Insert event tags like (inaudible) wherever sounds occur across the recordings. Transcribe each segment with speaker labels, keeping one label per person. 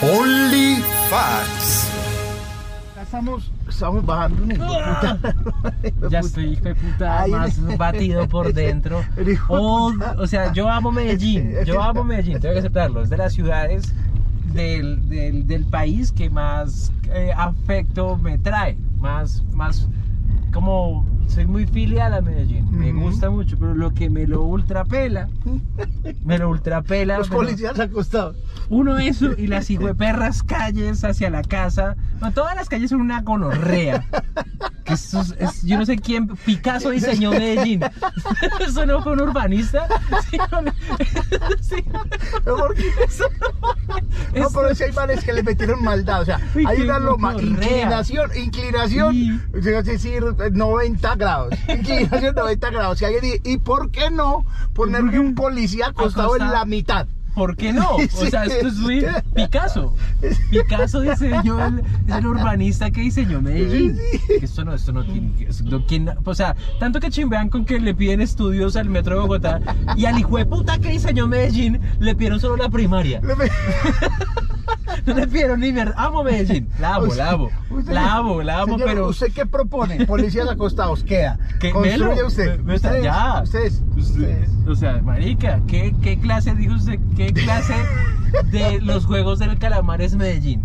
Speaker 1: Only Facts.
Speaker 2: Ya Estamos, estamos bajando un hijo de puta.
Speaker 3: (laughs) Ya estoy hijo de puta
Speaker 2: Ay,
Speaker 3: más
Speaker 2: (laughs)
Speaker 3: batido por dentro.
Speaker 2: el hijo de
Speaker 3: O-
Speaker 2: puta.
Speaker 3: o sea, yo
Speaker 2: (laughs)
Speaker 3: amo Medellín. Yo amo Medellín, tengo que aceptarlo. Es de las ciudades del, del- del país que más eh, afecto me trae. Más, más, como soy muy filial a Medellín. Me
Speaker 2: Ujú.
Speaker 3: gusta mucho, pero lo que me lo ultrapela, me lo ultrapela.
Speaker 2: Los
Speaker 3: me lo-
Speaker 2: policías acostados.
Speaker 3: uno eso y las hijueperras calles hacia la casa. No, todas las calles son una gonorrea. Que eso es- es- yo no sé quién, Picasso diseñó Medellín. (laughs) Eso no fue un urbanista. (laughs) Sí, no, sí,
Speaker 2: No,
Speaker 3: (laughs)
Speaker 2: porque-
Speaker 3: eso no,
Speaker 2: no,
Speaker 3: eso-
Speaker 2: pero si hay males que le metieron maldad. O sea,
Speaker 3: Este (laughs) Uy,
Speaker 2: hay
Speaker 3: qué
Speaker 2: una loma,
Speaker 3: gonorrea.
Speaker 2: inclinación, inclinación,
Speaker 3: Sí.
Speaker 2: o sea, es decir, 90
Speaker 3: (laughs)
Speaker 2: grados. Inclinación 90 grados. Y, alguien dice, ¿y por qué no ponerle un policía acostado en
Speaker 3: Acostado.
Speaker 2: la mitad?
Speaker 3: (laughs) ¿Por
Speaker 2: (laughs)
Speaker 3: qué no? O
Speaker 2: Sí.
Speaker 3: sea, esto es
Speaker 2: (laughs)
Speaker 3: muy Picasso. Picasso diseñó el, es el urbanista que diseñó Medellín. Que Esto no, esto no tiene. que- esto no- ¿quién- o sea, tanto que chimbean con que le piden estudios al metro de Bogotá y al hijo de puta que diseñó Medellín le pidieron solo la primaria.
Speaker 2: Le me-
Speaker 3: No le pidieron ni mierda. Amo Medellín. La amo,
Speaker 2: Usted-
Speaker 3: la amo.
Speaker 2: usted-
Speaker 3: La amo, la amo,
Speaker 2: señor,
Speaker 3: pero.
Speaker 2: ¿Usted qué propone? Policías acostados, queda.
Speaker 3: ¿Qué
Speaker 2: Construye
Speaker 3: melo?
Speaker 2: usted.
Speaker 3: Me- me está-
Speaker 2: ustedes,
Speaker 3: ya.
Speaker 2: Ustedes.
Speaker 3: Pues,
Speaker 2: ustedes.
Speaker 3: O sea, marica, ¿qué, qué clase, dijo usted, qué clase de los juegos del calamar es Medellín?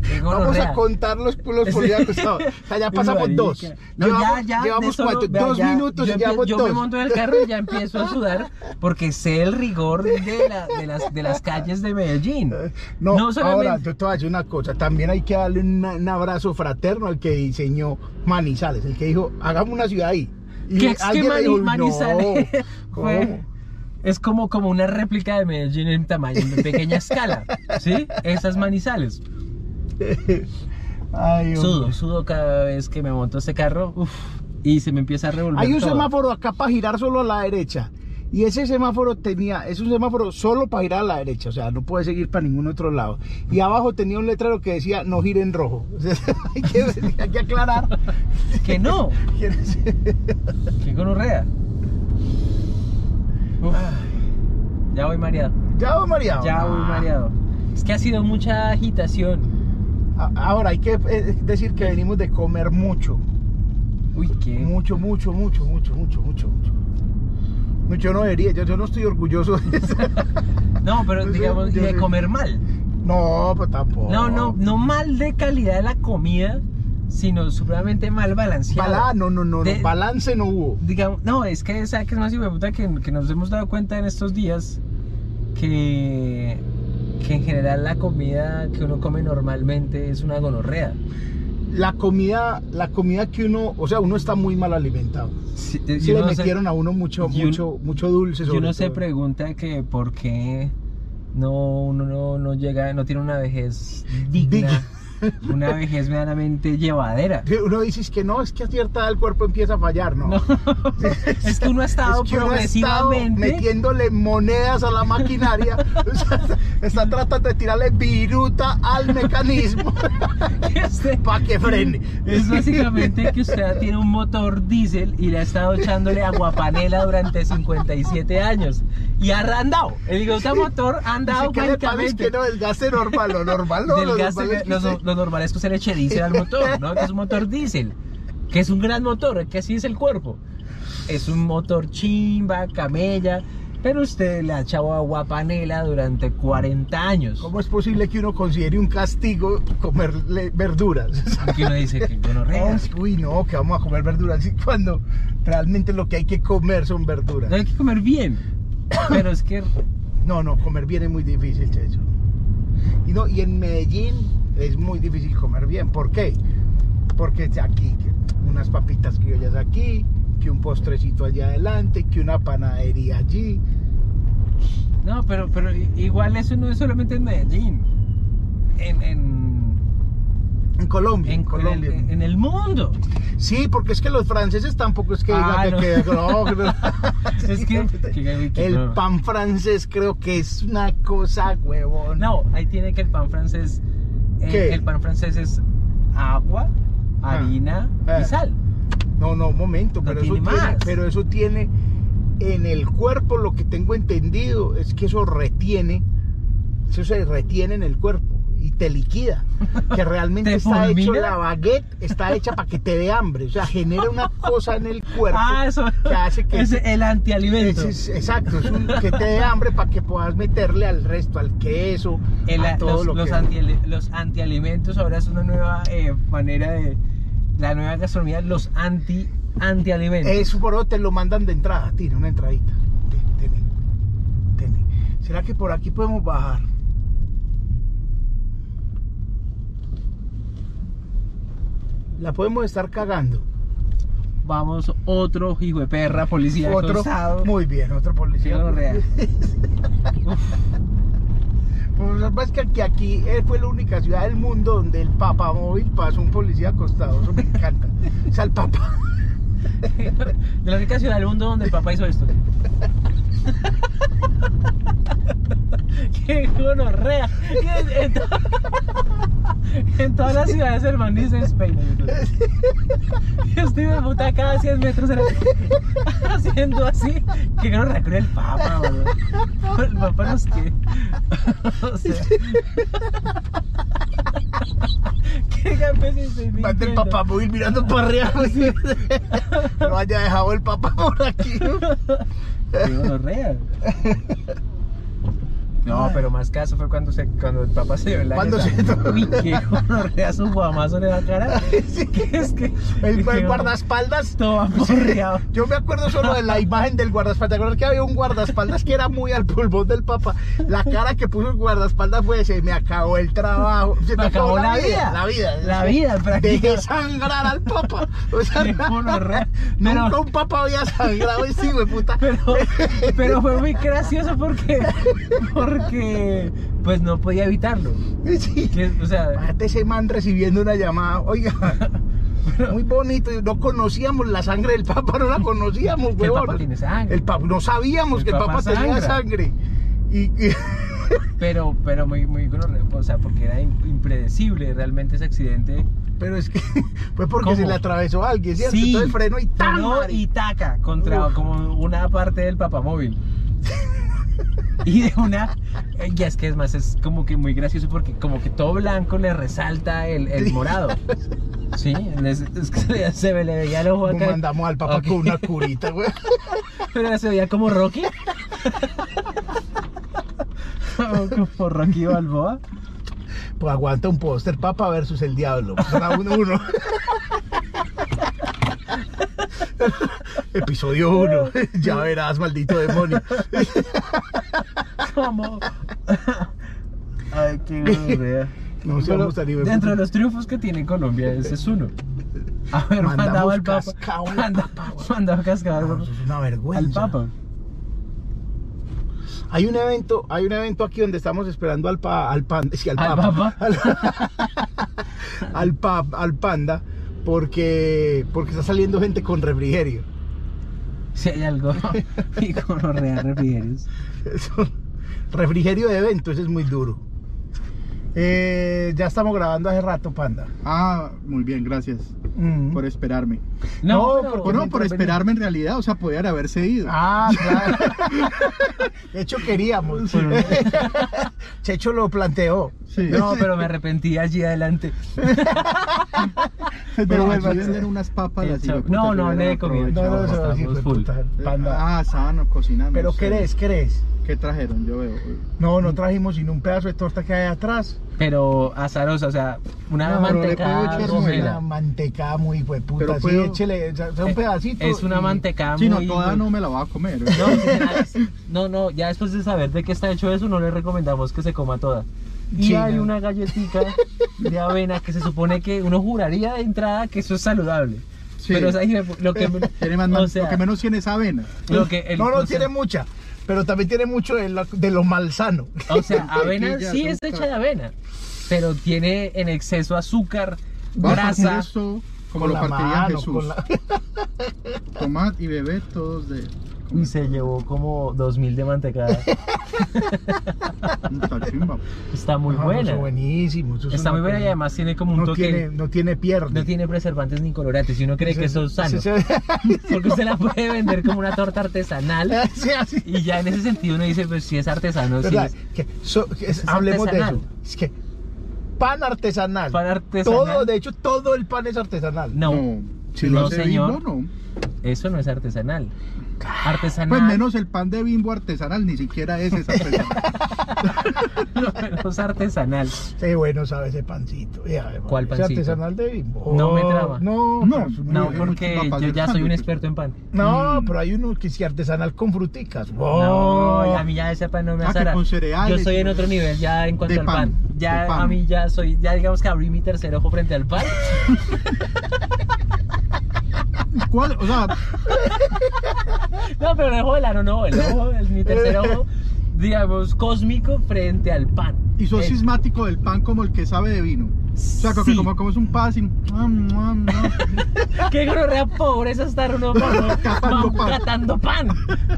Speaker 3: Qué
Speaker 2: Vamos
Speaker 3: gonorrea.
Speaker 2: a contar los, los
Speaker 3: (laughs) Sí.
Speaker 2: policías acostados. O sea, ya pasamos
Speaker 3: Marica.
Speaker 2: dos.
Speaker 3: No,
Speaker 2: llevamos
Speaker 3: ya, ya. de
Speaker 2: llevamos
Speaker 3: eso
Speaker 2: cuatro.
Speaker 3: no- vea,
Speaker 2: dos
Speaker 3: ya,
Speaker 2: minutos
Speaker 3: yo
Speaker 2: y
Speaker 3: empie-
Speaker 2: llevamos
Speaker 3: Yo
Speaker 2: dos.
Speaker 3: me monto en el carro y ya empiezo a sudar porque sé el rigor de, la- de las, de las calles de Medellín.
Speaker 2: (laughs) Eh, No,
Speaker 3: solamente-
Speaker 2: ahora yo te voy a decir una cosa, también hay que darle un, un abrazo fraterno al que diseñó Manizales, el que dijo, hagamos una ciudad ahí. Y
Speaker 3: ¿Qué es que
Speaker 2: alguien le
Speaker 3: Mani-
Speaker 2: dijo, "No,
Speaker 3: Manizales (laughs) fue-
Speaker 2: ¿cómo?".
Speaker 3: Es como, como una réplica de Medellín en tamaño, en pequeña escala, ¿sí? Esas manizales.
Speaker 2: Ay, hombre.
Speaker 3: Sudo, sudo cada vez que me monto este carro, uf, y se me empieza a revolver
Speaker 2: Hay un
Speaker 3: todo.
Speaker 2: semáforo acá para girar solo a la derecha. Y ese semáforo tenía, es un semáforo solo para girar a la derecha, o sea, no puede seguir para ningún otro lado. Y abajo tenía un letrero que decía no gire en rojo. (laughs) O sea, hay, que, hay que aclarar.
Speaker 3: Que no, que gonorrea. Uf, ya voy mareado,
Speaker 2: Ya, don María. Ah,
Speaker 3: ya voy mareado. Es que ha sido mucha agitación.
Speaker 2: A- Ahora hay que eh, decir que venimos de comer mucho.
Speaker 3: Uy, qué...
Speaker 2: Mucho, mucho, mucho, mucho, mucho, mucho, mucho. No, Yo no debería, yo, yo no estoy orgulloso de eso. (laughs)
Speaker 3: No, pero
Speaker 2: Pues,
Speaker 3: digamos,
Speaker 2: yo
Speaker 3: de
Speaker 2: sé.
Speaker 3: comer mal.
Speaker 2: No, pues tampoco.
Speaker 3: No, no, no mal de calidad de la comida, sino supremamente mal balanceado.
Speaker 2: Bala- no, no, no, no,
Speaker 3: De-
Speaker 2: balance no hubo.
Speaker 3: Digamos, no, es que esa que es más puta que, que nos hemos dado cuenta en estos días que, que en general la comida que uno come normalmente es una gonorrea.
Speaker 2: La comida, la comida que uno, o sea, uno está muy mal alimentado.
Speaker 3: Si,
Speaker 2: Sí le metieron a uno mucho,
Speaker 3: y un-
Speaker 2: mucho, mucho dulce.
Speaker 3: Y
Speaker 2: sobre
Speaker 3: uno se
Speaker 2: todo.
Speaker 3: pregunta que por qué no uno no, no llega, no tiene una vejez digna, una vejez medianamente llevadera.
Speaker 2: Uno dice es que no, es que a cierta edad el cuerpo empieza a fallar, ¿no?
Speaker 3: No, es que uno ha estado
Speaker 2: Es que uno ha estado
Speaker 3: progresivamente.
Speaker 2: metiéndole monedas a la maquinaria. O sea, está tratando de tirarle viruta al mecanismo
Speaker 3: (laughs)
Speaker 2: (laughs)
Speaker 3: que usted-
Speaker 2: para que frene.
Speaker 3: Es básicamente que usted tiene un motor diésel y le ha estado echándole aguapanela durante 57 años. Y ha andado. El digo, este motor ha andado
Speaker 2: Dice que le pagues
Speaker 3: prácticamente.
Speaker 2: que no, el gasto normal, lo normal no.
Speaker 3: del
Speaker 2: lo
Speaker 3: gas,
Speaker 2: normal es que
Speaker 3: lo,
Speaker 2: usted-
Speaker 3: lo normal es que usted le eche diésel al motor, ¿no? Que es un motor diésel. Que es un gran motor, que así es el cuerpo. Es un motor chimba, camella. Pero usted le ha echado aguapanela durante 40 años.
Speaker 2: ¿Cómo es posible que uno considere un castigo comerle verduras? (laughs)
Speaker 3: Porque uno dice que bueno,
Speaker 2: Ay, Uy, no, que vamos a comer verduras (laughs) sí, cuando realmente lo que hay que comer son verduras.
Speaker 3: No hay que comer bien. Pero es que
Speaker 2: No, no, comer bien es muy difícil, Checho. Y, no, y en Medellín es muy difícil comer bien. ¿Por qué? Porque aquí, que unas papitas criollas aquí, que un postrecito allá adelante, que una panadería allí.
Speaker 3: No, pero, pero i- igual eso no es solamente en Medellín. En, en,
Speaker 2: En Colombia, en,
Speaker 3: en,
Speaker 2: Colombia.
Speaker 3: en el, en
Speaker 2: (laughs)
Speaker 3: el mundo.
Speaker 2: Sí, porque es que los franceses tampoco es que
Speaker 3: Ah,
Speaker 2: digan que-
Speaker 3: no.
Speaker 2: que- no,
Speaker 3: (laughs)
Speaker 2: que no.
Speaker 3: Es que- que- que-
Speaker 2: el pan francés creo que es una cosa huevón.
Speaker 3: No, ahí tiene que el pan francés. eh,
Speaker 2: ¿Qué?
Speaker 3: El pan francés es agua,
Speaker 2: Ah.
Speaker 3: harina
Speaker 2: Ah.
Speaker 3: y sal.
Speaker 2: No, no, un momento,
Speaker 3: No
Speaker 2: pero,
Speaker 3: tiene
Speaker 2: eso tiene,
Speaker 3: más.
Speaker 2: pero eso tiene en el cuerpo, lo que tengo entendido es que eso retiene eso se retiene en el cuerpo y te
Speaker 3: (laughs)
Speaker 2: liquida. Que realmente
Speaker 3: ¿Te
Speaker 2: está hecho,
Speaker 3: fulmina?
Speaker 2: la baguette está hecha para que te dé hambre. O sea, genera una cosa en el cuerpo
Speaker 3: Ah, eso.
Speaker 2: que hace que.
Speaker 3: Es el antialimento.
Speaker 2: Es- es- exacto, es un que te dé hambre para que puedas meterle al resto, al queso,
Speaker 3: El-
Speaker 2: a todo
Speaker 3: los,
Speaker 2: lo
Speaker 3: los
Speaker 2: que.
Speaker 3: antiali- los antialimentos ahora es una nueva eh, manera de. La nueva gastronomía, los anti, antialimentos.
Speaker 2: Eso por otro te lo mandan de entrada, tiene una entradita. Ten- Tené, tené. ¿Será que por aquí podemos bajar? La podemos estar cagando.
Speaker 3: Vamos, otro hijo de perra, policía
Speaker 2: Otro.
Speaker 3: acostado.
Speaker 2: Muy bien, otro
Speaker 3: Qué
Speaker 2: policía.
Speaker 3: gonorrea.
Speaker 2: Pues lo que pasa es que aquí eh, fue la única ciudad del mundo donde el papamóvil pasó un policía acostado. Eso me encanta. O sea, el papá.
Speaker 3: (laughs) De la única ciudad del mundo donde el papá hizo esto. (laughs) ¡Qué gonorrea! En, en to- (laughs) en todas las ciudades hermanas en España. yo creo. Yo estoy de puta cada 100 metros era- (laughs) haciendo así. ¡Qué gonorrea con el papa, boludo! El papa nos que. (laughs) O sea. (laughs) ¡Qué campesino estoy
Speaker 2: Mate el
Speaker 3: viviendo.
Speaker 2: papamóvil mirando para arriba. (laughs) güey. No haya dejado el papá por aquí.
Speaker 3: Qué gonorrea. (laughs) No, pero más caso fue cuando, se, cuando el papá se dio en la
Speaker 2: Cuando
Speaker 3: jeta.
Speaker 2: se dio-
Speaker 3: Uy, qué gonorrea su guamazo le da
Speaker 2: (laughs)
Speaker 3: cara. (laughs) ¿Qué es que?
Speaker 2: El,
Speaker 3: qué
Speaker 2: el guardaespaldas.
Speaker 3: Todo aporreado.
Speaker 2: Yo me acuerdo solo de la imagen del guardaespaldas. ¿Te acuerdas que había un guardaespaldas que era muy al pulmón del papá? La cara que puso el guardaespaldas fue: se me acabó el trabajo. Se
Speaker 3: Me acabó la vida.
Speaker 2: La vida.
Speaker 3: La vida, prácticamente.
Speaker 2: Dejé sangrar al papá. O sea, (laughs)
Speaker 3: Qué gonorrea.
Speaker 2: nunca
Speaker 3: Pero-
Speaker 2: un papá había sangrado y sí, güey, puta.
Speaker 3: Pero, pero fue muy gracioso porque, porque pues no podía evitarlo.
Speaker 2: Sí.
Speaker 3: Que, o sea,
Speaker 2: Imagínate ese man recibiendo una llamada.
Speaker 3: (laughs)
Speaker 2: Oiga, muy bonito. y No conocíamos la sangre del Papa, no la conocíamos,
Speaker 3: Que el
Speaker 2: huevón.
Speaker 3: Papa tiene sangre.
Speaker 2: El Papa- no sabíamos
Speaker 3: El
Speaker 2: que el
Speaker 3: Papa
Speaker 2: Papa tenía
Speaker 3: sangra.
Speaker 2: sangre. Y, y- (laughs)
Speaker 3: pero, pero muy, muy gonorrea, o sea, porque era im- impredecible realmente ese accidente.
Speaker 2: pero es que (laughs) fue porque
Speaker 3: ¿Cómo?
Speaker 2: se le atravesó a alguien, ¿cierto? Entonces frenó y ¡tam!
Speaker 3: frenó
Speaker 2: madre!
Speaker 3: y taca contra
Speaker 2: Uf.
Speaker 3: como una parte del papamóvil.
Speaker 2: (laughs)
Speaker 3: y de una. Y es que es más, es como que muy gracioso porque como que todo blanco le resalta el,
Speaker 2: (laughs)
Speaker 3: el morado. Sí, es- es que se, se ve- le veía el ojo
Speaker 2: Como
Speaker 3: acá.
Speaker 2: mandamos al Papa
Speaker 3: Ok.
Speaker 2: con una curita,
Speaker 3: (laughs)
Speaker 2: güey.
Speaker 3: Pero se veía como
Speaker 2: (laughs)
Speaker 3: Rocky. (laughs) como Rocky Balboa.
Speaker 2: Pues aguanta un póster, Papa versus el Diablo. Round
Speaker 3: (laughs)
Speaker 2: uno. Episodio
Speaker 3: (laughs)
Speaker 2: 1. ya verás, maldito demonio.
Speaker 3: (laughs) Como. Ay, qué gonorrea.
Speaker 2: No
Speaker 3: Pero
Speaker 2: seamos tan hijo de
Speaker 3: dentro
Speaker 2: puta.
Speaker 3: de los triunfos que tiene Colombia, ese es uno. Haber
Speaker 2: Mandamos
Speaker 3: mandado al Papa.
Speaker 2: cascado al
Speaker 3: manda-
Speaker 2: Papa, güey.
Speaker 3: mandado cascado al
Speaker 2: No,
Speaker 3: Papa.
Speaker 2: eso es una vergüenza.
Speaker 3: al Papa.
Speaker 2: Hay un evento, hay un evento aquí donde estamos esperando al pa- al pan, sí, (laughs) al,
Speaker 3: ¿Al
Speaker 2: papa,
Speaker 3: papa?
Speaker 2: Al, al pa- al panda porque porque está saliendo gente con refrigerio. (laughs)
Speaker 3: Si hay algo. Y con los real refrigerios.
Speaker 2: Eso- refrigerio de evento, eso es muy duro. Eh, ya estamos grabando hace rato, panda.
Speaker 1: Ah, muy bien, gracias
Speaker 2: Mm.
Speaker 1: por esperarme.
Speaker 2: No, Por
Speaker 3: pero-
Speaker 1: Por no, por
Speaker 2: intervenir.
Speaker 1: esperarme en realidad, o sea, podían haberse ido.
Speaker 2: Ah, claro. De hecho, queríamos. (laughs) Checho lo planteó.
Speaker 1: sí.
Speaker 3: No,
Speaker 1: (laughs)
Speaker 3: pero me arrepentí allí adelante.
Speaker 1: pero
Speaker 2: bueno,
Speaker 1: aquí
Speaker 2: bueno.
Speaker 1: venden unas papas
Speaker 3: El
Speaker 1: las
Speaker 3: chavo-
Speaker 1: hijueputas
Speaker 3: no, no,
Speaker 1: hubieran
Speaker 3: le he comido.
Speaker 2: No,
Speaker 1: aprovechado
Speaker 2: no,
Speaker 3: Chavo,
Speaker 2: no,
Speaker 1: bastante.
Speaker 2: sí,
Speaker 3: estamos
Speaker 2: fue
Speaker 3: full.
Speaker 2: puta, panda.
Speaker 1: Ah, estaban cocinando.
Speaker 2: Pero
Speaker 1: sí.
Speaker 2: crees, crees.
Speaker 1: ¿Qué trajeron? Yo veo. uy.
Speaker 2: No, no trajimos sino un pedazo de torta que hay atrás.
Speaker 3: Pero azarosa, o sea, una
Speaker 1: No, pero le puedo
Speaker 3: manteca
Speaker 1: echar
Speaker 2: Una
Speaker 3: rojera.
Speaker 2: mantecada muy hueputa.
Speaker 1: Pero
Speaker 2: Sí,
Speaker 1: puedo-
Speaker 2: échele, o sea, un pedacito.
Speaker 3: Eh, Es una
Speaker 2: y-
Speaker 3: manteca
Speaker 1: Sí, no,
Speaker 3: muy-
Speaker 1: toda
Speaker 3: muy-
Speaker 1: no me la va a comer.
Speaker 3: No, no, no, ya después de saber de qué está hecho eso, no le recomendamos que se coma toda. Y
Speaker 2: Sí,
Speaker 3: hay
Speaker 2: no.
Speaker 3: una galletita de avena que se supone que uno juraría de entrada que eso es saludable.
Speaker 1: Sí.
Speaker 3: Pero o sea, lo
Speaker 2: Eh,
Speaker 3: que,
Speaker 1: Tiene más
Speaker 3: o
Speaker 1: man-
Speaker 3: sea,
Speaker 1: lo que menos tiene es avena.
Speaker 3: lo que el-
Speaker 2: no, no,
Speaker 3: o sea,
Speaker 2: tiene mucha. Pero también tiene mucho de, la- de lo malsano. (laughs)
Speaker 3: O sea, avena
Speaker 1: mantequilla,
Speaker 3: sí es
Speaker 1: azúcar.
Speaker 3: hecha de avena, pero tiene en exceso azúcar,
Speaker 1: Va a partir
Speaker 3: grasa.
Speaker 1: esto como
Speaker 2: Con
Speaker 1: lo
Speaker 2: la
Speaker 1: partiría
Speaker 2: mano,
Speaker 1: Jesús.
Speaker 2: con la-
Speaker 1: Tomad y bebed todos de.
Speaker 3: Y se llevó como 2000 de mantecada.
Speaker 1: Está chimba.
Speaker 3: Está muy
Speaker 2: (laughs) No, no,
Speaker 3: buena.
Speaker 2: eso buenísimo. eso es
Speaker 3: Está
Speaker 2: una
Speaker 3: muy buena y
Speaker 2: cosa-
Speaker 3: además tiene como un
Speaker 2: no
Speaker 3: toque.
Speaker 2: Tiene, no tiene pierna.
Speaker 3: No tiene preservantes ni colorantes y uno cree que eso es sano.
Speaker 2: Se- se-
Speaker 3: Porque usted la puede vender como una torta artesanal.
Speaker 2: (laughs) Sí, así.
Speaker 3: Y ya en ese sentido uno dice, pues si es artesano, si
Speaker 2: ¿Verdad?
Speaker 3: es
Speaker 2: Que so- que es-
Speaker 3: Eso es
Speaker 2: hablemos de
Speaker 3: artesanal.
Speaker 2: eso. Es que pan artesanal.
Speaker 3: pan artesanal.
Speaker 2: Todo, de hecho, todo el pan es artesanal.
Speaker 3: (laughs) No,
Speaker 1: Si lo
Speaker 3: No,
Speaker 1: hace
Speaker 3: señor.
Speaker 1: Bimbo, no.
Speaker 3: eso no es artesanal.
Speaker 1: Pues
Speaker 3: Artesanal.
Speaker 1: menos el pan de bimbo artesanal, ni siquiera ese es
Speaker 3: (laughs)
Speaker 1: artesanal.
Speaker 3: No, (laughs) no es artesanal.
Speaker 2: Qué bueno sabe ese pancito. Eh, a ver,
Speaker 3: ¿Cuál
Speaker 2: ese
Speaker 3: pancito?
Speaker 2: artesanal de Bimbo.
Speaker 3: No me traba.
Speaker 2: No,
Speaker 1: No,
Speaker 2: pero es un-
Speaker 3: No,
Speaker 1: Muy bien,
Speaker 3: porque
Speaker 1: mucho para
Speaker 3: yo
Speaker 1: hacer
Speaker 3: ya soy un
Speaker 1: sándwiches.
Speaker 3: experto en pan.
Speaker 2: no,
Speaker 1: Mm.
Speaker 2: pero hay uno que es artesanal con fruticas.
Speaker 3: No,
Speaker 2: Oh.
Speaker 3: a mí ya ese pan no me
Speaker 1: Ah, que
Speaker 3: azara.
Speaker 1: con cereales.
Speaker 3: Yo soy en otro nivel ya en cuanto
Speaker 1: De
Speaker 3: al pan.
Speaker 1: pan,
Speaker 3: Ya
Speaker 1: de pan.
Speaker 3: a mí ya soy, ya digamos que abrí mi tercer ojo frente al pan. (laughs)
Speaker 1: ¿Cuál? O sea,
Speaker 3: No, pero el ojo del ano no, el ojo, el- mi tercer ojo, digamos, cósmico frente al pan.
Speaker 1: y sos
Speaker 3: Eh,
Speaker 1: sismático del pan como el que sabe de vino. O sea, como que
Speaker 3: Sí.
Speaker 1: como comes un pan sin. Mm, mm, mm.
Speaker 3: Qué gonorrea pobreza estar uno mano,
Speaker 1: Catando pan.
Speaker 3: catando pan.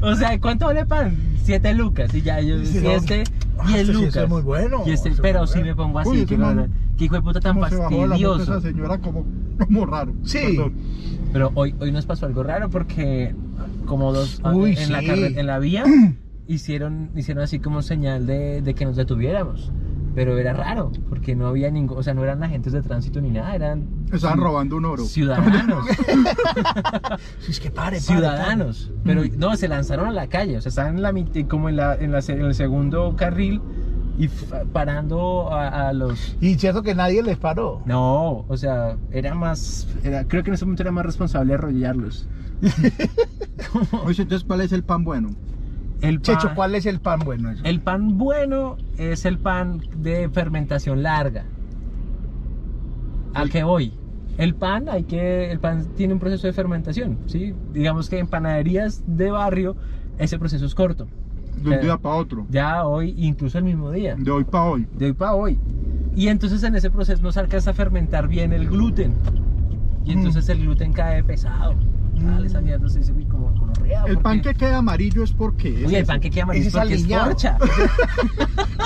Speaker 3: O sea, ¿cuánto vale pan? Siete lucas. Y ya yo,
Speaker 2: Sí,
Speaker 3: si
Speaker 2: no.
Speaker 3: este,
Speaker 2: Ah,
Speaker 3: diez
Speaker 2: esto sí,
Speaker 3: lucas.
Speaker 2: eso es muy bueno,
Speaker 3: Y este-
Speaker 2: eso es
Speaker 3: pero
Speaker 2: muy
Speaker 3: si
Speaker 2: bueno.
Speaker 3: me pongo así,
Speaker 1: Uy, ese
Speaker 3: qué,
Speaker 1: man,
Speaker 3: gonorrea. qué hijo de puta (laughs) tan
Speaker 1: ¿Cómo se bajó de la moto
Speaker 3: fastidioso.
Speaker 1: esa señora como, como raro?
Speaker 2: Sí.
Speaker 1: Perdón.
Speaker 3: Pero hoy, hoy nos pasó algo raro porque como dos ah,
Speaker 2: Uy,
Speaker 3: en, la
Speaker 2: sí.
Speaker 3: carre- en la vía hicieron, hicieron así como señal de, de que nos detuviéramos. Pero era raro, porque no había ningún, o sea, no eran agentes de tránsito ni nada, eran
Speaker 1: Estaban
Speaker 3: ci-
Speaker 1: robando un oro.
Speaker 3: ciudadanos,
Speaker 2: Es que pare, pare,
Speaker 3: ciudadanos. Pero no, se lanzaron a la calle, o sea, estaban en la, mit- como en, la, en, la se- en el segundo carril y f- parando a, a los...
Speaker 2: pare. Y cierto que nadie les paró.
Speaker 3: No, o sea, era más, era, creo que en ese momento era más responsable arrollarlos.
Speaker 1: Oye, entonces, ¿cuál es el pan bueno?
Speaker 3: El
Speaker 2: Checho,
Speaker 3: pan-
Speaker 2: ¿cuál es el pan bueno? eso?
Speaker 3: El pan bueno es el pan de fermentación larga. Al que voy. El pan hay que el pan tiene un proceso de fermentación, ¿sí? Digamos que en panaderías de barrio ese proceso es corto.
Speaker 1: De un
Speaker 3: Eh.
Speaker 1: día para otro.
Speaker 3: Ya hoy incluso el mismo día,
Speaker 1: De hoy para hoy.
Speaker 3: de hoy para hoy. Y entonces en ese proceso no se alcanza a fermentar bien el gluten. Y entonces el gluten cae pesado. Dale, esa mierda se dice, uy, como gonorrea,
Speaker 1: El
Speaker 3: ¿por
Speaker 1: pan
Speaker 3: qué?
Speaker 1: que queda amarillo es porque.
Speaker 3: Uy, el pan que queda amarillo
Speaker 2: ese
Speaker 3: es
Speaker 2: es
Speaker 3: porque es
Speaker 2: aliñado.
Speaker 3: corcha.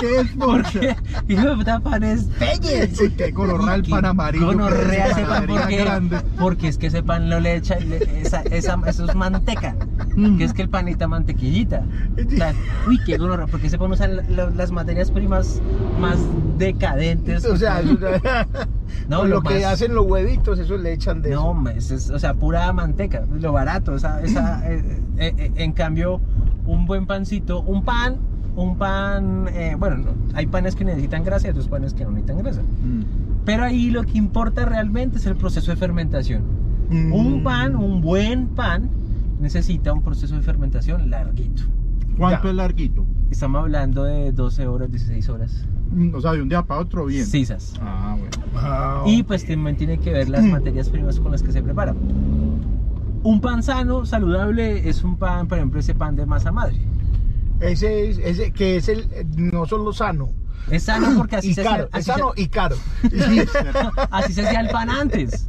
Speaker 1: ¿Qué es borcha?
Speaker 3: Porque, hijo de puta, pan es pelles.
Speaker 1: Uy, qué gonorrea el pan amarillo,
Speaker 3: Gonorrea
Speaker 1: parece
Speaker 3: ese pan
Speaker 1: panadería
Speaker 3: porque,
Speaker 1: grande.
Speaker 3: porque es que ese pan no le echa, le- esa, esa, eso es manteca.
Speaker 1: Mm.
Speaker 3: Que es que el panita mantequillita. O sea, uy, qué gonorrea, porque ese pan usa la- la- las materias primas más decadentes.
Speaker 2: O sea, eso- (laughs)
Speaker 3: No,
Speaker 2: con lo,
Speaker 3: lo
Speaker 2: que
Speaker 3: más-
Speaker 2: hacen los huevitos, eso le echan de
Speaker 3: No,
Speaker 2: eso.
Speaker 3: hombre, es, es- o sea, pura manteca, lo barato.
Speaker 1: (laughs)
Speaker 3: Esa, esa, eh, eh, eh, en cambio, un buen pancito, un pan, un pan, eh, bueno, no, hay panes que necesitan grasa y otros panes que no necesitan grasa. Pero ahí lo que importa realmente es el proceso de fermentación.
Speaker 1: Mm.
Speaker 3: Un pan, un buen pan, necesita un proceso de fermentación larguito.
Speaker 1: ¿Cuánto
Speaker 2: Ya.
Speaker 1: es larguito?
Speaker 3: Estamos hablando de 12 horas, 16 horas.
Speaker 1: Mm, O sea, de un día para otro, bien.
Speaker 3: Sisas.
Speaker 1: Ah, bueno.
Speaker 2: Ah,
Speaker 3: Y pues también tiene que ver las
Speaker 2: Mm.
Speaker 3: materias primas con las que se prepara. Un pan sano, saludable, es un pan, por ejemplo, ese pan de masa madre.
Speaker 2: Ese, es- ese que es el, no solo sano,
Speaker 3: Es sano porque así
Speaker 2: Ah, y
Speaker 3: se
Speaker 2: caro,
Speaker 3: hacía-
Speaker 2: es
Speaker 3: así (laughs)
Speaker 2: sano
Speaker 3: se-
Speaker 2: y caro.
Speaker 3: así se hacía el pan antes.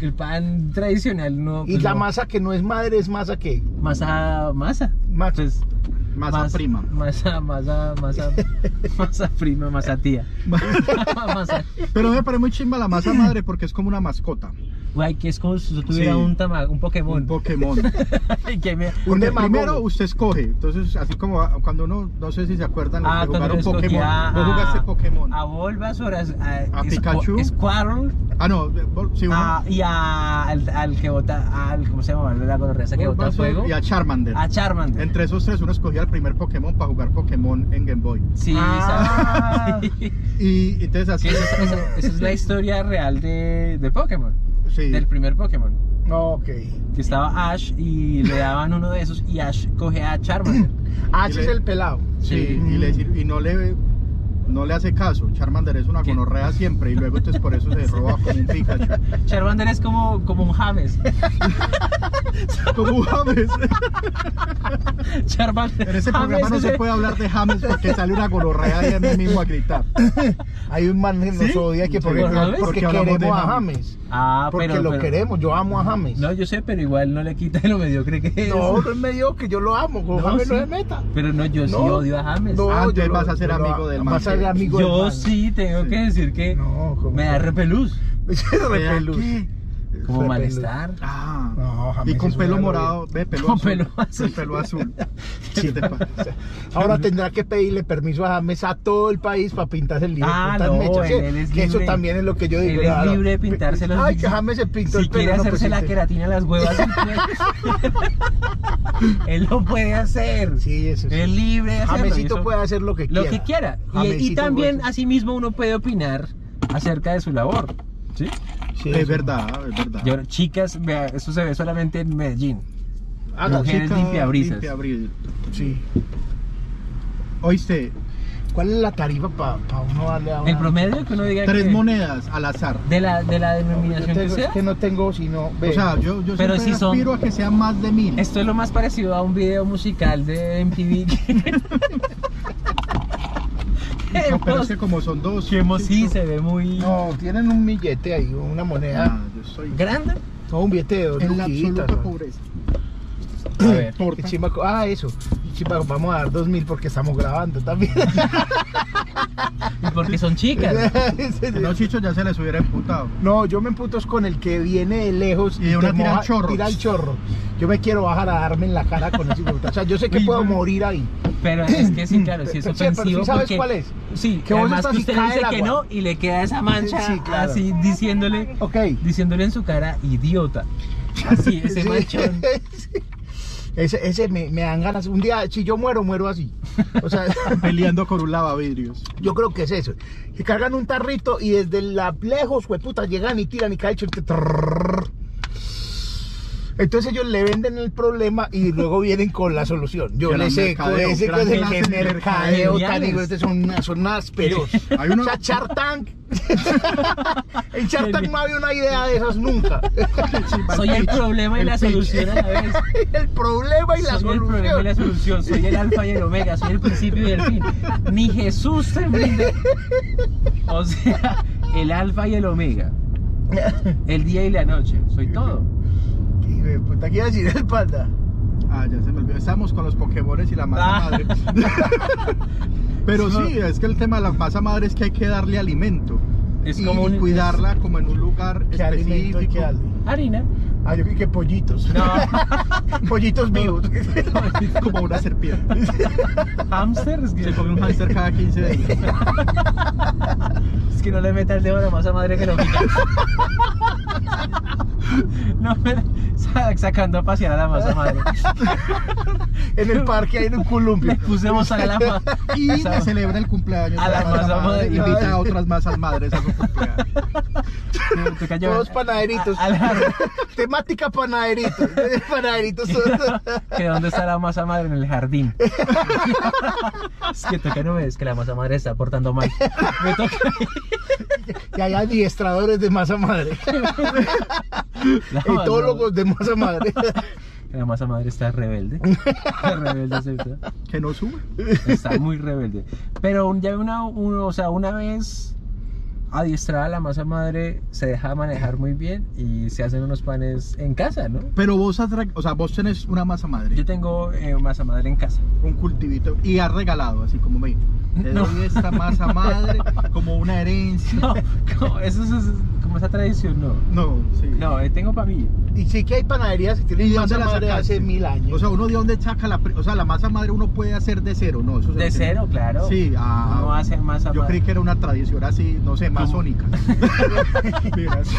Speaker 3: El pan tradicional no.
Speaker 2: Y
Speaker 3: pues,
Speaker 2: la
Speaker 3: no.
Speaker 2: masa que no es madre es masa que
Speaker 3: masa masa.
Speaker 2: Masa.
Speaker 3: Pues,
Speaker 1: Masa prima.
Speaker 3: (laughs) Masa, masa, masa,
Speaker 2: (laughs)
Speaker 3: masa prima, masa tía. (laughs) masa.
Speaker 1: Pero me parece muy chimba la masa madre porque es como una mascota.
Speaker 3: Guay, que es como si yo tuviera
Speaker 1: Sí.
Speaker 3: un, tama- un Pokémon. (laughs)
Speaker 1: Un (laughs) Pokémon.
Speaker 3: Y que me-
Speaker 2: Un
Speaker 1: Porque
Speaker 2: demagogo.
Speaker 1: primero usted escoge. Entonces, así como a- cuando uno, no sé si se acuerdan, los
Speaker 3: Ah,
Speaker 1: que
Speaker 3: cuando
Speaker 1: jugaron
Speaker 3: escogí
Speaker 1: Pokémon.
Speaker 3: a,
Speaker 1: Vos jugaste Pokémon.
Speaker 3: A Bulbasaur, a,
Speaker 1: A Pikachu.
Speaker 3: Squ- Squirtle,
Speaker 1: Ah, no, de- vos- sí, uno.
Speaker 3: a- y a, al, al que bota, al, ¿cómo se llama? La gonorreza que bota
Speaker 1: Bulbasaur
Speaker 3: fuego.
Speaker 1: Y a Charmander.
Speaker 3: A Charmander.
Speaker 1: Entre esos tres, uno escogía el primer Pokémon para jugar Pokémon en Game Boy.
Speaker 3: Sí,
Speaker 2: Ah.
Speaker 3: ¿sabes? (laughs) Sí.
Speaker 1: Y entonces así.
Speaker 3: Esa, es- esa- esa es la historia real de, de Pokémon,
Speaker 1: Sí.
Speaker 3: del primer Pokémon.
Speaker 2: Ok.
Speaker 3: Que estaba Ash y le daban uno de esos
Speaker 1: (laughs)
Speaker 3: y Ash coge a Charmander.
Speaker 2: Ah, ese
Speaker 1: Y
Speaker 2: es
Speaker 1: le-
Speaker 2: el pelado.
Speaker 1: Sí,
Speaker 3: Sí.
Speaker 1: y, le, sir- y no le no le hace caso. Charmander es una
Speaker 3: ¿Qué?
Speaker 1: gonorrea siempre y luego entonces por eso se roba como un Pikachu.
Speaker 3: Charmander es como, como
Speaker 1: (laughs)
Speaker 3: un James.
Speaker 1: Como James.
Speaker 3: Charmander.
Speaker 1: En ese
Speaker 3: James eh.
Speaker 1: programa no
Speaker 3: es
Speaker 1: se
Speaker 3: el-
Speaker 1: puede hablar de James porque sale una gonorrea de mí mismo a
Speaker 3: (laughs)
Speaker 1: gritar.
Speaker 2: Hay un man que nos
Speaker 1: ¿Sí?
Speaker 2: odia que porque,
Speaker 3: ¿Por James?
Speaker 2: porque
Speaker 1: Porque hablamos de
Speaker 2: queremos a
Speaker 1: James.
Speaker 2: James.
Speaker 3: Ah,
Speaker 2: porque
Speaker 3: pero,
Speaker 2: lo
Speaker 3: pero-
Speaker 2: queremos, yo amo a James.
Speaker 3: No, yo sé, pero igual no le quita lo mediocre que es.
Speaker 2: No, no es medio que yo lo amo, con
Speaker 3: No,
Speaker 2: James no
Speaker 3: sí.
Speaker 2: se meta.
Speaker 3: Pero no, yo sí
Speaker 2: No,
Speaker 3: odio a James.
Speaker 2: no,
Speaker 1: Ah, entonces
Speaker 2: yo
Speaker 1: vas a ser
Speaker 2: yo
Speaker 1: amigo
Speaker 2: lo-
Speaker 1: del man
Speaker 2: Vas a ser
Speaker 1: que-
Speaker 2: amigo del
Speaker 3: yo
Speaker 2: man.
Speaker 3: sí tengo
Speaker 1: Sí.
Speaker 3: que decir que
Speaker 2: No, como-
Speaker 3: me
Speaker 2: (laughs)
Speaker 3: da repelús,
Speaker 2: Es repelús.
Speaker 1: ¿Qué?
Speaker 3: como
Speaker 2: Repelús.
Speaker 3: malestar.
Speaker 1: Ah.
Speaker 2: No, James
Speaker 1: y con
Speaker 2: es una
Speaker 1: pelo
Speaker 2: novia.
Speaker 1: morado, ve, pelo
Speaker 3: Con
Speaker 1: azul.
Speaker 3: pelo azul.
Speaker 1: Con pelo
Speaker 3: (laughs)
Speaker 1: azul. ¿Qué te
Speaker 2: (laughs)
Speaker 1: pasa?
Speaker 2: Ahora tendrá que pedirle permiso a James a todo el país para pintarse el libre.
Speaker 3: Ah,
Speaker 2: putas
Speaker 3: no,
Speaker 2: mechas,
Speaker 3: él-
Speaker 2: que-
Speaker 3: él es
Speaker 2: que Eso
Speaker 3: libre.
Speaker 2: también es lo que yo digo.
Speaker 3: Él es
Speaker 2: la- la-
Speaker 3: libre de pintarse los
Speaker 2: Ay, que James se pintó
Speaker 3: Si
Speaker 2: el pelo.
Speaker 3: quiere
Speaker 2: no,
Speaker 3: hacerse
Speaker 2: pues,
Speaker 3: la
Speaker 2: sí,
Speaker 3: queratina en las huevas, él puede.
Speaker 2: (laughs)
Speaker 3: él lo puede hacer.
Speaker 2: Sí, eso sí.
Speaker 3: Es libre de hacerlo. y
Speaker 2: Jamesito
Speaker 3: eso-
Speaker 2: puede hacer lo que
Speaker 3: lo
Speaker 2: quiera.
Speaker 3: que quiera. Y- Y,
Speaker 2: Jamesito
Speaker 3: también,
Speaker 2: puede-
Speaker 3: asimismo, uno puede opinar acerca de su labor. ¿Sí?
Speaker 2: Sí,
Speaker 1: Es
Speaker 2: eso.
Speaker 1: verdad, es verdad.
Speaker 3: Y ahora, chicas, vea, eso se ve solamente en Medellín.
Speaker 2: Haga,
Speaker 3: Mujer. Mujeres
Speaker 1: Chica,
Speaker 3: limpiabrisas.
Speaker 1: limpiabrisas.
Speaker 2: sí.
Speaker 1: Oíste,
Speaker 2: ¿Cuál es la tarifa para uno darle a una...
Speaker 3: El promedio que uno diga
Speaker 1: tres
Speaker 3: que-
Speaker 1: monedas al azar.
Speaker 3: de la, de la
Speaker 2: Yo
Speaker 3: denominación
Speaker 2: tengo-
Speaker 3: que
Speaker 2: es
Speaker 3: sea.
Speaker 2: que no tengo sino...
Speaker 1: O
Speaker 2: ve,
Speaker 1: sea, yo, yo
Speaker 3: Pero
Speaker 1: siempre
Speaker 3: si son-
Speaker 1: aspiro a que sean más de mil.
Speaker 3: Esto es lo más parecido a un video musical de
Speaker 2: (laughs)
Speaker 3: (laughs) MTV que, que
Speaker 1: No, pero
Speaker 3: hemos-
Speaker 1: es que como son dos.
Speaker 3: que hemos- sí, se ve muy
Speaker 2: no, tienen un billete ahí, una moneda,
Speaker 1: Ah, yo soy
Speaker 3: grande.
Speaker 2: o un billete de dos
Speaker 1: en la
Speaker 2: luquitas,
Speaker 1: absoluta
Speaker 2: ¿no?
Speaker 1: pobreza.
Speaker 3: A ver.
Speaker 1: Torta.
Speaker 2: Y chimba co- ah, eso. Y chimba, vamos a dar dos mil porque estamos grabando también.
Speaker 3: Y porque son chicas.
Speaker 1: No, Chicho ya se les hubiera emputado.
Speaker 2: No, yo me emputo es con el que viene de lejos
Speaker 1: Y de una
Speaker 2: te
Speaker 1: tira
Speaker 2: moja-
Speaker 1: el chorro.
Speaker 2: tira el chorro. Yo me quiero bajar a darme en la cara con ese hijo de puta. O sea, yo sé que
Speaker 1: Uy,
Speaker 2: puedo
Speaker 1: no.
Speaker 2: morir ahí.
Speaker 3: Pero es que sí, claro, sí es
Speaker 2: Pero- pero- pero sí
Speaker 3: ofensivo.
Speaker 2: sabes
Speaker 3: porque-
Speaker 2: cuál es.
Speaker 3: Sí,
Speaker 2: Que
Speaker 3: que
Speaker 2: vos
Speaker 3: además
Speaker 2: estás
Speaker 3: que
Speaker 2: y
Speaker 3: usted le
Speaker 2: cae
Speaker 3: dice
Speaker 2: el
Speaker 3: que no
Speaker 2: agua.
Speaker 3: y le queda esa mancha
Speaker 2: Sí, claro.
Speaker 3: así diciéndole,
Speaker 2: Ok.
Speaker 3: diciéndole en su cara, idiota. Así,
Speaker 2: (laughs)
Speaker 3: ese
Speaker 2: Sí.
Speaker 3: manchón.
Speaker 2: Ese, ese me, me dan ganas. Un día, si yo muero, muero así. O sea, (laughs)
Speaker 1: Peleando con un lavavidrios.
Speaker 2: yo creo que es eso. Que cargan un tarrito y desde la lejos, puta, llegan y tiran y cae el chorro. Trrrr. Entonces ellos le venden el problema y luego vienen con la solución. Yo
Speaker 1: Gran
Speaker 2: le sé,
Speaker 1: mercadeo,
Speaker 2: ese
Speaker 1: gran
Speaker 2: que es
Speaker 1: clase
Speaker 2: el
Speaker 1: de
Speaker 2: mercadeo tan
Speaker 3: mercadeos.
Speaker 2: igual, estos son, son ásperos.
Speaker 1: Hay uno-
Speaker 2: O sea, Shark
Speaker 3: (laughs)
Speaker 2: Tank. en Shark Tank no había una idea de esas nunca. (laughs)
Speaker 3: Soy el problema y la
Speaker 1: pitch.
Speaker 3: solución a la vez.
Speaker 2: el problema y la
Speaker 3: Soy el
Speaker 2: solución.
Speaker 3: problema y la solución, soy el alfa y el omega, soy el principio y el fin. Ni Jesús se brinde. O sea, el alfa y el omega, el día y la noche, soy todo.
Speaker 2: Hijo de puta, ¿qué iba a decir el panda?
Speaker 1: Ah, ya se me olvidó. Estábamos con los pokebones y la masa
Speaker 3: Ah.
Speaker 1: madre. Pero sí, es que el tema de la masa madre es que hay que darle alimento.
Speaker 3: Es
Speaker 1: y
Speaker 3: como un-
Speaker 1: cuidarla como en un lugar
Speaker 2: ¿Qué alimento hay que
Speaker 1: específico.
Speaker 2: darle?
Speaker 3: Harina.
Speaker 2: Ah, yo creí que pollitos.
Speaker 3: No,
Speaker 2: pollitos vivos.
Speaker 1: Como una serpiente.
Speaker 3: hamster, es que
Speaker 1: Se (laughs) come un hámster cada 15 días.
Speaker 3: Es que no le meta el dedo a la masa madre que lo pica. No, me- sa- sacando a pasear a la masa madre.
Speaker 2: en el parque hay en un
Speaker 3: Le
Speaker 2: columpio.
Speaker 3: pusimos a la masa.
Speaker 1: Y le celebra el cumpleaños
Speaker 3: A
Speaker 1: de
Speaker 3: la masa madre.
Speaker 1: Invita a otras masas madres a su cumpleaños.
Speaker 3: Me toca llevar-
Speaker 2: Todos panaderitos.
Speaker 3: a- a la-
Speaker 2: (laughs) Temática panaderitos. (laughs) panaderitos.
Speaker 3: que dónde está la masa madre en el jardín. es que toca no ves que la masa madre está portando mal. Me toca
Speaker 2: y hay adiestradores de masa madre.
Speaker 3: la masa-
Speaker 2: Etólogos de masa madre.
Speaker 3: La masa madre está rebelde. Está rebelde, ¿cierto?
Speaker 1: Que no sube.
Speaker 3: Está muy rebelde. Pero un- ya una, uno, o sea, una vez adiestrada la masa madre, se deja manejar muy bien y se hacen unos panes en casa, ¿no?
Speaker 1: Pero vos, has re- o sea, vos tenés una masa madre,
Speaker 3: Yo tengo eh, masa madre en casa. (laughs)
Speaker 1: un cultivito, y has regalado, así como me te
Speaker 3: No.
Speaker 1: doy esta masa
Speaker 3: (laughs)
Speaker 1: madre como una herencia.
Speaker 3: No, como, eso es, es como esa tradición, no.
Speaker 1: No, sí.
Speaker 3: No, eh, tengo para mí.
Speaker 2: y sí que hay panaderías que
Speaker 1: ¿Y
Speaker 2: tienen
Speaker 1: de
Speaker 2: masa
Speaker 1: dónde la
Speaker 2: madre
Speaker 1: sacaste?
Speaker 2: hace mil años.
Speaker 1: O sea, uno de dónde saca la, pri- o sea, la masa madre uno puede hacer de cero, no, eso se
Speaker 3: De
Speaker 1: hace-
Speaker 3: cero, claro.
Speaker 1: Sí, ah,
Speaker 3: No hace masa
Speaker 1: Yo
Speaker 3: madre.
Speaker 1: creí que era una tradición así, no sé,
Speaker 3: (laughs)
Speaker 1: masónica. (laughs) Mira, sí.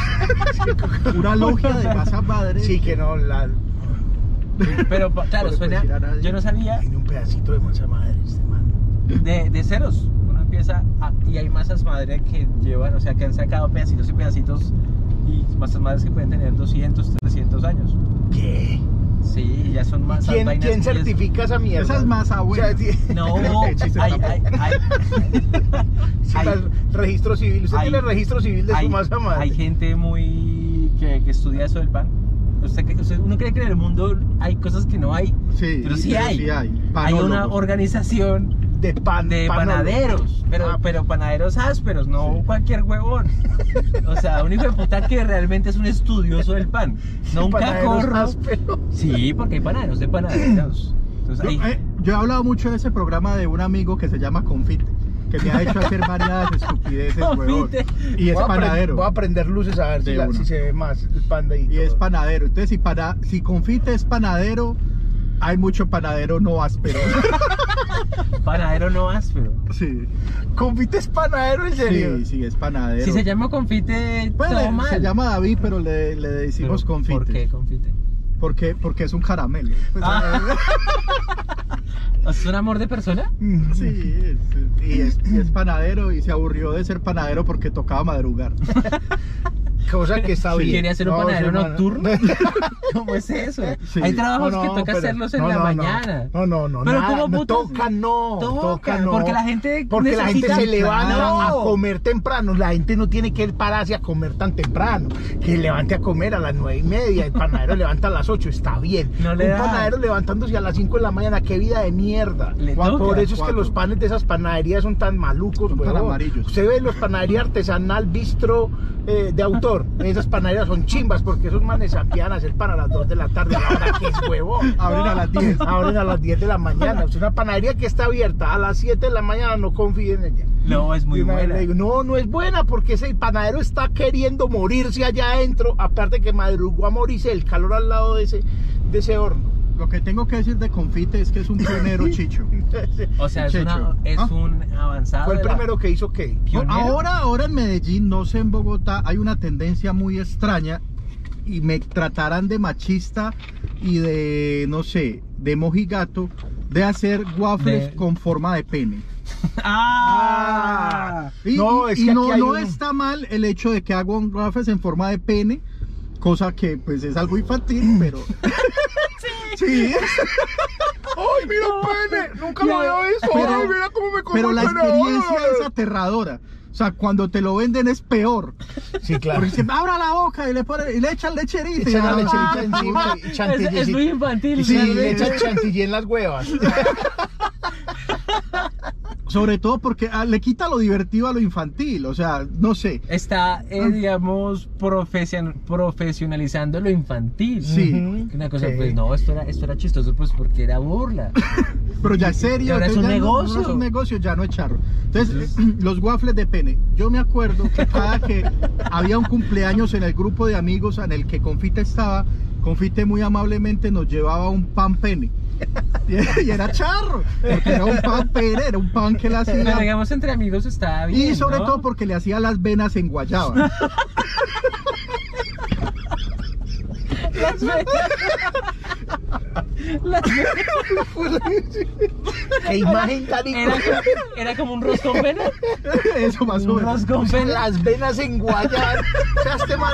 Speaker 1: una logia de masa madre.
Speaker 2: sí que no, la,
Speaker 3: (laughs) Pero pa- claro,
Speaker 1: No le puedes
Speaker 3: suena.
Speaker 1: decir a nadie.
Speaker 3: Yo no sabía
Speaker 2: tiene un pedacito de masa madre este man.
Speaker 3: de, de ceros. Uno empieza a- y hay masas madre que llevan, o sea, que han sacado pedacitos y pedacitos y masas madres que pueden tener 200, 300 años.
Speaker 2: ¿Qué?
Speaker 3: Sí, ya masas, son masas.
Speaker 2: ¿Quién,
Speaker 3: vainas
Speaker 2: quién
Speaker 3: que es-
Speaker 2: certifica esa mierda?
Speaker 1: Esa es masa buena.
Speaker 2: O sea, sí.
Speaker 3: No,
Speaker 1: El chiste
Speaker 3: hay,
Speaker 1: está
Speaker 3: hay,
Speaker 1: mal.
Speaker 3: hay,
Speaker 2: Sí,
Speaker 3: hay-
Speaker 2: para el registro civil. Usted
Speaker 3: hay-
Speaker 2: tiene el registro civil de
Speaker 3: hay-
Speaker 2: su masa madre.
Speaker 3: hay gente muy que, que estudia eso del pan. Usted, que- usted- uno cree que en el mundo hay cosas que no hay.
Speaker 1: Sí,
Speaker 3: Pero sí hay. Hay una
Speaker 1: Panólogos.
Speaker 3: organización
Speaker 2: de pan,
Speaker 3: de
Speaker 2: panólogo.
Speaker 3: panaderos, pero,
Speaker 2: Ah,
Speaker 3: pero panaderos ásperos, no
Speaker 1: Sí.
Speaker 3: cualquier huevón. O sea, un hijo de puta que realmente es un estudioso del pan, no un
Speaker 2: panaderos
Speaker 3: cacorro.
Speaker 2: ásperos.
Speaker 3: Sí, porque hay panaderos de panaderos. Entonces,
Speaker 1: Yo,
Speaker 3: hay-
Speaker 1: eh, yo he hablado mucho de ese programa de un amigo que se llama Confite, que me ha hecho hacer varias estupideces, huevón.
Speaker 3: Confite.
Speaker 1: Y es
Speaker 2: Voy a prend-
Speaker 1: panadero.
Speaker 2: Voy a prender luces a ver si,
Speaker 1: De
Speaker 2: la-
Speaker 1: una.
Speaker 2: si se ve más el pan de ahí.
Speaker 1: Y
Speaker 2: todo.
Speaker 1: es panadero. Entonces, si, pana- si Confite es panadero, hay mucho panadero no
Speaker 3: (laughs)
Speaker 1: áspero.
Speaker 2: eh.
Speaker 3: panadero no áspero.
Speaker 1: sí,
Speaker 2: Confite es panadero, en serio.
Speaker 1: sí, sí, es panadero.
Speaker 3: Si se llama confite,
Speaker 1: Bueno,
Speaker 3: todo mal.
Speaker 1: se llama David, pero le, le
Speaker 3: Pero,
Speaker 1: decimos Confite.
Speaker 3: ¿Por qué confite?
Speaker 1: Porque, porque es un caramelo. Pues,
Speaker 3: Ah. ¿O sea, ¿Es un amor de persona? (laughs)
Speaker 1: Sí, es- y es, y es panadero y se aburrió de ser panadero porque tocaba
Speaker 3: (laughs)
Speaker 1: madrugar.
Speaker 2: (laughs) Cosa que está
Speaker 3: Si
Speaker 2: bien.
Speaker 3: ¿Quería ser un
Speaker 2: No,
Speaker 3: panadero
Speaker 2: su pana-
Speaker 3: nocturno?
Speaker 2: (laughs)
Speaker 3: ¿Cómo es eso?
Speaker 1: Sí.
Speaker 3: Hay trabajos
Speaker 2: No, no,
Speaker 3: que toca
Speaker 2: pero-
Speaker 3: hacerlos en
Speaker 2: no,
Speaker 3: la
Speaker 2: no, no.
Speaker 3: mañana.
Speaker 2: No, no, no.
Speaker 3: Pero
Speaker 2: nada,
Speaker 3: ¿cómo
Speaker 2: no,
Speaker 3: putas?
Speaker 2: toca no,
Speaker 3: Toca,
Speaker 2: toca, no.
Speaker 3: porque la gente
Speaker 2: Porque la gente
Speaker 3: necesita-
Speaker 2: se levanta
Speaker 3: Claro.
Speaker 2: a comer temprano. La gente no tiene que pararse a comer tan temprano. Que levante a comer a las nueve y media. El panadero (laughs) levanta a las ocho. Está bien.
Speaker 3: No le
Speaker 2: un
Speaker 3: da.
Speaker 2: panadero levantándose a las cinco de la mañana. Qué vida de mierda.
Speaker 3: Le
Speaker 2: Juan,
Speaker 3: toca.
Speaker 2: Por eso es que
Speaker 1: Cuatro.
Speaker 2: los panes de esas panaderías son tan malucos.
Speaker 1: Son tan
Speaker 2: huevón.
Speaker 1: amarillos.
Speaker 2: Usted ve los panaderías artesanal, bistro, eh,
Speaker 1: (laughs)
Speaker 2: de autor. Esas panaderías son chimbas porque esos manes sabían hacer pan a las dos de la tarde. Ahora que es huevón.
Speaker 1: (laughs) Abren a las 10.
Speaker 2: Abren a las 10 de la mañana. Es una panadería que está abierta a las 7 de la mañana. No confíen en ella.
Speaker 3: No, es muy
Speaker 2: Y una vez
Speaker 3: buena.
Speaker 2: le digo, no, no es buena porque ese panadero está queriendo morirse allá adentro. Aparte que madrugó a morirse el calor al lado de ese, de ese horno.
Speaker 1: Lo que tengo que decir de Confite es que es un
Speaker 2: (laughs)
Speaker 1: pionero chicho.
Speaker 3: O sea, es, una-
Speaker 1: Checho.
Speaker 3: es
Speaker 1: Ah.
Speaker 3: un avanzado.
Speaker 2: Fue el
Speaker 3: de la-
Speaker 2: primero que hizo qué.
Speaker 3: Pionero.
Speaker 1: Ahora, ahora en Medellín, no sé en Bogotá, hay una tendencia muy extraña y me tratarán de machista y de, no sé, de mojigato, de hacer waffles
Speaker 3: De-
Speaker 1: con forma de pene.
Speaker 3: ¡Ah!
Speaker 1: Y y- y
Speaker 2: No,
Speaker 1: no,
Speaker 2: es que aquí hay
Speaker 1: no
Speaker 2: un-
Speaker 1: está mal el hecho de que hago un waffles en forma de pene, cosa que pues es algo infantil,
Speaker 2: (laughs)
Speaker 1: pero... sí.
Speaker 2: ¡Ay, mira pene! Nunca
Speaker 3: lo había
Speaker 2: visto.
Speaker 1: Pero- Ay, mira
Speaker 2: cómo me
Speaker 1: (laughs) Pero la experiencia es aterradora. O sea, cuando te lo venden es peor.
Speaker 2: Sí, claro.
Speaker 1: Porque se abra la boca y le, pone, y le echan lecherita.
Speaker 2: Echan la
Speaker 1: Ah,
Speaker 2: lecherita encima y
Speaker 3: Es,
Speaker 2: chantilly.
Speaker 3: es muy infantil.
Speaker 2: Sí,
Speaker 3: ¿no?
Speaker 2: le echan chantilly en las huevas.
Speaker 1: Sobre todo porque ah, le quita lo divertido a lo infantil. O sea, no sé.
Speaker 3: Está,
Speaker 2: Ah.
Speaker 3: eh, digamos, profesion- profesionalizando lo infantil.
Speaker 1: Sí.
Speaker 2: Ujú.
Speaker 3: Una cosa,
Speaker 2: Sí.
Speaker 3: pues no, esto era, esto era chistoso, pues porque era
Speaker 2: (laughs)
Speaker 3: burla.
Speaker 1: Pero ya es serio.
Speaker 3: Ahora es
Speaker 1: entonces ya
Speaker 3: un
Speaker 1: no- no
Speaker 3: negocio.
Speaker 1: es un negocio, ya no es charro. Entonces, (clears throat) eh, los waffles de pene. Yo me acuerdo que cada que había un cumpleaños en el grupo de amigos en el que Confite estaba, Confite muy amablemente nos llevaba un pan pene. Y era- y era charro. Porque era un pan pene, era un pan que le
Speaker 3: Pero
Speaker 1: hacía.
Speaker 3: digamos, entre amigos está bien.
Speaker 1: Y sobre
Speaker 3: ¿no?
Speaker 1: todo porque le hacía las venas en guayaba.
Speaker 3: Las ve- (laughs) Las ve-
Speaker 2: (laughs) ¡Qué imagen tan
Speaker 3: Era,
Speaker 2: icónica!
Speaker 3: como- era como un roscón pene.
Speaker 2: (laughs)
Speaker 1: (laughs) Eso más o
Speaker 3: Un
Speaker 1: menos.
Speaker 3: roscón pene.
Speaker 2: Las venas en Guayar. O sea, este man,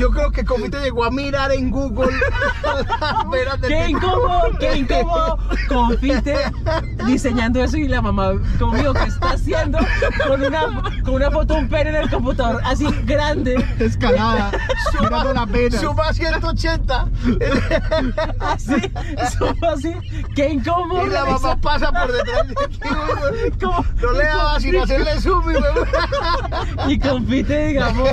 Speaker 2: yo creo que Comité llegó a mirar en Google (laughs) las venas del
Speaker 3: ¡Qué
Speaker 2: tipo.
Speaker 3: incómodo! ¡Qué incómodo! Confite diseñando eso y la mamá conmigo ¿qué está haciendo con una, con una foto de un pene en el computador así grande. (laughs)
Speaker 1: escalada, mirando la pena.
Speaker 2: Suba 180
Speaker 3: Así, solo así. ¡Qué incómodo!
Speaker 2: y la mamá pasa por detrás de ti, güey.
Speaker 3: Como-
Speaker 2: No le daba sin hacerle zoom, y, güey.
Speaker 3: Y confite, digamos.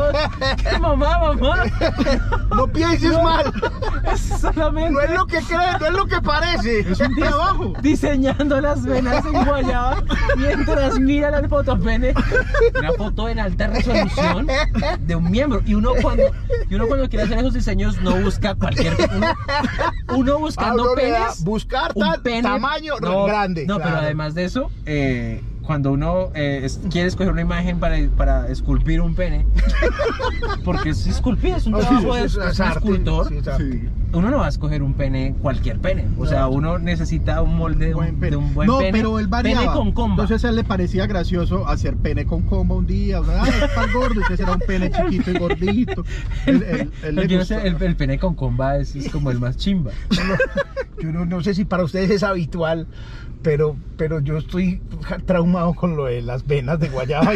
Speaker 3: Mamá, mamá.
Speaker 2: (laughs) No pienses mal.
Speaker 3: Es solamente.
Speaker 2: No es lo que crees, no es lo que parece.
Speaker 1: (laughs) Es un trabajo.
Speaker 3: diseñando las venas en Guayaba mientras mira la foto pene. Una foto en alta resolución de un miembro. Y uno cuando, y uno cuando quiere hacer esos diseños no busca cualquier. Uno, uno buscando
Speaker 2: Pablo le da
Speaker 3: penes.
Speaker 2: buscar
Speaker 3: un
Speaker 2: tal
Speaker 3: pene-
Speaker 2: tamaño
Speaker 3: no,
Speaker 2: grande.
Speaker 3: No,
Speaker 2: claro.
Speaker 3: pero además de eso, eh, cuando uno eh, es- quiere escoger una imagen para, para esculpir un pene, porque es esculpir, es un
Speaker 2: No, (laughs) sí, eso
Speaker 3: trabajo de
Speaker 2: es-
Speaker 3: es un
Speaker 2: es arte,
Speaker 3: escultor.
Speaker 2: sí, es arte.
Speaker 1: Sí.
Speaker 3: uno no va a escoger un pene, cualquier pene. O sea, uno necesita un molde de un, de un buen
Speaker 1: no,
Speaker 3: pene.
Speaker 1: pero él variaba.
Speaker 3: Pene con comba. (laughs)
Speaker 1: Entonces a él le parecía gracioso hacer pene con comba un día. O sea, ah, está gordo, entonces era un pene chiquito y
Speaker 3: (laughs)
Speaker 1: gordito. Él, él- él le
Speaker 3: Yo no sé,
Speaker 1: gustaba.
Speaker 3: el, el pene con comba es, es como el más chimba.
Speaker 2: Yo no, no sé si para ustedes es habitual, pero, pero yo estoy traumado con lo de las venas de guayaba.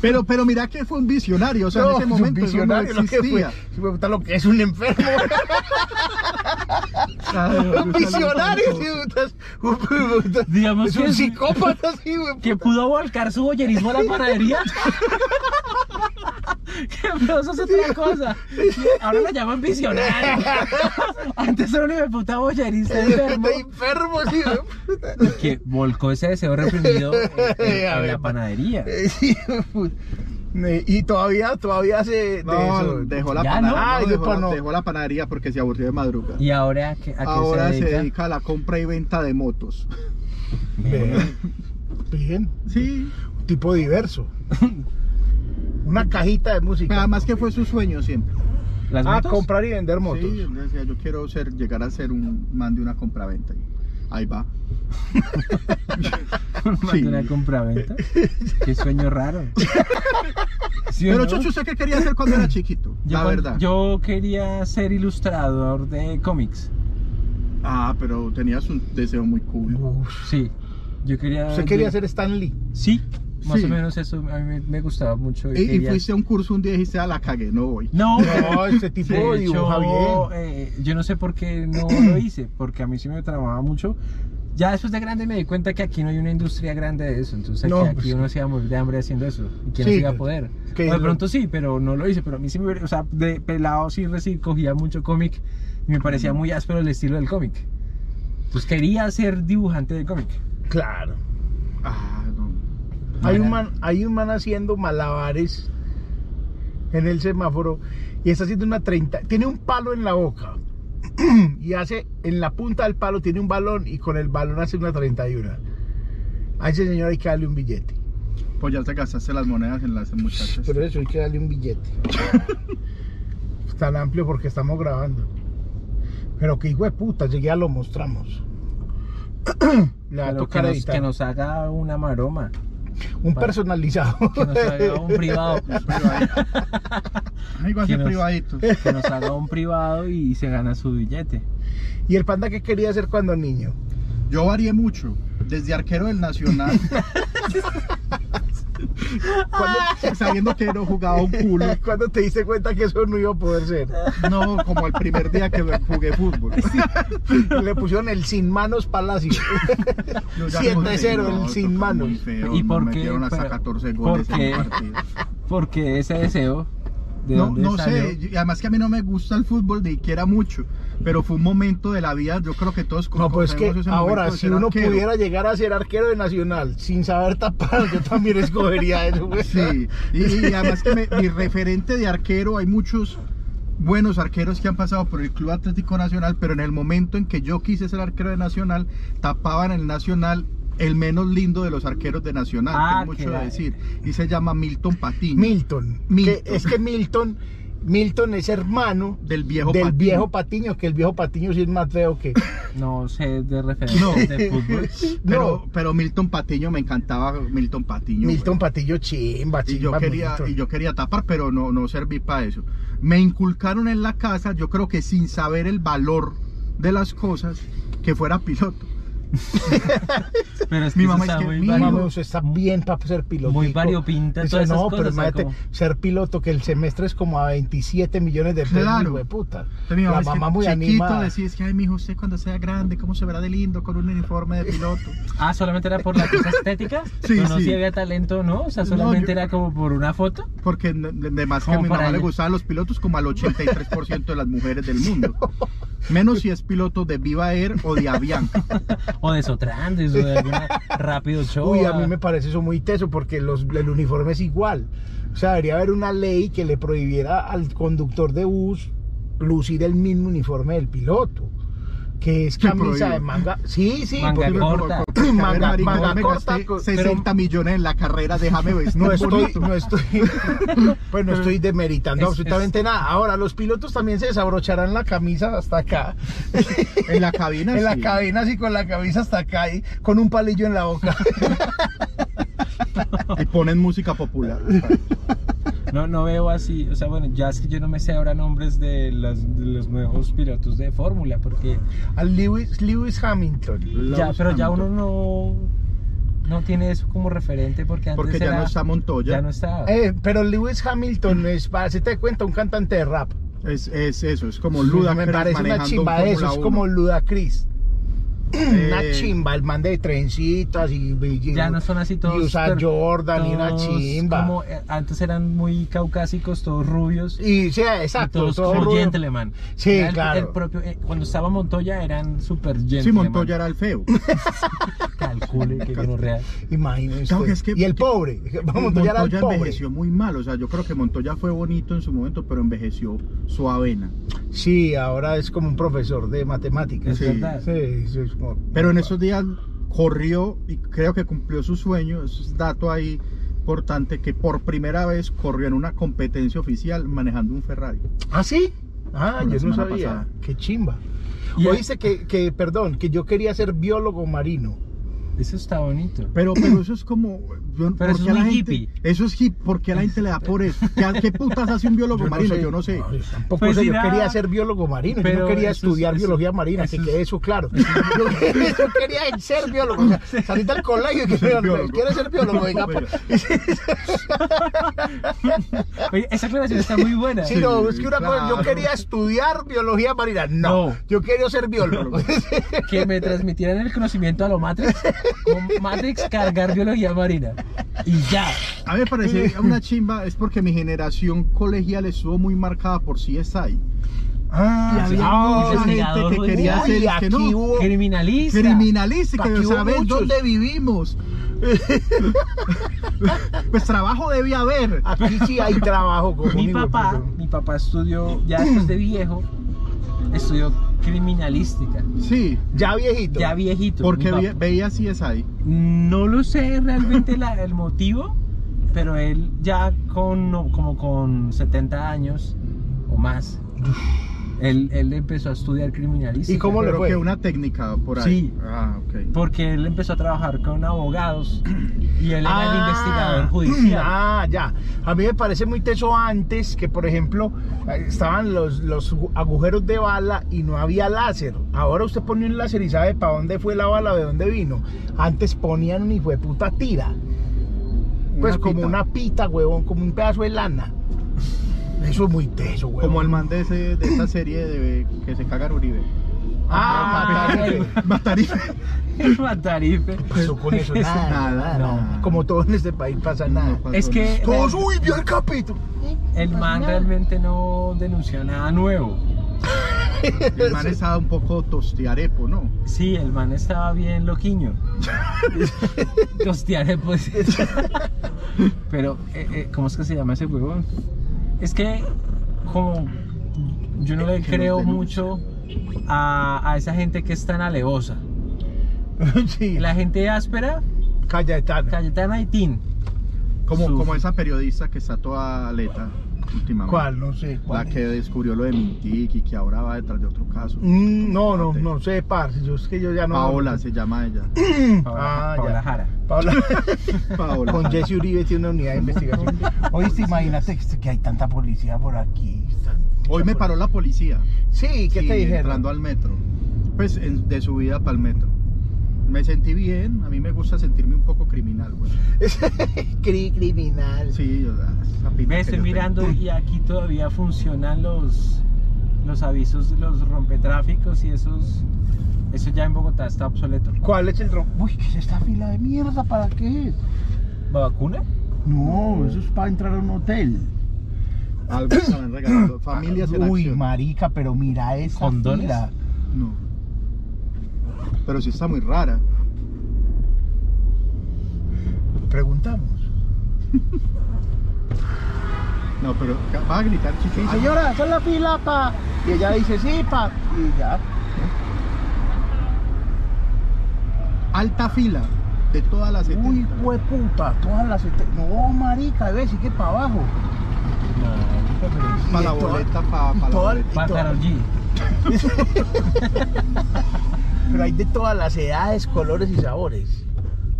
Speaker 1: Pero, pero mira que fue un visionario, (laughs) o sea,
Speaker 2: No,
Speaker 1: en ese
Speaker 2: es un
Speaker 1: momento eso no
Speaker 2: visionario, lo que fue.
Speaker 1: existía.
Speaker 2: Si me gusta lo que es
Speaker 1: (laughs)
Speaker 2: un enfermo. un visionario, sí, putas. Un- putas.
Speaker 3: Digamos
Speaker 2: es
Speaker 3: que
Speaker 2: un
Speaker 3: es-
Speaker 2: psicópata, sí, güey,
Speaker 3: Que
Speaker 2: puta.
Speaker 3: pudo volcar su bollerismo a la panadería. (laughs) que pero eso es otra cosa. Ahora lo llaman visionario. (laughs) Antes era un hijo de puta bollerista enfermo.
Speaker 2: Está enfermo, sí, güey, puta.
Speaker 3: Que volcó ese deseo reprimido en, en- en la panadería.
Speaker 2: Eh, (laughs) sí, güey, puta. Eh, Y todavía, todavía se.
Speaker 1: No,
Speaker 2: de eso-
Speaker 1: dejó la
Speaker 3: Ya
Speaker 1: panadería.
Speaker 2: no. Ah,
Speaker 1: no,
Speaker 2: yo
Speaker 1: dejó,
Speaker 2: pa- no.
Speaker 1: dejó la panadería porque se aburrió de madrugada.
Speaker 3: Y ahora, ¿a qué, a qué
Speaker 1: Ahora
Speaker 3: se dedica?
Speaker 1: a la compra y venta de motos.
Speaker 2: Bien. Bien.
Speaker 1: Sí,
Speaker 2: Un tipo diverso.
Speaker 3: (laughs)
Speaker 2: Una cajita de música.
Speaker 1: además que fue su sueño siempre.
Speaker 3: ¿Las
Speaker 2: A
Speaker 3: motos?
Speaker 2: comprar y vender motos.
Speaker 1: Sí, él decía, yo quiero ser, llegar a ser un man de una compraventa. Y Ahí va.
Speaker 3: Más de una compraventa. Qué sueño raro. ¿Sí o
Speaker 1: Pero
Speaker 3: no?
Speaker 1: Chocho, ¿usted qué quería hacer cuando
Speaker 3: (coughs)
Speaker 1: era chiquito?
Speaker 3: yo,
Speaker 1: la
Speaker 3: cuan-
Speaker 1: verdad.
Speaker 3: yo quería ser ilustrador de cómics.
Speaker 1: Ah, pero tenías un deseo muy cool.
Speaker 2: Uf.
Speaker 3: Sí. Yo quería.
Speaker 2: Usted quería
Speaker 3: yo-
Speaker 2: ser Stan Lee.
Speaker 3: Sí, más
Speaker 1: Sí.
Speaker 3: o menos eso a mí me, me gustaba mucho.
Speaker 1: Y, y
Speaker 3: quería-
Speaker 1: fuiste a un curso un día y dijiste, ah, la cagué, no voy.
Speaker 3: No,
Speaker 2: (laughs) No, este tipo
Speaker 3: de hecho,
Speaker 2: dibuja bien.
Speaker 3: eh, yo no sé por qué no
Speaker 2: (clears throat)
Speaker 3: lo hice, porque a mí sí me trabajaba mucho. Ya después de grande me di cuenta que aquí no hay una industria grande de eso, entonces aquí,
Speaker 2: No,
Speaker 3: aquí
Speaker 2: pues-
Speaker 3: uno se iba a morir de hambre haciendo eso, y quién
Speaker 2: Sí,
Speaker 3: se iba a
Speaker 2: pues,
Speaker 3: poder.
Speaker 2: que
Speaker 3: O de
Speaker 2: lo-
Speaker 3: pronto sí, pero no lo hice, pero a mí sí me hubiera- o sea, de pelado sí reci- cogía mucho cómic, y me parecía muy áspero el estilo del cómic. Entonces quería ser dibujante de cómic.
Speaker 2: Claro.
Speaker 1: Ah, no.
Speaker 2: Hay un,
Speaker 3: eh. Mira.
Speaker 2: man, hay un man haciendo malabares en el semáforo y está haciendo una 30. Tiene un palo en la boca (clears throat) y hace en la punta del palo tiene un balón y con el balón hace una 31. A ese señor hay que darle un billete.
Speaker 1: Pues ya te gastaste las monedas en las muchachas.
Speaker 2: Pero eso hay que darle un billete. (laughs) Tan amplio porque estamos grabando. Pero que hijo de puta, si ya lo mostramos. (clears throat) Le va a
Speaker 3: Pero que
Speaker 2: tocar
Speaker 3: nos,
Speaker 2: editar.
Speaker 3: que nos haga una maroma,
Speaker 2: un personalizado. (laughs)
Speaker 3: que nos haga un privado.
Speaker 1: Ahí va a
Speaker 3: ¿Quién
Speaker 1: ser
Speaker 3: es?
Speaker 1: privadito.
Speaker 3: que nos haga un privado y se gana su billete.
Speaker 2: ¿Y el panda que quería hacer cuando niño? (laughs)
Speaker 1: Yo varié mucho. Desde arquero del
Speaker 3: (laughs)
Speaker 1: Nacional,
Speaker 2: ¿Cuándo,
Speaker 1: sabiendo que no jugaba un culo.
Speaker 2: cuándo te diste cuenta que eso no iba a poder ser?
Speaker 1: No, como el primer día que jugué fútbol.
Speaker 2: Le pusieron el sin manos Palacio.
Speaker 1: Yo ya
Speaker 2: 7-0
Speaker 1: como-
Speaker 2: el
Speaker 1: no,
Speaker 2: sin
Speaker 1: esto fue
Speaker 2: manos.
Speaker 1: muy feo,
Speaker 3: ¿Y
Speaker 1: nos
Speaker 3: por qué?
Speaker 1: metieron hasta
Speaker 3: Pero,
Speaker 1: 14
Speaker 3: ¿por
Speaker 1: goles
Speaker 3: qué?
Speaker 1: en un partido.
Speaker 3: Porque ese deseo de
Speaker 1: No,
Speaker 3: dónde
Speaker 1: no
Speaker 3: salió?
Speaker 1: sé, y además que a mí no me gusta el fútbol ni siquiera mucho, pero fue un momento de la vida, yo creo que todos
Speaker 2: (laughs) No, pues es que
Speaker 1: conocemos ese momento
Speaker 2: ahora,
Speaker 1: de
Speaker 2: si
Speaker 1: ser
Speaker 2: uno
Speaker 1: arquero.
Speaker 2: pudiera llegar a ser arquero de Nacional sin saber tapar, yo también escogería eso, güey.
Speaker 1: Sí, y, y además que me- mi referente de arquero, hay muchos buenos arqueros que han pasado por el Club Atlético Nacional, pero en el momento en que yo quise ser arquero de Nacional, tapaban el Nacional el menos lindo de los arqueros de Nacional,
Speaker 3: Ah,
Speaker 1: que es
Speaker 3: que
Speaker 1: mucho
Speaker 3: la-
Speaker 1: de decir, y se llama Milton Patiño,
Speaker 2: Milton.
Speaker 1: Milton.
Speaker 2: que es que Milton, Milton es hermano
Speaker 1: del viejo
Speaker 2: del
Speaker 1: Patiño.
Speaker 2: viejo Patiño, que el viejo Patiño sí es más feo
Speaker 1: (laughs)
Speaker 2: que.
Speaker 3: No sé de referencias
Speaker 1: No.
Speaker 3: de fútbol.
Speaker 1: Pero,
Speaker 2: No.
Speaker 1: pero Milton Patiño me encantaba Milton Patiño. güey.
Speaker 2: Milton Patiño chimba,
Speaker 1: y
Speaker 2: chimba.
Speaker 1: yo quería
Speaker 2: Milton.
Speaker 1: y yo quería tapar, pero no no serví para eso. Me inculcaron en la casa, yo creo que sin saber el valor de las cosas, que fuera piloto.
Speaker 3: Pero es que
Speaker 1: Mi
Speaker 3: eso
Speaker 1: mamá
Speaker 3: está
Speaker 1: es que
Speaker 3: muy
Speaker 1: mi
Speaker 2: No,
Speaker 3: vario-
Speaker 2: mami, usted está bien para ser piloto.
Speaker 3: Muy variopinta,
Speaker 2: Eso
Speaker 3: todas esas
Speaker 2: no,
Speaker 3: cosas,
Speaker 2: pero
Speaker 3: o sea,
Speaker 2: imagínate,
Speaker 3: como-
Speaker 2: ser piloto que el semestre es como a 27 millones de pesos,
Speaker 1: Claro.
Speaker 2: hijo de puta.
Speaker 1: Entonces, mi
Speaker 2: La
Speaker 1: es que
Speaker 2: mamá muy
Speaker 1: chiquito
Speaker 2: animada.
Speaker 1: decía, es que ay, mi hijo, usted cuando sea grande, cómo se verá de lindo con un uniforme de piloto.
Speaker 3: Ah, solamente era por la
Speaker 1: (laughs)
Speaker 3: cosa estética.
Speaker 1: Sí,
Speaker 3: no, no
Speaker 1: sí.
Speaker 3: si había talento, ¿no? O sea,
Speaker 1: No,
Speaker 3: solamente
Speaker 1: yo-
Speaker 3: era como por una foto.
Speaker 1: Porque n- de de más que a
Speaker 3: Como
Speaker 1: mi
Speaker 3: para
Speaker 1: mamá le
Speaker 3: ella.
Speaker 1: gustaban los pilotos como al 83% de las mujeres del
Speaker 2: (laughs)
Speaker 1: mundo. Menos si es piloto de Viva Air o de Avianca.
Speaker 3: O de Sotrandes,
Speaker 1: (laughs)
Speaker 3: o de alguna rápido show. Ah,
Speaker 2: Uy, a mí me parece eso muy teso porque los, el uniforme es igual. O sea, debería haber una ley que le prohibiera al conductor de bus lucir el mismo uniforme del piloto. que es
Speaker 1: Sí,
Speaker 2: camisa
Speaker 1: prohibido.
Speaker 2: de manga. Sí, sí,
Speaker 3: Manga
Speaker 2: porque-
Speaker 3: corta.
Speaker 2: (clears throat)
Speaker 1: A ver,
Speaker 2: Manga-
Speaker 1: marica,
Speaker 2: manga
Speaker 1: yo me
Speaker 2: corta,
Speaker 1: gasté
Speaker 2: co-
Speaker 1: 60 millones en la carrera, déjame ver.
Speaker 2: (laughs) No estoy, no estoy, (laughs) pues no estoy demeritando
Speaker 3: Es-
Speaker 2: absolutamente nada. Ahora, los pilotos también se desabrocharán la camisa hasta acá.
Speaker 1: En la cabina.
Speaker 2: en la
Speaker 1: Ah, sí.
Speaker 2: cabina, así con la cabeza hasta acá y con un palillo en la boca. (laughs)
Speaker 1: Y ponen música
Speaker 2: (laughs)
Speaker 1: popular.
Speaker 3: No, no veo así, o sea, bueno, ya es que yo no me sé ahora nombres de, las- de los nuevos pilotos de fórmula, porque
Speaker 2: Al Lewis, Lewis Hamilton.
Speaker 3: ya, pero ya uno
Speaker 1: Hamilton.
Speaker 3: no, no tiene eso como referente, porque antes
Speaker 1: Porque ya
Speaker 3: era-
Speaker 1: no está Montoya.
Speaker 3: ya no está.
Speaker 2: Eh, pero Lewis Hamilton es, para si te cuenta, un cantante de rap.
Speaker 1: Es, es eso, es como Luda.
Speaker 2: me parece una chimba eso, es
Speaker 1: Eh,
Speaker 2: como Ludacris. Una chimba, el man de trencitas y, y-
Speaker 3: ya no son así todos.
Speaker 2: Y usar
Speaker 3: pero-
Speaker 2: Jordan y una
Speaker 3: todos
Speaker 2: chimba.
Speaker 3: como, eh, antes eran muy caucásicos, todos rubios.
Speaker 2: Y sí,
Speaker 3: Y
Speaker 2: exacto.
Speaker 3: todos
Speaker 2: todo
Speaker 3: como
Speaker 2: rubio.
Speaker 3: gentleman.
Speaker 2: Sí,
Speaker 3: Era el-
Speaker 2: claro.
Speaker 3: el propio- eh, cuando estaba Montoya eran super gentleman.
Speaker 1: Sí, Montoya era el feo.
Speaker 3: Calcule
Speaker 2: (laughs)
Speaker 3: que no real.
Speaker 2: Imagínense.
Speaker 1: No, es que-
Speaker 2: y el pobre. (laughs) (laughs) Vamos a
Speaker 1: Montoya
Speaker 2: al pobre.
Speaker 1: envejeció muy mal. O sea, yo creo que Montoya fue bonito en su momento, pero envejeció su avena.
Speaker 2: Sí, ahora es como un profesor de matemáticas.
Speaker 3: Es
Speaker 1: Sí,
Speaker 3: verdad.
Speaker 2: Sí, eso es como-
Speaker 1: Pero en esos días corrió y creo que cumplió su sueño. Eso es dato ahí importante que por primera vez corrió en una competencia oficial manejando un Ferrari.
Speaker 2: ¿Ah, sí? Ah,
Speaker 1: Por la
Speaker 2: yo no
Speaker 1: semana
Speaker 2: sabía.
Speaker 1: pasada.
Speaker 2: Qué chimba.
Speaker 3: Y-
Speaker 2: Oíste que, que, perdón, que yo quería ser biólogo marino.
Speaker 3: Eso está bonito.
Speaker 1: Pero, pero eso es como. yo-
Speaker 3: Pero
Speaker 1: ¿por qué
Speaker 3: eso es
Speaker 1: a la
Speaker 3: muy
Speaker 1: gente-
Speaker 3: hippie.
Speaker 1: Eso es hippie. ¿Por qué a la gente le da por eso? ¿Qué, qué putas hace un biólogo marino? yo no sé.
Speaker 2: yo tampoco
Speaker 3: Pues
Speaker 2: sé, yo
Speaker 3: irá-
Speaker 2: quería ser biólogo marino, yo
Speaker 3: Pero
Speaker 2: no quería
Speaker 3: eso es-
Speaker 2: estudiar
Speaker 3: eso-
Speaker 2: biología marina, que
Speaker 3: eso es-
Speaker 2: quede eso claro. Yo, yo quería ser biólogo, o sea, salí del colegio y que
Speaker 1: Ser biólogo.
Speaker 2: quiero ser biólogo, venga, pues. po-
Speaker 3: Oye, esa aclaración está muy buena.
Speaker 2: Sí, no, es que una cosa, yo
Speaker 1: claro.
Speaker 2: quería estudiar biología marina, no,
Speaker 3: No.
Speaker 2: yo quería ser biólogo.
Speaker 3: Que me transmitieran el conocimiento a lo Matrix. Con Matrix cargar biología marina. Y ya.
Speaker 1: A mí me parece una chimba, es porque mi generación colegial estuvo muy marcada por CSI.
Speaker 2: Ah,
Speaker 1: Y había mucha gente
Speaker 3: investigador
Speaker 1: que quería
Speaker 2: Uy,
Speaker 1: hacer es que
Speaker 2: aquí
Speaker 1: no,
Speaker 2: hubo-
Speaker 3: Criminalista.
Speaker 1: criminalista,
Speaker 2: Aquí
Speaker 1: que
Speaker 2: hubo
Speaker 1: saber
Speaker 2: muchos.
Speaker 1: dónde vivimos.
Speaker 2: (laughs)
Speaker 1: pues trabajo debe haber.
Speaker 2: Aquí sí hay trabajo como
Speaker 3: Mi
Speaker 2: un
Speaker 3: papá,
Speaker 2: hijueputa.
Speaker 3: mi papá estudió, ya después de viejo, estudió criminalística.
Speaker 1: Sí,
Speaker 2: Ya viejito.
Speaker 3: Ya viejito.
Speaker 1: porque
Speaker 3: mi papá.
Speaker 1: ve- veía CSI.
Speaker 3: No lo sé realmente la- el motivo, pero él ya con no, como con 70 años o más, él, él empezó a estudiar criminalística.
Speaker 2: ¿Y cómo le
Speaker 1: Pero
Speaker 2: fue?
Speaker 1: que una técnica por ahí.
Speaker 3: Sí.
Speaker 1: Ah, ok.
Speaker 3: Porque él empezó a trabajar con abogados y él era el
Speaker 2: Ah,
Speaker 3: investigador judicial.
Speaker 2: (clears throat) Ah, ya. A mí me parece muy teso antes que, por ejemplo, eh, estaban los, los agujeros de bala y no había láser. Ahora usted pone un láser y sabe para dónde fue la bala, de dónde vino. Antes ponían una hijo de puta tira. Pues
Speaker 1: Una
Speaker 2: como
Speaker 1: pita.
Speaker 2: una pita, huevón, como un pedazo de lana. Eso es muy teso, huevón.
Speaker 1: Como el man de, ese- de esa serie de que se cagan Uribe.
Speaker 2: Ah,
Speaker 3: Matarife.
Speaker 2: (laughs)
Speaker 1: Matarife.
Speaker 3: (laughs) Matarife.
Speaker 2: Pasó con eso, nada,
Speaker 1: Nada,
Speaker 2: nada,
Speaker 1: no.
Speaker 2: nada. Como todo en este país pasa nada.
Speaker 1: No,
Speaker 3: Es que
Speaker 2: Todos, uy, vio el capítulo. (laughs)
Speaker 3: el man realmente no denunció nada nuevo.
Speaker 1: El man estaba un poco tostiarepo, ¿no?
Speaker 3: Sí, el man estaba bien loquiño. Costearé, pues. Pero, eh, eh, ¿cómo es que se llama ese huevón? Es que, como yo no le
Speaker 1: Que nos
Speaker 3: creo
Speaker 1: denuncia.
Speaker 3: mucho a, a esa gente que es tan alevosa.
Speaker 2: sí,
Speaker 3: La gente áspera,
Speaker 2: Cayetano.
Speaker 3: Cayetana y Tin.
Speaker 1: Como,
Speaker 3: Su-
Speaker 1: como esa periodista que está toda aleta últimamente.
Speaker 2: ¿Cuál? No sé.
Speaker 1: La
Speaker 2: ¿cuál es?
Speaker 1: que descubrió lo de Mintic y que ahora va detrás de otro caso.
Speaker 2: Mm, No, no, no sé, parce. Yo es que yo ya no. Mm,
Speaker 1: Paola se llama
Speaker 2: (laughs)
Speaker 1: ella.
Speaker 3: Paola,
Speaker 2: Ah,
Speaker 3: Paola
Speaker 2: ya.
Speaker 3: Jara.
Speaker 2: Paola. (laughs)
Speaker 1: Paola.
Speaker 2: Con Jesse Uribe tiene una unidad
Speaker 1: (laughs)
Speaker 2: de investigación. Oye, te imagínate que- que hay tanta policía por aquí. tan-
Speaker 1: Hoy me paró la policía.
Speaker 2: Sí, ¿qué
Speaker 1: Sí,
Speaker 2: te dijeron?
Speaker 1: Entrando al metro. Pues en- de subida para el metro. Me sentí bien, a mí me gusta sentirme un poco criminal, güey.
Speaker 2: Cri- criminal.
Speaker 1: Sí, o sea, esa pinta
Speaker 3: Ve,
Speaker 1: que
Speaker 3: estoy
Speaker 1: yo
Speaker 3: mirando
Speaker 1: tengo.
Speaker 3: y aquí todavía funcionan los, los avisos, los rompetráficos y esos. Eso ya en Bogotá está obsoleto.
Speaker 2: ¿Cuál es el dron? Uy, ¿qué es esta fila de mierda? ¿Para qué es?
Speaker 3: ¿Vacuna?
Speaker 2: No, eso es para entrar a un hotel.
Speaker 1: Algo estaban
Speaker 2: (coughs)
Speaker 1: regalando. Familias en
Speaker 2: Uy,
Speaker 1: acción.
Speaker 2: marica, pero mira esa
Speaker 3: ¿Condones?
Speaker 2: fila.
Speaker 1: No. Pero sí está muy rara.
Speaker 2: Preguntamos.
Speaker 1: No, pero ca- va a gritar chiquito.
Speaker 2: Sí, señora, esa es la fila pa. Y ella dice, sí, pa. Y ya.
Speaker 1: alta fila de todas las 70.
Speaker 2: Uy, hueputa, todas las 70. No, marica, ve, sigue para abajo.
Speaker 3: Marica, pero es-
Speaker 1: Para la
Speaker 2: y toda-
Speaker 1: boleta, para
Speaker 2: y
Speaker 1: la
Speaker 2: toda-
Speaker 1: boleta.
Speaker 3: Para Karol G.
Speaker 2: Pero hay de todas las edades, colores y sabores.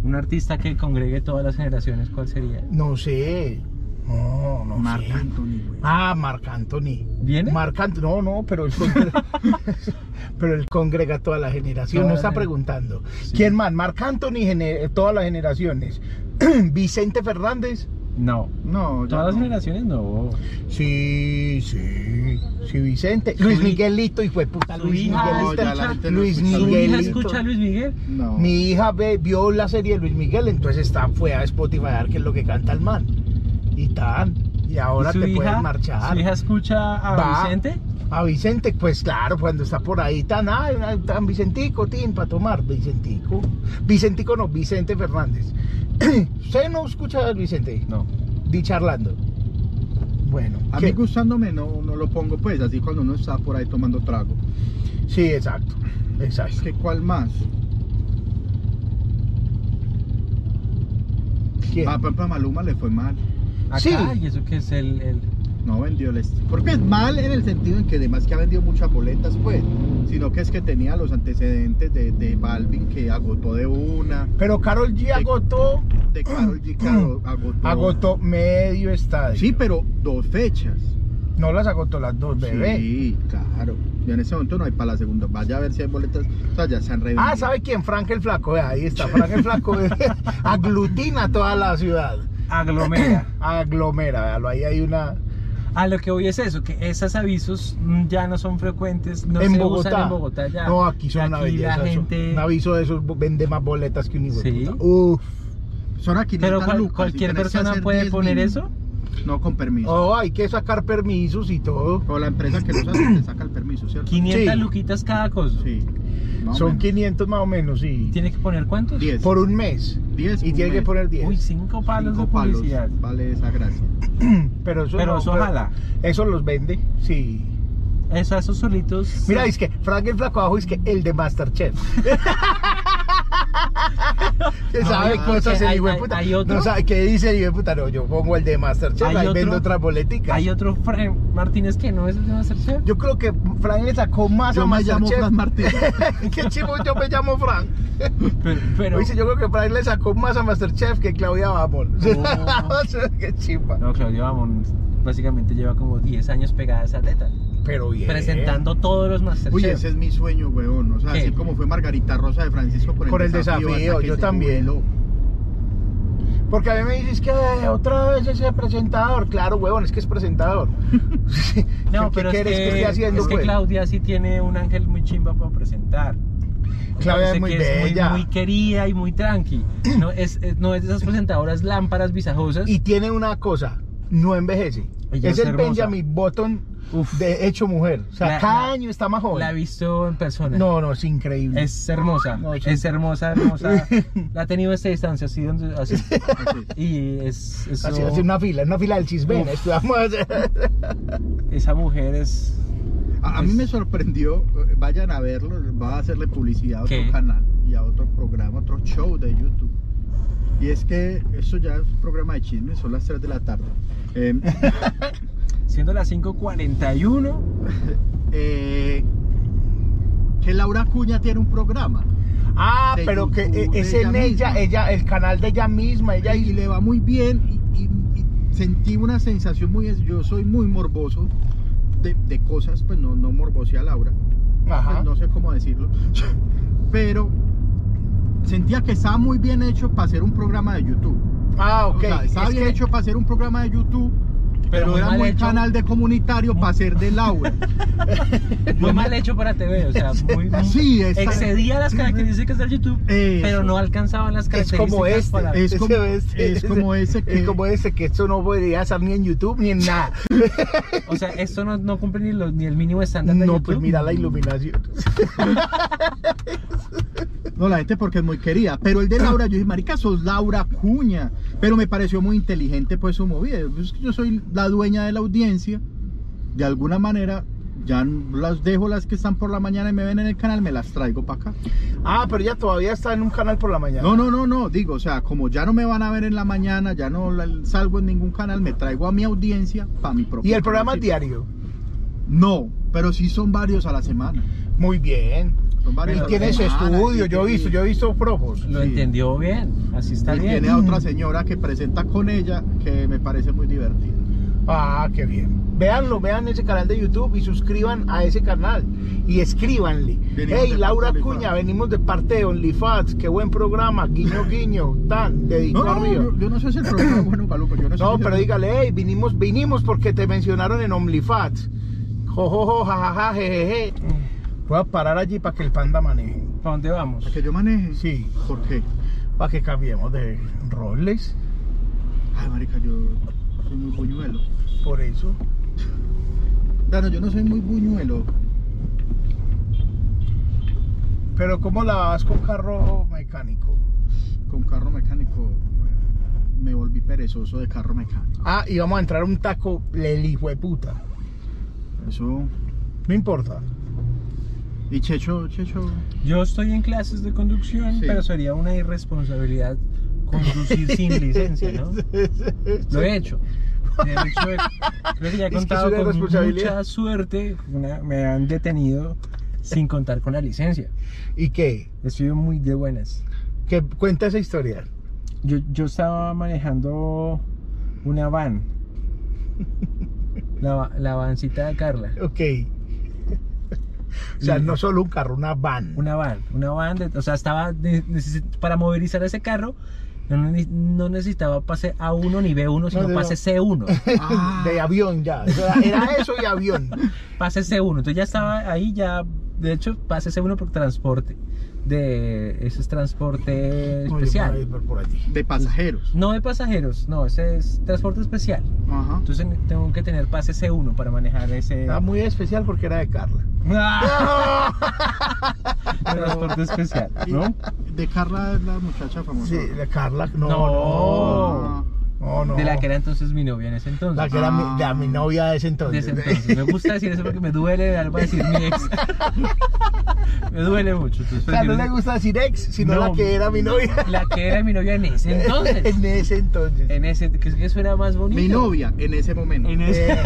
Speaker 3: Un artista que congregue todas las generaciones, ¿cuál sería?
Speaker 2: No sé. No, no
Speaker 1: Marc
Speaker 2: sé.
Speaker 1: Anthony, güey.
Speaker 2: Ah, Marc Anthony.
Speaker 3: ¿Viene?
Speaker 2: Marc Anthony. No, no, pero él congrega, (laughs) pero él congrega a toda la generación. no
Speaker 3: Toda la
Speaker 2: está
Speaker 3: gener-
Speaker 2: preguntando.
Speaker 3: Sí.
Speaker 2: ¿Quién más? Marc Anthony, gene- todas las generaciones. (clears throat) Vicente Fernández.
Speaker 3: No.
Speaker 1: No, ya
Speaker 3: Todas las
Speaker 1: no.
Speaker 3: generaciones no.
Speaker 2: Sí, sí. Sí, Vicente. Luis
Speaker 3: Su-
Speaker 2: Miguelito, hijo de puta.
Speaker 3: su
Speaker 2: Luis
Speaker 3: hija
Speaker 2: Miguelito.
Speaker 3: escucha-
Speaker 2: Luis
Speaker 1: Luis
Speaker 3: ¿Su
Speaker 1: Miguel.
Speaker 3: hija
Speaker 2: Miguelito.
Speaker 3: escucha a Luis Miguel?
Speaker 1: No.
Speaker 2: Mi hija ve- vio la serie de Luis Miguel, entonces está, fue a Spotify a ver qué es lo que canta el man. Y tan. Y ahora
Speaker 3: ¿Su
Speaker 2: te puedes
Speaker 3: hija-
Speaker 2: marchar.
Speaker 3: ¿Su hija escucha a
Speaker 2: Va.
Speaker 3: Vicente?
Speaker 2: A Vicente, pues claro, cuando está por ahí, tan, ah, tan Vicentico, Tin, para tomar, Vicentico. Vicentico no, Vicente Fernández. (clears throat) ¿Usted no escucha a Vicente?
Speaker 3: No.
Speaker 2: Di charlando. Bueno,
Speaker 1: A
Speaker 2: ¿qué?
Speaker 1: mí gustándome no, no lo pongo pues así cuando uno está por ahí tomando trago.
Speaker 2: Sí, exacto.
Speaker 1: Es
Speaker 2: Exacto.
Speaker 1: que cuál más.
Speaker 2: ¿Quién?
Speaker 1: Ah, por ejemplo, a Maluma le fue mal.
Speaker 3: Acá,
Speaker 2: Sí.
Speaker 3: y eso que es el... el-
Speaker 1: No vendió el est- Porque es mal en el sentido en que además que ha vendido muchas boletas pues. Sino que es que tenía los antecedentes de, de Balvin que agotó de una.
Speaker 2: Pero Carol G agotó,
Speaker 1: De Karol G que
Speaker 3: (clears throat)
Speaker 1: ago- agotó.
Speaker 2: agotó medio estadio.
Speaker 1: Sí, pero dos fechas.
Speaker 2: No las agotó las dos, bebé.
Speaker 1: Sí, claro. Y en ese momento no hay para la segunda. Vaya a ver si hay boletas. O sea, ya se han revendido.
Speaker 2: Ah, ¿sabe quién? Frank el Flaco, vea, ahí está. Frank
Speaker 1: (laughs)
Speaker 2: el Flaco eh, aglutina toda la ciudad.
Speaker 3: aglomera.
Speaker 2: (coughs) Aglomera, véalo, ahí hay una...
Speaker 3: A lo que voy es eso, que esos avisos mm, ya no son frecuentes, no se usan en Bogotá ya.
Speaker 2: No, aquí son una
Speaker 3: Aquí
Speaker 2: belleza.
Speaker 3: la
Speaker 2: son-
Speaker 3: gente...
Speaker 2: Un aviso de esos vende más boletas que un hijo de
Speaker 3: Sí.
Speaker 2: puta. Uf.
Speaker 1: Son aquí
Speaker 3: Pero cual- cualquier persona puede poner eso.
Speaker 1: No con permiso.
Speaker 2: Oh, hay que sacar permisos y todo.
Speaker 1: O la empresa que los hace te saca el permiso, ¿cierto?
Speaker 3: 500
Speaker 2: Sí.
Speaker 3: luquitas cada cosa.
Speaker 1: Sí. Más o
Speaker 2: son
Speaker 1: menos.
Speaker 2: 500 más o menos, sí.
Speaker 3: ¿Tiene que poner cuántos?
Speaker 1: 10.
Speaker 2: Por un mes.
Speaker 1: 10
Speaker 2: Y tiene que poner 10.
Speaker 3: Uy, cinco palos
Speaker 1: Cinco
Speaker 3: de
Speaker 1: palos,
Speaker 3: publicidad.
Speaker 1: Vale esa gracia.
Speaker 2: Pero eso,
Speaker 3: Pero
Speaker 2: no,
Speaker 3: eso
Speaker 2: pero-
Speaker 3: jala.
Speaker 2: Eso los vende, sí.
Speaker 3: Eso, esos solitos.
Speaker 2: Mira, es que Frank el Flaco abajo es que el de
Speaker 3: (laughs)
Speaker 2: Masterchef. que
Speaker 3: No,
Speaker 2: sabe
Speaker 3: no,
Speaker 2: cosas
Speaker 3: porque
Speaker 2: el
Speaker 3: hay-
Speaker 2: hijo de
Speaker 3: hay-
Speaker 2: puta.
Speaker 3: hay otro.
Speaker 2: No sabe qué dice el hijo de puta. No, yo pongo el de Masterchef,
Speaker 3: Hay
Speaker 2: ahí
Speaker 3: otro.
Speaker 2: vendo otras boleticas.
Speaker 3: Hay otro Fran Martínez que no es el de Masterchef.
Speaker 2: Yo creo que Frank le sacó más a
Speaker 1: Yo me llamo
Speaker 2: Masterchef.
Speaker 1: Fran
Speaker 2: (laughs)
Speaker 1: Martínez.
Speaker 2: qué chivo, yo me llamo Frank.
Speaker 3: Pero, pero-
Speaker 2: Oye, yo creo que Frank le sacó más a Masterchef que Claudia Bamón. (laughs)
Speaker 3: Oh.
Speaker 2: qué chimba.
Speaker 3: No, Claudia Bamón básicamente lleva como 10 años pegada a esa teta.
Speaker 2: Pero bien.
Speaker 3: Presentando todos los Masterchef.
Speaker 1: Uy, ese es mi sueño, weón. O sea,
Speaker 3: ¿Qué?
Speaker 1: así como fue Margarita Rosa de Francisco con el
Speaker 2: Por el
Speaker 1: desafío.
Speaker 2: desafío,
Speaker 1: hasta que
Speaker 2: yo
Speaker 1: se
Speaker 2: también. (laughs)
Speaker 1: jubiló.
Speaker 2: Porque a mí me dices que "Ay, otra vez ese presentador. Claro, huevón, es que es
Speaker 3: (laughs)
Speaker 2: presentador. (laughs)
Speaker 3: No,
Speaker 2: ¿Qué
Speaker 3: pero es que,
Speaker 2: quieres que esté haciendo,
Speaker 3: es que
Speaker 2: pues?
Speaker 3: Claudia sí tiene un ángel muy chimba para presentar. Me
Speaker 2: Claudia es
Speaker 3: parece
Speaker 2: muy
Speaker 3: que muy-
Speaker 2: bella.
Speaker 3: muy, querida y muy tranqui.
Speaker 2: (clears throat)
Speaker 3: No es, es- no es de esas presentadoras lámparas visajosas.
Speaker 2: Y tiene una cosa, no envejece.
Speaker 3: Ella
Speaker 2: es
Speaker 3: es
Speaker 2: el
Speaker 3: hermosa.
Speaker 2: Benjamin Button
Speaker 3: Uf.
Speaker 2: de hecho mujer. O sea,
Speaker 3: La-
Speaker 2: cada
Speaker 3: la-
Speaker 2: año está más
Speaker 3: La he
Speaker 2: joven.
Speaker 3: visto en persona.
Speaker 2: No, no, es increíble.
Speaker 3: Es hermosa,
Speaker 2: No, sí.
Speaker 3: es hermosa,
Speaker 2: (laughs)
Speaker 3: hermosa. La ha tenido a esta distancia, así donde así.
Speaker 1: Así.
Speaker 3: Y es eso-
Speaker 2: Así, así una fila, una fila del chismen.
Speaker 3: Uf.
Speaker 2: Estudiamos. (laughs)
Speaker 3: esa mujer es
Speaker 1: A, a mí
Speaker 3: Pues-
Speaker 1: me sorprendió, eh, vayan a verlo, va a hacerle publicidad a otro
Speaker 3: ¿Qué?
Speaker 1: canal y a otro programa, otro show de YouTube. Y es que eso ya es programa de chismes, son las 3 de la tarde. Eh,
Speaker 3: siendo las 5:41.
Speaker 1: eh, que Laura Cuña tiene un programa
Speaker 2: Ah,
Speaker 1: De
Speaker 2: pero que eh,
Speaker 1: YouTube,
Speaker 2: es
Speaker 1: de
Speaker 2: en
Speaker 1: ella
Speaker 2: ella,
Speaker 1: misma.
Speaker 2: ella, el canal de ella misma,
Speaker 1: y,
Speaker 2: ella
Speaker 1: y le va muy bien y, y- y sentí una sensación muy... Yo soy muy morboso de, de cosas, pues no, no morbosé a Laura. pues,
Speaker 2: Ajá.
Speaker 1: no sé cómo decirlo, (laughs) pero sentía que estaba muy bien hecho para hacer un programa de YouTube.
Speaker 2: Ah, ok.
Speaker 1: O sea, estaba
Speaker 2: Es
Speaker 1: bien
Speaker 2: que-
Speaker 1: hecho para hacer un programa de YouTube, pero,
Speaker 3: Pero muy
Speaker 1: era
Speaker 3: mal
Speaker 1: muy
Speaker 3: hecho.
Speaker 1: canal de comunitario para hacer de Laura.
Speaker 3: Muy mal hecho para TV, o sea, muy, muy-
Speaker 1: Sí, está-
Speaker 3: excedía las características del YouTube,
Speaker 1: Eso.
Speaker 3: pero no alcanzaban las
Speaker 2: Es
Speaker 3: características
Speaker 2: como este,
Speaker 3: para
Speaker 1: Es como- eh. es como ese que-
Speaker 2: es como ese que esto no podría estar ni en YouTube
Speaker 3: (laughs)
Speaker 2: ni en nada.
Speaker 3: O sea, esto no, no cumple ni, los- ni el mínimo estándar de
Speaker 2: no,
Speaker 3: YouTube.
Speaker 2: pues mira la iluminación.
Speaker 1: No, la gente porque es muy querida. Pero el de Laura, yo dije, marica, sos Laura Cuña. Pero me pareció muy inteligente pues su movida. Es que Yo soy la dueña de la audiencia. De alguna manera, ya las dejo las que están por la mañana y me ven en el canal, me las traigo para acá.
Speaker 2: Ah, pero ya todavía está en un canal por la mañana.
Speaker 1: No, no, no, no, digo, o sea, como ya no me van a ver en la mañana, ya no la- salgo en ningún canal, me traigo a mi audiencia para mi propio
Speaker 2: Y el programa es
Speaker 1: canal.
Speaker 2: diario.
Speaker 1: No, pero sí son varios a la semana.
Speaker 2: Muy bien.
Speaker 1: Son varios
Speaker 2: Y
Speaker 1: a la
Speaker 2: tienes
Speaker 1: semana,
Speaker 2: estudio,
Speaker 1: y-
Speaker 2: yo he visto, yo he visto probos.
Speaker 3: Lo
Speaker 1: Sí.
Speaker 3: entendió bien, así está
Speaker 1: y
Speaker 3: bien.
Speaker 1: tiene a
Speaker 2: Mm.
Speaker 1: otra señora que presenta con ella que me parece muy divertida.
Speaker 2: Ah, qué bien. Veanlo, vean ese canal de YouTube y suscriban a ese canal. Y escríbanle.
Speaker 1: Venimos
Speaker 2: hey,
Speaker 1: de
Speaker 2: Laura
Speaker 1: parte de
Speaker 2: Cuña,
Speaker 1: OnlyFans".
Speaker 2: venimos de parte de OnlyFans. Qué buen programa. Guiño, guiño. Tan, dedito
Speaker 1: No, no,
Speaker 2: arriba.
Speaker 1: yo, yo no sé si el programa es bueno, Galo, pero yo no sé.
Speaker 2: No,
Speaker 1: si-
Speaker 2: pero dígale, hey, vinimos, vinimos porque te mencionaron en OnlyFans. Jojojo, jajaja, jejeje. Voy a parar allí para que el panda maneje.
Speaker 3: ¿Para dónde vamos?
Speaker 1: ¿Para que yo maneje?
Speaker 2: Sí,
Speaker 1: ¿Por qué?
Speaker 2: para que cambiemos de roles.
Speaker 1: Ay, marica, yo soy muy buñuelo.
Speaker 2: Por eso.
Speaker 1: Dano, yo no soy muy buñuelo.
Speaker 2: Pero ¿cómo la vas con carro mecánico?
Speaker 1: Con carro mecánico me volví perezoso de carro mecánico.
Speaker 2: Ah, y vamos a entrar a un taco, el hijo de puta.
Speaker 1: Eso.
Speaker 2: No importa.
Speaker 1: Y Checho, Checho.
Speaker 3: Yo estoy en clases de conducción,
Speaker 1: Sí.
Speaker 3: pero sería una irresponsabilidad conducir
Speaker 2: (laughs)
Speaker 3: sin licencia, ¿no? Lo he hecho. De hecho, creo que ya he
Speaker 2: (laughs) Es que
Speaker 3: contado
Speaker 2: es una
Speaker 3: con
Speaker 2: irresponsabilidad.
Speaker 3: mucha suerte. una- me han detenido sin contar con la licencia.
Speaker 2: ¿Y qué?
Speaker 3: Estoy muy de buenas.
Speaker 2: ¿Qué cuenta esa historia?
Speaker 3: Yo, yo estaba manejando una van. La, va- la vancita de Carla.
Speaker 2: Ok. (laughs) o sea, no solo un carro, una van.
Speaker 3: Una van, una van, de- o sea, estaba de- necesi- para movilizar ese carro. No, ne- no necesitaba pase A1 ni B1, sino
Speaker 2: no, no. (laughs)
Speaker 3: pase C1.
Speaker 1: Ah.
Speaker 2: (laughs) De avión ya. O sea, Era eso y
Speaker 3: (laughs)
Speaker 2: avión.
Speaker 3: Pase C1. Entonces ya estaba ahí, ya. De hecho, pase C1 por transporte. De, ese es transporte
Speaker 2: No, yo me
Speaker 3: especial.
Speaker 2: voy a ir por allí.
Speaker 1: De pasajeros.
Speaker 3: No de pasajeros, no, ese es transporte especial.
Speaker 1: Ajá.
Speaker 3: Entonces tengo que tener pase C1 para manejar ese.
Speaker 2: Era muy especial porque era de Carla.
Speaker 3: (laughs) ¡Ah!
Speaker 2: (laughs)
Speaker 3: transporte especial, ¿no?
Speaker 1: De Carla es la muchacha famosa. Ah,
Speaker 2: Sí, de Carla. No,
Speaker 3: No.
Speaker 2: no. No, no.
Speaker 3: De la que era entonces mi novia en ese entonces.
Speaker 2: La que era mi, de a mi novia de ese
Speaker 3: De
Speaker 2: entonces.
Speaker 3: ese entonces. Me gusta decir eso porque me duele algo decir mi ex. (laughs) me duele mucho.
Speaker 2: (laughs)
Speaker 3: entonces
Speaker 2: O sea, no
Speaker 3: prefiero-
Speaker 2: le gusta decir ex, sino
Speaker 3: No,
Speaker 2: la que era mi novia.
Speaker 3: La que era mi novia en ese
Speaker 2: (laughs)
Speaker 3: entonces.
Speaker 2: en ese entonces.
Speaker 3: En ese, que que suena más
Speaker 2: Oh.
Speaker 3: bonito.
Speaker 1: Mi novia en ese momento.
Speaker 3: En ese,
Speaker 2: Eh,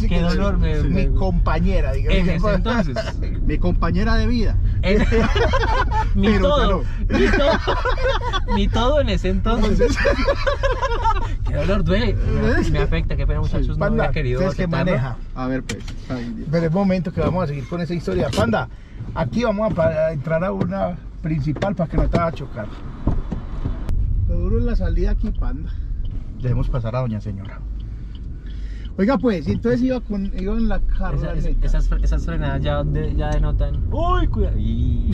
Speaker 2: sí,
Speaker 3: Qué
Speaker 2: que Eh, (laughs) es
Speaker 3: dolor, me-
Speaker 2: Mi
Speaker 3: me-
Speaker 2: compañera, digamos.
Speaker 3: en
Speaker 2: (laughs)
Speaker 3: ese entonces.
Speaker 1: Mi compañera de vida.
Speaker 3: En- mi,
Speaker 1: Pero
Speaker 3: todo, mi todo. Mi todo en ese entonces. Qué dolor duele. Me, me afecta, qué pena muchachos. No
Speaker 2: Panda,
Speaker 3: hubiera querido
Speaker 2: ¿sabes qué
Speaker 3: aceptarlo.
Speaker 2: maneja?
Speaker 1: A ver, pues. ay, Dios.
Speaker 2: Pero es momento que vamos a seguir con esa historia. Panda, aquí vamos a pa- a entrar a una principal para que no te vaya a chocar.
Speaker 1: Lo duro es la salida aquí, panda. Debemos pasar a doña señora.
Speaker 2: Oiga, pues, y entonces iba, con, iba en la
Speaker 3: Esa-
Speaker 2: carla.
Speaker 3: es-
Speaker 2: neta.
Speaker 3: esas, fre- esas frenadas ya, de- ya denotan. Uy, cuidado. Y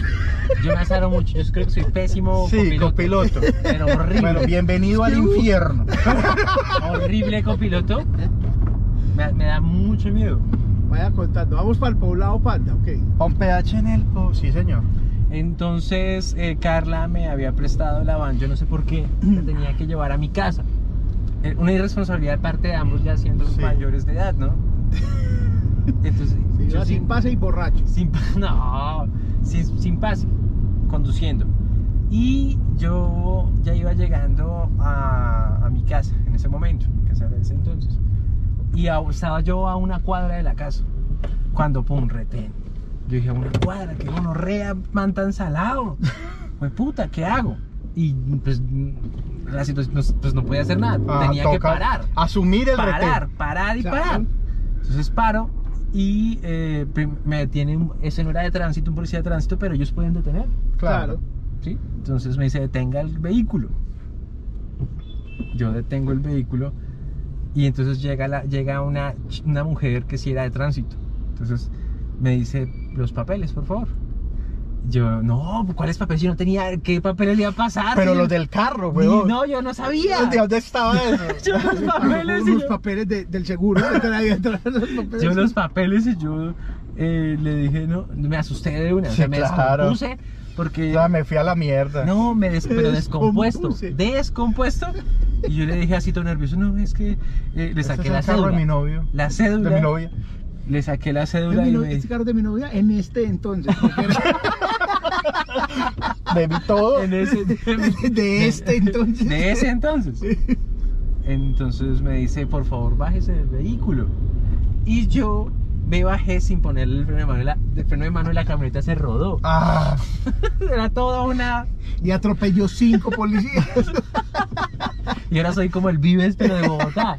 Speaker 3: yo me asaro mucho. Yo creo que soy pésimo
Speaker 1: Sí, copiloto.
Speaker 3: Pero horrible.
Speaker 1: Bueno, bienvenido al infierno.
Speaker 3: horrible copiloto. Me, me da mucho miedo.
Speaker 2: Vaya contando. Vamos para el poblado, Panda, ok.
Speaker 1: Pa' un PH en el po- Sí, señor.
Speaker 3: Entonces, eh, Carla me había prestado la van. Yo no sé por qué. La tenía que llevar a mi casa. Eh, Una irresponsabilidad de parte de ambos ya siendo
Speaker 1: Sí.
Speaker 3: mayores de edad,
Speaker 1: (laughs)
Speaker 3: ¿no? Entonces,
Speaker 2: Sí,
Speaker 3: yo
Speaker 2: iba
Speaker 3: sí-
Speaker 2: sin pase y borracho.
Speaker 3: Sin, pa- (laughs) no, sin, sin pase, conduciendo. Y yo ya iba llegando a, a mi casa en ese momento, casa de ese entonces. Y a- estaba yo a una cuadra de la casa, cuando pum, retén. Yo dije, una cuadra, qué gonorrea, man
Speaker 2: (laughs)
Speaker 3: tan salado. Pues puta, ¿qué hago? Y pues, la situación, pues, pues, no podía hacer nada,
Speaker 2: Ah,
Speaker 3: tenía que
Speaker 2: toca
Speaker 3: parar
Speaker 2: Asumir el
Speaker 3: parar,
Speaker 2: retén.
Speaker 3: parar y
Speaker 2: Ya.
Speaker 3: parar. Entonces paro y eh, prim- me detienen, eso no era de tránsito, un policía de tránsito, pero ellos pueden detener,
Speaker 2: Claro.
Speaker 3: ¿sí? Entonces me dice, detenga el vehículo. Yo detengo el vehículo y entonces llega, la, llega una, ch- una mujer que sí era de tránsito. Entonces me dice, los papeles, por favor. Yo, no, ¿cuáles papeles? Yo no tenía, ¿qué papeles le iba a pasar?
Speaker 2: Pero
Speaker 3: señor?"
Speaker 2: los del carro,
Speaker 3: Ah, Ni-
Speaker 2: weón.
Speaker 3: No, yo no sabía.
Speaker 2: ¿De dónde estaba eso?
Speaker 3: (laughs) Yo los papeles. y
Speaker 2: Unos
Speaker 3: yo-
Speaker 2: papeles de- del seguro. que están ahí atrás, los papeles.
Speaker 3: yo los papeles y yo eh, le dije, no, me asusté de una, o
Speaker 2: Sí,
Speaker 3: sea, me
Speaker 2: claro.
Speaker 3: descompuse porque...
Speaker 2: Ya me fui a la mierda.
Speaker 3: No, me des- pero descompuesto,
Speaker 1: descompuse.
Speaker 3: descompuesto. Y yo le dije así todo nervioso, no, es que eh, le
Speaker 2: Este
Speaker 3: saqué
Speaker 2: es
Speaker 3: la
Speaker 2: el carro
Speaker 3: cédula.
Speaker 2: de mi novio.
Speaker 3: La cédula.
Speaker 2: De mi novia.
Speaker 3: Le saqué la
Speaker 1: Es
Speaker 3: cédula
Speaker 1: mi
Speaker 3: y
Speaker 1: novia-
Speaker 3: me...
Speaker 1: Este carro es de mi novia en este entonces. porque era-
Speaker 2: De mí todo.
Speaker 3: (laughs) (laughs) en ese- (laughs)
Speaker 1: de este entonces.
Speaker 3: De ese entonces. Entonces me dice, por favor, bájese del vehículo. Y yo me bajé sin ponerle el freno de mano. y La, el freno de mano y la camioneta se rodó.
Speaker 1: Ah,
Speaker 3: Era toda una...
Speaker 1: y atropelló cinco policías.
Speaker 2: (laughs)
Speaker 3: Y ahora soy como el Vives, pero de
Speaker 1: (laughs)
Speaker 3: Bogotá.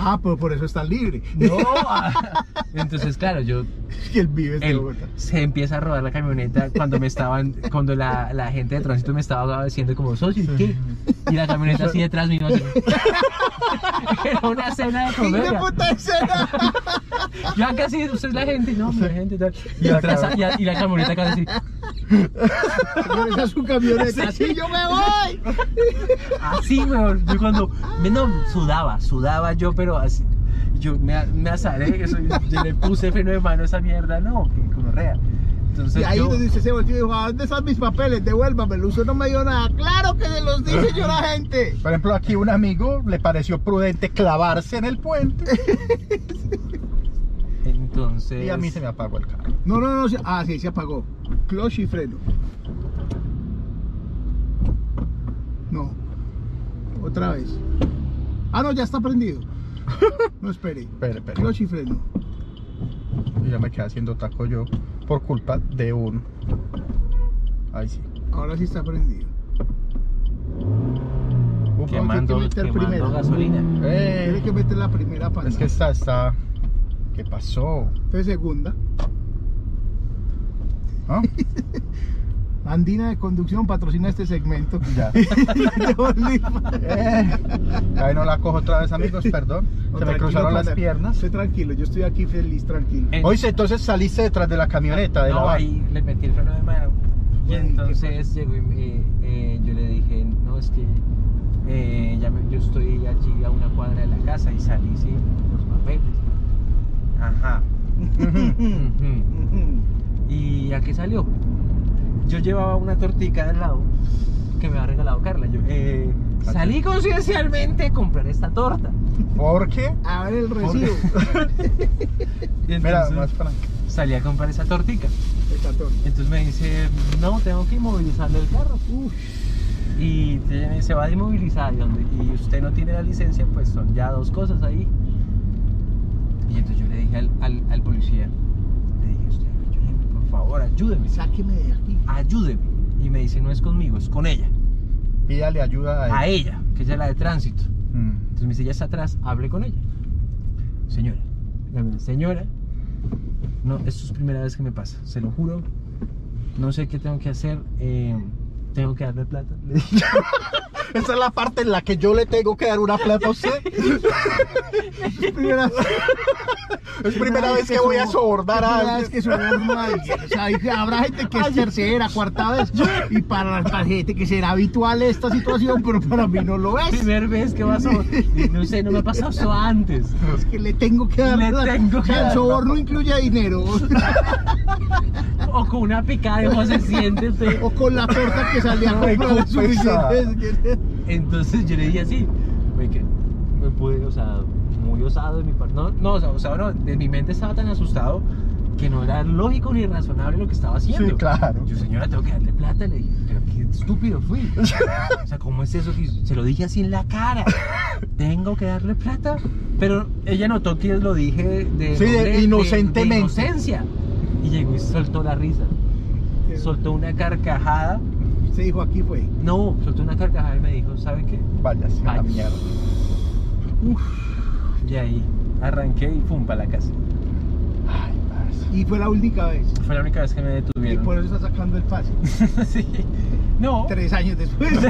Speaker 1: Ah, pues por eso está libre.
Speaker 3: No. ah. Entonces, claro, yo...
Speaker 1: Que él vive de
Speaker 3: él
Speaker 1: Bogotá.
Speaker 3: se empieza a rodar la camioneta cuando me estaban... Cuando la, la gente de tránsito me estaba diciendo como, socio, ¿y ¿qué? Y la camioneta así detrás mío. así. (laughs) Era una cena de
Speaker 1: ¡Hijo de
Speaker 3: comedia.
Speaker 1: puta escena!
Speaker 3: Yo acá sí, usted es la gente, no, mi gente y tal. Y,
Speaker 1: Y la
Speaker 3: atrás, y,
Speaker 1: camioneta.
Speaker 3: y la camioneta acá así,
Speaker 1: Pero esa es su camioneta.
Speaker 3: Sí.
Speaker 1: ¡Sí, yo me voy!
Speaker 3: así, weón. Yo cuando, me- no, sudaba, sudaba yo, pero así. Yo me, me azaré, eso, yo le puse freno de mano a esa mierda, no, que correa. Entonces
Speaker 1: Y ahí
Speaker 3: yo,
Speaker 1: donde usted se volteó y dijo, ¿a dónde están mis papeles? Devuélvamelos, usted no me dio nada. ¡Claro que se los di, señora gente!
Speaker 2: Por ejemplo, aquí un amigo le pareció prudente clavarse en el puente
Speaker 3: entonces...
Speaker 2: y a mí se me apagó el carro.
Speaker 1: No, no, no, se- ah, sí, se apagó. Clutch y freno. No. Otra vez. Ah, no, ya está prendido. No espere.
Speaker 2: Espere, espere.
Speaker 1: Clutch y freno.
Speaker 2: Y ya me quedé haciendo taco yo por culpa de uno. Ahí sí.
Speaker 1: Ahora sí está prendido.
Speaker 2: Uf,
Speaker 3: Quemando,
Speaker 1: meter
Speaker 3: quemando
Speaker 1: primero.
Speaker 3: gasolina.
Speaker 1: Tiene
Speaker 2: eh,
Speaker 1: que meter la primera panda.
Speaker 2: es que está, está. ¿Qué pasó?
Speaker 1: Entonces, segunda.
Speaker 2: ¿Ah?
Speaker 1: Andina de conducción patrocina este segmento. (laughs)
Speaker 2: Ya. Eh, ahí no la cojo otra vez, amigos, perdón. Se me cruzaron las piernas.
Speaker 1: Estoy tranquilo, yo estoy aquí feliz, (laughs)
Speaker 2: (laughs)
Speaker 1: tranquilo.
Speaker 3: Eh,
Speaker 2: Oye, entonces saliste detrás de la camioneta, de la
Speaker 3: no,
Speaker 2: van.
Speaker 3: ahí le metí el freno de mano. Y
Speaker 1: Bueno, ¿y qué
Speaker 3: entonces llegó y me- eh, yo le dije, no, es que eh, ya me- yo estoy allí a una cuadra de la casa y salí sin los papeles. Ajá. Ujú. ¿Y a qué salió? Yo llevaba una tortica de al lado que me ha regalado Carla. Yo eh, salí conciencialmente a comprar esta torta.
Speaker 2: ¿Por qué?
Speaker 1: Abre el recibo.
Speaker 3: Y
Speaker 2: Mira,
Speaker 3: entonces
Speaker 2: más para.
Speaker 3: salí a comprar esa tortica.
Speaker 1: El 14.
Speaker 3: Entonces me dice, no, tengo que inmovilizar el carro.
Speaker 1: Uy,
Speaker 3: y tiene- se va a inmovilizar y, donde- y usted no tiene la licencia, pues son ya dos cosas ahí. Y entonces yo le dije al, al- al policía, le dije, usted, ayúdeme, por favor, ayúdeme,
Speaker 1: sáqueme de aquí.
Speaker 3: ayúdeme. Y me dice, no es conmigo, es con ella,
Speaker 2: Pídale ayuda a
Speaker 3: a
Speaker 2: él.
Speaker 3: ella, que ella es la de tránsito.
Speaker 2: Mm.
Speaker 3: Entonces me dice, ya está atrás, hable con ella. Señora, dígame, señora, no, esto es primera vez que me pasa, se lo juro. No sé qué tengo que hacer, eh, tengo que darle plata. (laughs) Le dije,
Speaker 2: Esa es la parte en la que yo le tengo que dar una plata a usted.
Speaker 1: Primera-
Speaker 2: Es primera vez que voy a sobornar a
Speaker 1: Primera vez
Speaker 2: alguien.
Speaker 1: que soborno a alguien. O sea, hay- habrá gente que es tercera, cuarta vez. Y para la gente que será habitual esta situación, pero para mí no lo es.
Speaker 3: Primer vez que vas a... No sé, no me ha pasado eso antes.
Speaker 1: Es que le tengo que dar.
Speaker 3: Le
Speaker 1: la-
Speaker 3: tengo que
Speaker 1: o sea,
Speaker 3: dar.
Speaker 1: El soborno incluye dinero. (laughs)
Speaker 3: O con una picada de se siente usted.
Speaker 1: O con la torta que salía a comprar es
Speaker 2: Recompensa.
Speaker 1: suficiente.
Speaker 3: Entonces yo le dije así. Me, que- me pude, o sea, muy osado de mi parte. No, no, o sea, osado no. De mi mente estaba tan asustado que no era lógico ni razonable lo que estaba haciendo.
Speaker 2: Sí, claro.
Speaker 3: Yo, señora, tengo que darle plata. Le dije, pero qué estúpido
Speaker 2: (laughs)
Speaker 3: fui. O sea, ¿cómo es eso? que Se lo dije así en la cara. Tengo que darle plata. Pero ella notó que lo dije de,
Speaker 2: Sí, de- inocentemente.
Speaker 3: de inocencia. Y llegó y soltó la risa. Soltó una carcajada.
Speaker 1: Se dijo aquí fue.
Speaker 3: No, soltó una carcajada y me dijo, ¿sabe qué?
Speaker 2: Vaya, sí, la
Speaker 3: Vaya.
Speaker 2: mierda.
Speaker 3: Y ahí arranqué y pum, para la casa.
Speaker 2: Ay, parce.
Speaker 1: Y fue la única vez.
Speaker 3: Fue la única vez que me
Speaker 1: Y
Speaker 3: detuvieron.
Speaker 1: por eso está sacando el pase.
Speaker 3: (laughs) Sí. No,
Speaker 1: Tres años después. (laughs)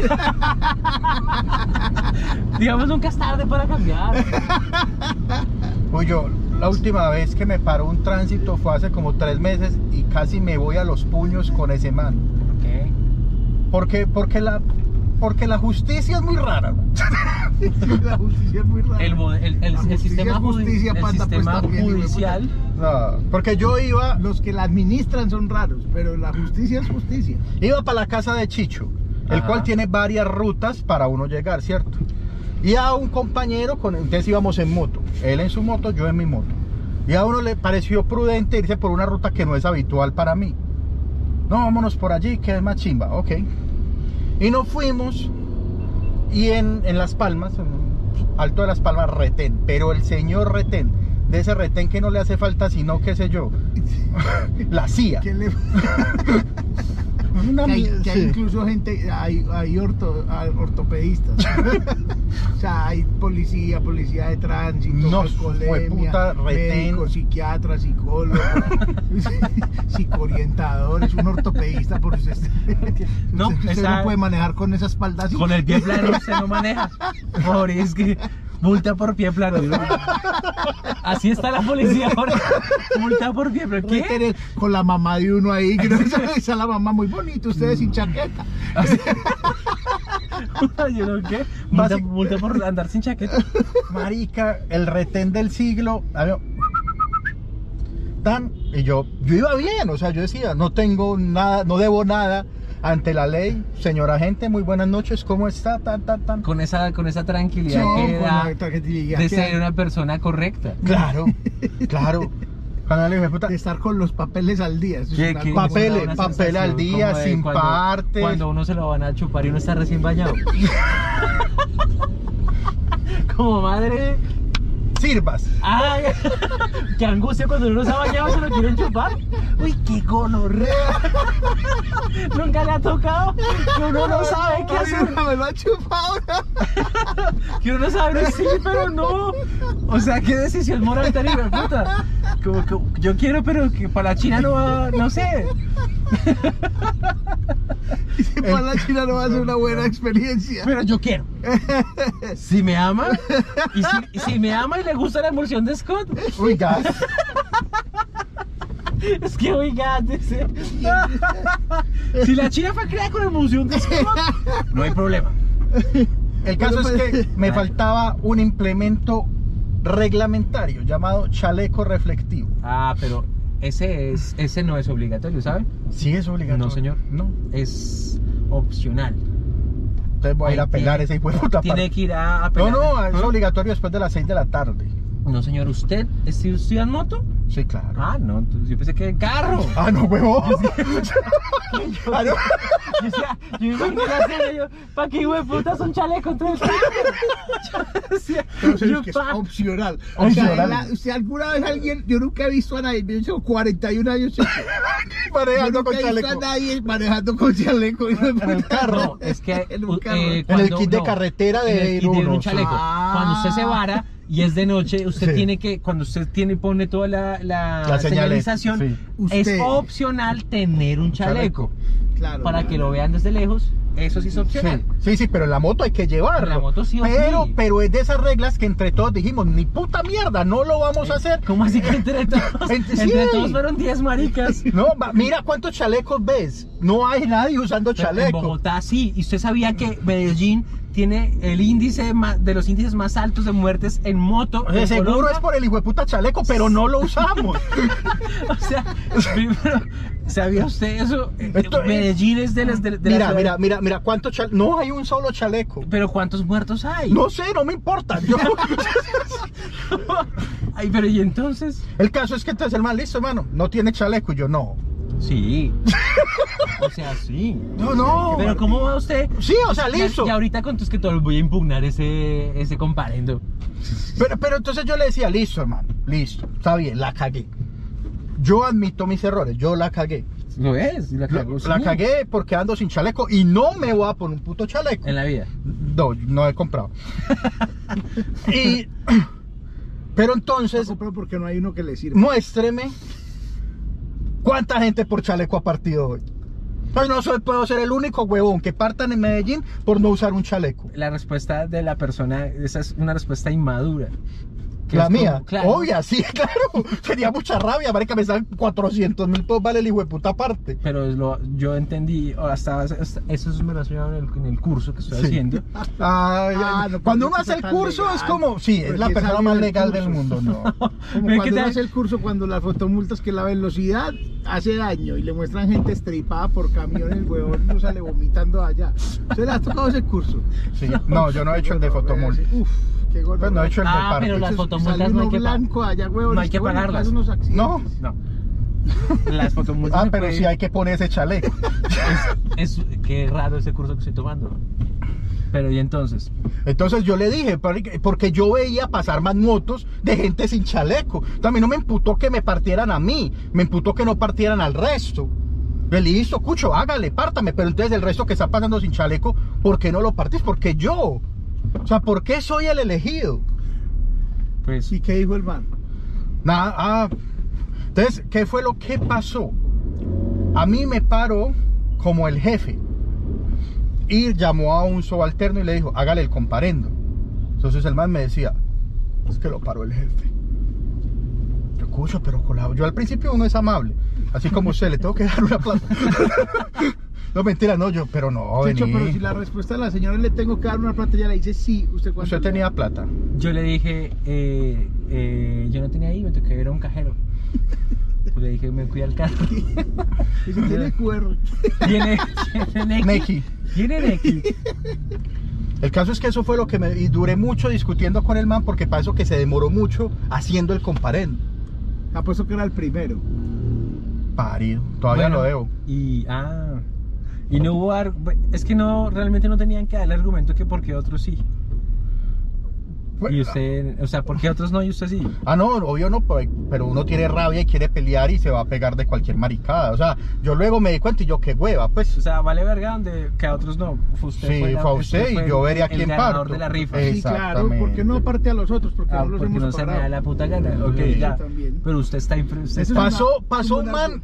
Speaker 3: digamos nunca es tarde para cambiar.
Speaker 2: (laughs) Uy, yo, la última vez que me paró un tránsito fue hace como tres meses y casi me voy a los puños con ese man.
Speaker 3: Ok.
Speaker 2: Porque, porque, la, porque la justicia es muy rara. güey.
Speaker 1: la justicia es muy rara.
Speaker 3: El, bo- el- el- el
Speaker 1: La justicia
Speaker 3: sistema,
Speaker 1: es
Speaker 3: judi-
Speaker 1: justicia,
Speaker 3: el
Speaker 1: panda, pues,
Speaker 3: sistema
Speaker 1: también, hijo de puta.
Speaker 3: judicial
Speaker 2: No, porque yo iba,
Speaker 1: Los que la administran son raros, pero la justicia es justicia.
Speaker 2: iba para la casa de Chicho, el
Speaker 3: Ajá.
Speaker 2: cual tiene varias rutas para uno llegar, ¿cierto? Y a un compañero, con entonces íbamos en moto, él en su moto, yo en mi moto. Y a uno le pareció prudente irse por una ruta que no es habitual para mí. No, vámonos por allí, que es más chimba. Ok. Y nos fuimos. Y en, en Las Palmas, en Alto de Las Palmas, retén. Pero el señor retén, de ese retén que no le hace falta, sino, qué sé yo,
Speaker 1: Ah.
Speaker 2: la CIA.
Speaker 1: ¿Qué le-
Speaker 2: Una
Speaker 1: que hay,
Speaker 2: mie-
Speaker 1: que hay
Speaker 2: sí.
Speaker 1: incluso gente, hay, hay orto- hay ortopedistas. (laughs) o sea, hay policía, policía de tránsito,
Speaker 2: No,
Speaker 1: alcoholemia,
Speaker 2: jueputa, retén.
Speaker 1: médicos, psiquiatras, (laughs) psicólogos, psicoorientadores, un ortopedista, porque usted, usted-
Speaker 3: No,
Speaker 1: usted
Speaker 3: esa-
Speaker 1: no puede manejar con esa espalda así.
Speaker 3: Con
Speaker 1: (laughs)
Speaker 3: el pie plano usted no maneja. Pobre, es que multa por pie plano. ¿no? Así está la policía ahora. Multa por pie plano. ¿Qué?
Speaker 1: Retener Con la mamá de uno ahí, que no sabe, esa es la mamá muy bonita, ustedes sin chaqueta.
Speaker 3: (laughs) Yo no, ¿qué? Multa,
Speaker 2: Basi-
Speaker 3: multa por andar sin chaqueta.
Speaker 2: Marica, el retén del siglo. a ver, Tan, y yo, yo iba bien, o sea, yo decía, no tengo nada, no debo nada ante la ley. Señora gente, muy buenas noches, ¿cómo está? Tan, tan, tan.
Speaker 3: Con esa, con esa tranquilidad
Speaker 1: No,
Speaker 3: que
Speaker 1: con
Speaker 3: da
Speaker 1: la tranquilidad
Speaker 3: de
Speaker 1: que
Speaker 3: ser
Speaker 1: da
Speaker 3: una persona correcta.
Speaker 2: Claro, claro. Cuando le dije, puta,
Speaker 1: de estar con los papeles al día. eso es
Speaker 3: ¿Qué-
Speaker 1: una
Speaker 3: qué-
Speaker 1: cosa.
Speaker 2: Papeles,
Speaker 3: una
Speaker 2: papel
Speaker 3: sensación
Speaker 2: al día,
Speaker 3: como de
Speaker 2: sin
Speaker 3: cuando-
Speaker 2: partes.
Speaker 3: Cuando uno se lo van a chupar y uno está recién bañado. (laughs) como madre.
Speaker 2: sirvas.
Speaker 3: ¡Ay! ¡Qué angustia cuando uno se ha bañado se lo quieren chupar! ¡Uy, qué gonorrea! Nunca le ha tocado que uno no sabe qué hacer.
Speaker 1: Me lo ha
Speaker 3: (laughs)
Speaker 1: chupado.
Speaker 3: Que uno sabe, sí, pero no. O sea, qué decisión moral tan hijo de puta. Como que yo quiero, pero que para la China no va, no sé.
Speaker 1: Para la China no va a ser una buena experiencia.
Speaker 3: Pero yo quiero. Si me ama, y si, y si me ama y le gusta la emulsión de Scott,
Speaker 2: Uy, gas.
Speaker 3: es que oiga, dice. Si la China fue creada con emulsión de Scott, no hay problema.
Speaker 2: El caso es
Speaker 1: Bueno, pues-
Speaker 2: que
Speaker 3: (laughs)
Speaker 2: me
Speaker 3: Ay.
Speaker 2: faltaba un implemento reglamentario llamado chaleco reflectivo.
Speaker 3: Ah, pero ese es, ese no es obligatorio, ¿sabe?
Speaker 2: Sí, es obligatorio.
Speaker 3: No, señor.
Speaker 2: No.
Speaker 3: Es opcional.
Speaker 2: Entonces voy a ir a
Speaker 3: Ahí
Speaker 2: pegar
Speaker 3: tiene-
Speaker 2: ese hijo de puta
Speaker 3: Tiene
Speaker 2: parte.
Speaker 3: que ir a, a
Speaker 2: No,
Speaker 3: pegar-
Speaker 2: no, es obligatorio después de las 6 de la tarde.
Speaker 3: No, señor, ¿usted estudia en moto?
Speaker 2: Sí, claro.
Speaker 3: Ah, no, entonces yo pensé que en
Speaker 2: (laughs)
Speaker 3: carro.
Speaker 2: Ah,
Speaker 1: (laughs)
Speaker 2: no, huevo. Ah, no.
Speaker 3: Yo decía, yo me imaginé la escena, yo, ¿pa' qué hijo de puta es un chaleco? Entonces, (laughs) yo decía,
Speaker 1: Entonces,
Speaker 3: yo,
Speaker 1: que es
Speaker 3: pa-
Speaker 1: opcional. O sea,
Speaker 2: Opcional.
Speaker 1: la- si alguna vez alguien, yo nunca he visto a nadie, yo tengo 41 años,
Speaker 3: (laughs)
Speaker 1: yo
Speaker 2: Manejando
Speaker 1: nunca
Speaker 2: con
Speaker 1: he visto
Speaker 2: chaleco.
Speaker 1: a nadie manejando con chaleco. hijo de
Speaker 2: En el
Speaker 1: puta.
Speaker 2: carro.
Speaker 3: No, es que
Speaker 1: (laughs) En un
Speaker 3: u- eh,
Speaker 1: carro. En el
Speaker 3: cuando-
Speaker 2: kit de carretera de
Speaker 3: en el
Speaker 2: ir
Speaker 3: kit de
Speaker 2: uno,
Speaker 3: un
Speaker 2: sí.
Speaker 3: chaleco.
Speaker 1: Ah.
Speaker 3: Cuando usted se vara y es de noche, usted
Speaker 2: Sí.
Speaker 3: tiene que cuando usted tiene pone toda la, la
Speaker 2: La señale-
Speaker 3: señalización,
Speaker 2: sí.
Speaker 3: es
Speaker 1: Usted-
Speaker 3: opcional tener un chaleco,
Speaker 1: Claro.
Speaker 3: para que lo vean desde lejos. Eso sí es opcional.
Speaker 2: Sí, sí, sí, pero la moto hay que llevarlo.
Speaker 3: La moto sí o
Speaker 2: pero,
Speaker 3: sí.
Speaker 2: pero es de esas reglas que entre todos dijimos, ni puta mierda, no lo vamos a hacer.
Speaker 3: ¿Cómo así que
Speaker 2: (laughs)
Speaker 3: entre todos?
Speaker 2: Ent- sí.
Speaker 3: Entre todos fueron
Speaker 2: (laughs)
Speaker 3: 10 maricas.
Speaker 2: No, va- mira cuántos chalecos ves. No hay nadie usando
Speaker 3: Pero En
Speaker 2: chaleco.
Speaker 3: Bogotá sí, y usted sabía que Medellín tiene el índice ma- de los índices más altos de muertes en moto.
Speaker 2: O sea,
Speaker 3: en
Speaker 2: seguro
Speaker 3: Colombia?
Speaker 2: es por el hijo de puta chaleco, pero no lo
Speaker 3: (laughs)
Speaker 2: usamos.
Speaker 3: O sea, primero, ¿sabía usted eso?
Speaker 2: Esto es-
Speaker 3: Medellín es de las de, de
Speaker 2: mira,
Speaker 3: las-
Speaker 2: mira, mira, mira, cuántos chalecos. No hay un solo chaleco.
Speaker 3: Pero ¿cuántos muertos hay?
Speaker 2: No sé, no me importa. Yo- (laughs)
Speaker 3: Ay, pero ¿y entonces?
Speaker 2: el caso es que entonces el man, listo, hermano, no tiene chaleco. Y yo, no. (laughs)
Speaker 3: Sí. O sea, sí.
Speaker 2: No, no.
Speaker 3: Pero ¿cómo va usted?
Speaker 2: Sí, o sea,
Speaker 3: Ya-
Speaker 2: listo.
Speaker 3: Ya, ahorita con tus que todo voy a impugnar ese, ese comparendo.
Speaker 2: Pero, pero entonces yo le decía, listo, hermano, listo, está bien, la cagué. Yo admito mis errores, yo la cagué.
Speaker 3: ¿Lo ves? La
Speaker 2: La,
Speaker 3: cagó, sí.
Speaker 2: la cagué porque ando sin chaleco y no me voy a poner un puto chaleco.
Speaker 3: En la vida.
Speaker 2: No, no he comprado. y, pero
Speaker 1: Lo
Speaker 2: entonces,
Speaker 1: compró porque no hay uno que le sirva.
Speaker 2: muéstreme cuánta gente por chaleco ha partido hoy. Pues no soy, puedo ser el único huevón que partan en Medellín por no usar un chaleco.
Speaker 3: La respuesta de la persona, esa es una respuesta inmadura. Que
Speaker 2: La
Speaker 3: es como,
Speaker 2: mía,
Speaker 3: claro,
Speaker 2: obvia, sí, (laughs) claro. Tenía mucha rabia, marica, me salen 400 mil pesos, vale el hijo de puta parte.
Speaker 3: Pero es lo- yo entendí, o hasta, hasta- eso es- me lo enseñaron en el, en el curso que estoy
Speaker 2: Sí.
Speaker 3: haciendo.
Speaker 2: Ay,
Speaker 1: Ah,
Speaker 2: ay,
Speaker 1: no,
Speaker 2: cuando uno
Speaker 1: porque
Speaker 2: hace
Speaker 1: eso
Speaker 2: el
Speaker 1: está
Speaker 2: curso
Speaker 1: legal.
Speaker 2: es como, sí, es
Speaker 1: Porque
Speaker 2: la
Speaker 1: es
Speaker 2: persona
Speaker 1: algo
Speaker 2: más
Speaker 1: del
Speaker 2: legal del
Speaker 1: curso.
Speaker 2: mundo, no.
Speaker 1: Como
Speaker 3: Ve que
Speaker 1: cuando
Speaker 3: te-
Speaker 1: uno hace el curso, cuando las fotomultas, que la velocidad hace daño y le muestran gente estripada por camiones, el huevón no sale vomitando allá. ¿Se le ha tocado ese curso? (laughs)
Speaker 2: Sí, no, yo no he hecho el de
Speaker 1: No,
Speaker 2: fotomol.
Speaker 1: vea, sí. Uf, Qué gol.
Speaker 2: Pues no, de hecho, el
Speaker 3: Ah,
Speaker 2: reparto.
Speaker 3: pero las
Speaker 2: Eso-
Speaker 3: fotomultas
Speaker 1: Sale
Speaker 3: no hay
Speaker 1: uno
Speaker 3: que pa-
Speaker 1: blanco allá, huevón.
Speaker 3: no hay que
Speaker 1: es bueno,
Speaker 3: pagarlas.
Speaker 1: hace unos accidentes.
Speaker 2: No.
Speaker 3: No. (laughs) Las fotomultas.
Speaker 2: Ah,
Speaker 3: se
Speaker 2: pero
Speaker 3: pueden-
Speaker 2: sí hay que poner ese chaleco.
Speaker 3: Es, qué raro ese curso que estoy tomando. Pero y entonces.
Speaker 2: Entonces yo le dije, "Parica", porque yo veía pasar más motos de gente sin chaleco. También no me emputó que me partieran a mí, me emputó que no partieran al resto. Le dije, listo, cucho, hágale, pártame. Pero entonces el resto que está pasando sin chaleco, ¿por qué no lo partís? Porque yo. O sea, ¿por qué soy el elegido?
Speaker 3: Pues.
Speaker 1: ¿Y qué dijo el man?
Speaker 2: Nada, ah. Entonces, ¿qué fue lo que pasó? A mí me paró como el jefe y llamó a un subalterno y le dijo, hágale el comparendo. Entonces el man me decía, es que lo paró el jefe. Yo, escucho, pero colabo. Yo al principio uno es amable, así como usted, le tengo que dar una plata. (laughs) no, mentira, no, yo, pero no,
Speaker 1: Chicho,
Speaker 2: vení.
Speaker 1: pero si la respuesta de la señora le tengo que dar una plata, ella le dice sí. ¿Usted cuánto?
Speaker 2: Usted
Speaker 1: le
Speaker 2: tenía plata.
Speaker 3: Yo le dije, eh, eh, yo no tenía ahí, me tocó ir a un cajero. Pues Le dije, me cuida el carro.
Speaker 1: da? Dice, tiene cuerno.
Speaker 3: Viene,
Speaker 2: Neki.
Speaker 3: Viene Neki.
Speaker 2: El caso es que eso fue lo que me... Y duré mucho discutiendo con el man porque para eso que se demoró mucho haciendo el comparendo.
Speaker 1: Apuesto que era el primero.
Speaker 2: Parido, todavía
Speaker 3: Bueno,
Speaker 2: lo debo.
Speaker 3: Y, ah, y no hubo. ar- Es que no, realmente no tenían que dar el argumento que porque otros sí. Y usted, o sea, porque otros no y usted sí.
Speaker 2: Ah, no, obvio no, pero, pero uno tiene rabia y quiere pelear y se va a pegar de cualquier maricada. O sea, yo luego me di cuenta y yo qué hueva,
Speaker 3: O
Speaker 2: pues.
Speaker 3: sea, vale verga donde que a otros no. Fue usted
Speaker 2: Sí,
Speaker 3: la-
Speaker 2: fue a usted y
Speaker 3: fue
Speaker 2: yo veré a
Speaker 3: el
Speaker 2: quién
Speaker 3: ganador
Speaker 2: parto.
Speaker 3: de la rifa.
Speaker 2: Eh,
Speaker 1: Sí, claro,
Speaker 2: Exactamente.
Speaker 1: porque no aparte a los otros, porque
Speaker 3: Ah,
Speaker 1: no los
Speaker 3: porque
Speaker 1: hemos
Speaker 3: no se me da
Speaker 1: parado.
Speaker 3: la puta gana. Ok,
Speaker 2: Sí,
Speaker 3: ya.
Speaker 1: también.
Speaker 3: Pero usted está. infra- Usted
Speaker 1: Eso
Speaker 3: está-
Speaker 1: es
Speaker 2: Pasó,
Speaker 1: una-
Speaker 2: pasó un
Speaker 1: una-
Speaker 2: man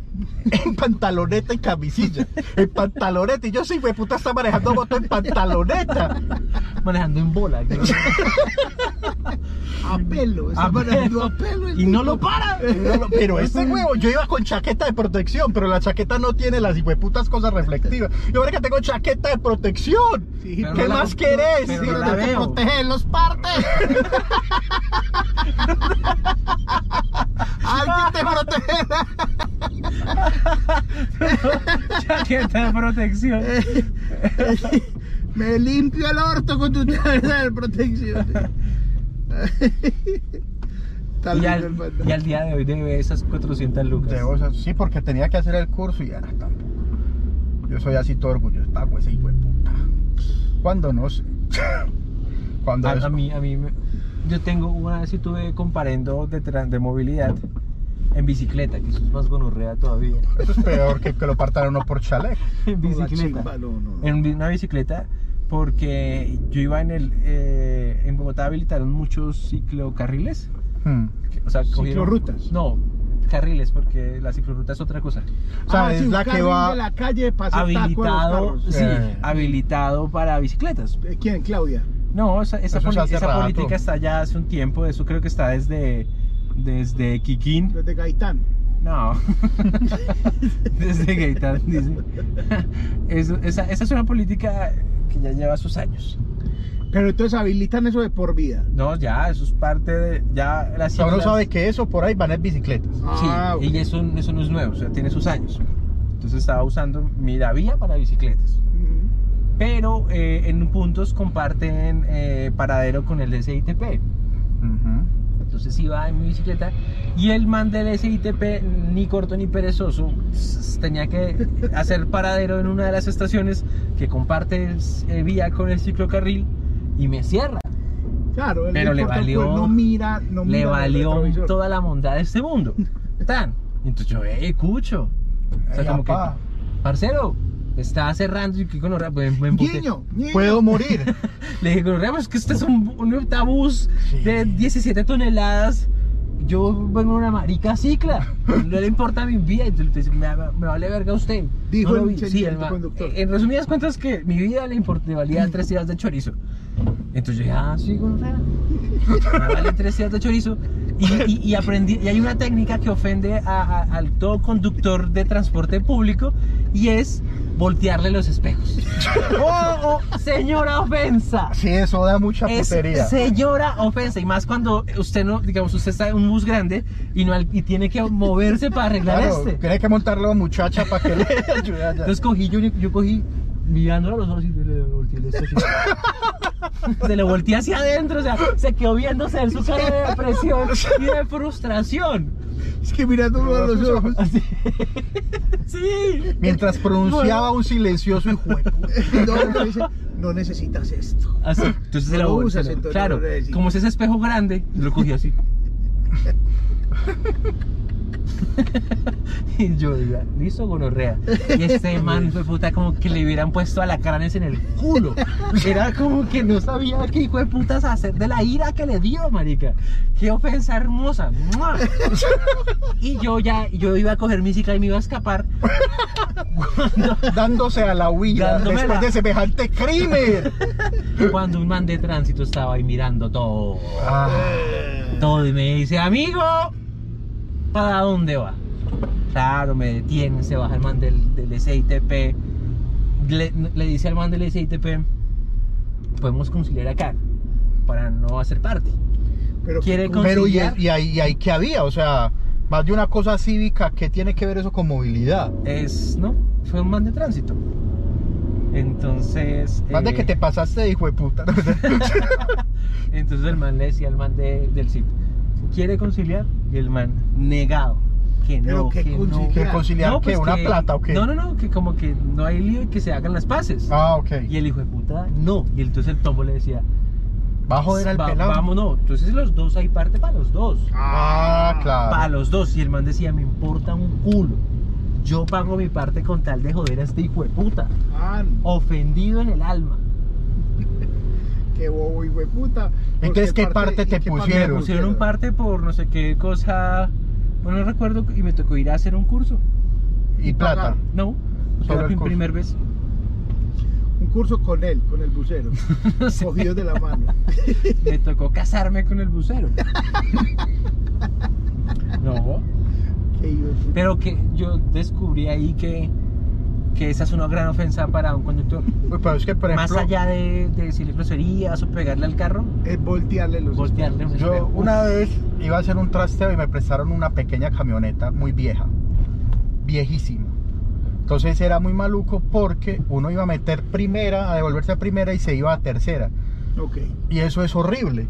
Speaker 2: en pantaloneta y camisilla. En pantaloneta. Y yo sí, fue puta, está manejando moto en pantaloneta.
Speaker 3: manejando
Speaker 2: (laughs)
Speaker 3: en bola. creo.
Speaker 1: A pelo, está
Speaker 3: A (laughs)
Speaker 1: manejando
Speaker 3: pelo.
Speaker 1: a pelo. el
Speaker 3: Ah, Y no
Speaker 1: tipo.
Speaker 3: lo (laughs) para.
Speaker 2: No, no, Pero este huevo, yo iba con chaqueta de protección, pero la chaqueta no tiene las putas cosas reflectivas. Yo ahora que tengo chaqueta de protección.
Speaker 1: Sí,
Speaker 3: Pero
Speaker 2: ¿Qué
Speaker 3: no la-
Speaker 2: más querés?
Speaker 3: pero
Speaker 2: Sí,
Speaker 3: no la
Speaker 2: tenés que
Speaker 3: veo.
Speaker 2: proteger los (laughs) partes. Alguien te protege.
Speaker 3: Chaqueta de protección.
Speaker 2: Eh,
Speaker 1: Me limpio el orto con tu tabla de
Speaker 3: (laughs)
Speaker 1: protección. Tal
Speaker 3: Y
Speaker 1: vez
Speaker 3: al,
Speaker 1: el
Speaker 3: y
Speaker 1: fantasma.
Speaker 3: al día de hoy debe esas 400 lucas.
Speaker 2: Debo, o sea, sí, porque tenía que hacer el curso y ahora tampoco. Yo soy así todo orgulloso. Pago ese hijo de puta. Cuando no sé. Cuando
Speaker 3: A,
Speaker 2: es-
Speaker 3: a mí, a mí, me- yo tengo una vez sí tuve comparendo de, tran- de movilidad en bicicleta, que eso es más gonorrea todavía. (laughs)
Speaker 2: Eso es peor que que lo partan a uno por chaleco.
Speaker 3: En
Speaker 1: Por la
Speaker 3: bicicleta. Eh,
Speaker 1: chimba, no, no, no.
Speaker 3: En una bicicleta, porque yo iba en el. eh, en Bogotá habilitaron muchos ciclocarriles.
Speaker 2: Hmm.
Speaker 3: que- O sea, cogieron-
Speaker 1: Ciclorrutas.
Speaker 3: No, carriles, porque la ciclorruta es otra cosa.
Speaker 2: O sea, es
Speaker 1: Ah, un
Speaker 2: la que
Speaker 1: carril
Speaker 2: va
Speaker 1: de la calle pasa
Speaker 3: habilitado, sí,
Speaker 2: Eh.
Speaker 3: habilitado para bicicletas.
Speaker 1: ¿Quién? Claudia.
Speaker 3: No, esa, esa
Speaker 2: Eso se
Speaker 3: poli-
Speaker 2: hace
Speaker 3: esa
Speaker 2: rato.
Speaker 3: política está ya hace un tiempo, eso creo que está desde, desde Kikín.
Speaker 1: Desde Gaitán.
Speaker 3: No, (laughs) desde Gaitán, dice. (laughs) Eso- esa, esa es una política que ya lleva sus años.
Speaker 1: Pero entonces habilitan eso de por vida.
Speaker 3: No, ya, eso es parte de, ya las
Speaker 2: O sea, uno
Speaker 3: siglas-
Speaker 2: sabe que eso por ahí van en bicicletas.
Speaker 3: Sí,
Speaker 1: Ah,
Speaker 3: y eso, eso no es nuevo, o sea, tiene sus años. Entonces estaba usando Miravía para bicicletas.
Speaker 1: Ujú.
Speaker 3: Pero eh, en puntos comparten eh, paradero con el SITP. Entonces iba en mi bicicleta y el man del SITP, ni corto ni perezoso, s- tenía que hacer paradero en una de las estaciones que comparte eh, vía con el ciclocarril y me cierra.
Speaker 1: Claro, él
Speaker 3: Pero le
Speaker 1: importa,
Speaker 3: valió-
Speaker 1: pues, no mira, no
Speaker 3: Le
Speaker 1: mira en el
Speaker 3: valió
Speaker 1: retrovisor.
Speaker 3: toda la bondad de este mundo. Tan. Entonces yo, eh, cucho. O sea,
Speaker 1: Eh,
Speaker 2: Ey,
Speaker 3: como que,
Speaker 2: apá.
Speaker 3: parcero, está cerrando y que con me, me emputé.
Speaker 1: Niño, niño.
Speaker 2: Puedo morir. (laughs)
Speaker 3: Le dije, "Gonorrea, pues que este es un, un octabús de 17 toneladas. Yo vengo en una marica cicla. No le importa mi vida. Entonces, me, me vale verga usted.
Speaker 1: Dijo
Speaker 3: No lo
Speaker 1: el
Speaker 3: vi. Sí,
Speaker 1: señor
Speaker 3: ma-
Speaker 1: conductor.
Speaker 3: En resumidas cuentas, que mi vida le, import- le
Speaker 1: (clears throat)
Speaker 3: valía tres tiras de chorizo. Entonces yo dije, ah, sí, gonorrea. Me vale tres tiras de chorizo. Y, y- y aprendí, y hay una técnica que ofende a- a- al todo conductor de transporte público y es voltearle los
Speaker 2: (laughs)
Speaker 3: espejos. ¡Oh, oh, señora ofensa!
Speaker 2: Sí, eso da mucha
Speaker 3: es
Speaker 2: putería.
Speaker 3: señora ofensa y más cuando usted no digamos usted está en un bus grande y no al- y tiene que moverse para arreglar
Speaker 2: Claro,
Speaker 3: este
Speaker 2: tiene que montarlo a muchacha para que le (laughs) ayude allá.
Speaker 3: entonces cogí yo, yo cogí mirándolo a los ojos y le volteé el este así. Se le volteé hacia adentro, o sea, se quedó viéndose en su cara de depresión y de frustración.
Speaker 1: Es que mirándolo a los ojos.
Speaker 3: Sí. (laughs)
Speaker 2: Mientras pronunciaba un silencioso hijo. de puta.
Speaker 1: (laughs) No, uno dice, no necesitas esto. (laughs)
Speaker 3: Así. Ah, Entonces se
Speaker 1: No
Speaker 3: la
Speaker 1: lo
Speaker 3: volteó.
Speaker 1: usas, entonces
Speaker 3: Claro,
Speaker 1: no lo necesitas.
Speaker 3: como es ese espejo grande, lo
Speaker 1: (laughs)
Speaker 3: cogí así. (laughs) y yo diga, listo, gonorrea.
Speaker 1: (laughs)
Speaker 3: Y este man fue puta como que le hubieran puesto alacranes en el culo. Era como que no sabía qué hijo de putas hacer de la ira que le dio, marica. Qué ofensa hermosa. ¡Mua! Y yo ya, yo iba a coger mi cicla y me iba a escapar.
Speaker 1: Dándose a la huida
Speaker 3: Dándome
Speaker 1: después
Speaker 3: la-
Speaker 1: de semejante crimen.
Speaker 3: (laughs) Cuando un man de tránsito estaba ahí mirando todo.
Speaker 2: Ah,
Speaker 1: Eh,
Speaker 3: todo y me dice, amigo, ¿para dónde va? Claro, me detiene, se baja el man del, del SITP, le, le dice al man del SITP, podemos conciliar acá para no hacer parte.
Speaker 1: pero
Speaker 3: ¿Quiere
Speaker 2: Pero y,
Speaker 3: conciliar?
Speaker 2: y ahí, y ahí que había, o sea, más de una cosa cívica, ¿qué tiene que ver eso con movilidad?
Speaker 3: Es, ¿no? Fue un man de tránsito. Entonces...
Speaker 2: Más de
Speaker 3: eh,
Speaker 2: que te pasaste, hijo de puta. (laughs)
Speaker 3: Entonces el man le decía al man de- del CIP, ¿quiere conciliar? Y el man, negado. Que
Speaker 1: Pero
Speaker 3: no,
Speaker 1: que
Speaker 3: que (laughs) no.
Speaker 1: conciliar.
Speaker 2: ¿Qué conciliar?
Speaker 3: No, pues
Speaker 2: ¿Qué? ¿Una
Speaker 3: que-
Speaker 2: plata o qué?
Speaker 3: No, no, no, que como que no hay lío y que se hagan las paces.
Speaker 2: Ah, ok.
Speaker 3: Y el hijo de puta, no. Y entonces el tombo le decía,
Speaker 2: Va a joder al
Speaker 3: "Va-
Speaker 2: pelado.
Speaker 3: Vamos, no. Entonces los dos hay parte para los dos.
Speaker 2: Ah, claro.
Speaker 3: Para los dos. Y el man decía, me importa un culo. Yo pago mi parte con tal de joder a este hijo de puta.
Speaker 1: Ah, no,
Speaker 3: Ofendido en el alma.
Speaker 1: qué bobo, hijo de puta. ¿Por
Speaker 2: Entonces, ¿qué parte
Speaker 1: y
Speaker 2: te
Speaker 1: qué
Speaker 2: pusieron?
Speaker 3: Me pusieron un parte por no sé qué cosa. Bueno, no recuerdo. Y me tocó ir a hacer un curso.
Speaker 2: Y plata.
Speaker 1: pagar.
Speaker 3: No. Fue
Speaker 2: Solo
Speaker 3: la
Speaker 2: el
Speaker 3: prim-
Speaker 2: curso.
Speaker 3: primer vez. (laughs)
Speaker 1: Un curso con él, con el
Speaker 2: (laughs)
Speaker 1: bucero.
Speaker 3: No sé.
Speaker 1: Cogidos de la mano.
Speaker 3: Me tocó casarme con
Speaker 2: (laughs)
Speaker 3: el bucero. No.
Speaker 1: Qué hijo de puta.
Speaker 3: Pero que yo descubrí ahí que, que esa es una gran ofensa para un conductor.
Speaker 2: Uy, pero es que, por
Speaker 3: Más
Speaker 2: ejemplo,
Speaker 3: allá de, de decirle groserías o pegarle al carro, pues,
Speaker 1: Es voltearle los
Speaker 3: voltearle. un
Speaker 2: yo
Speaker 3: espejo.
Speaker 2: una vez iba a hacer un trasteo y me prestaron una pequeña camioneta muy vieja. Viejísima. Entonces era muy maluco porque uno iba a meter primera, a devolverse a primera y se iba a tercera.
Speaker 1: Ok.
Speaker 2: Y eso es horrible.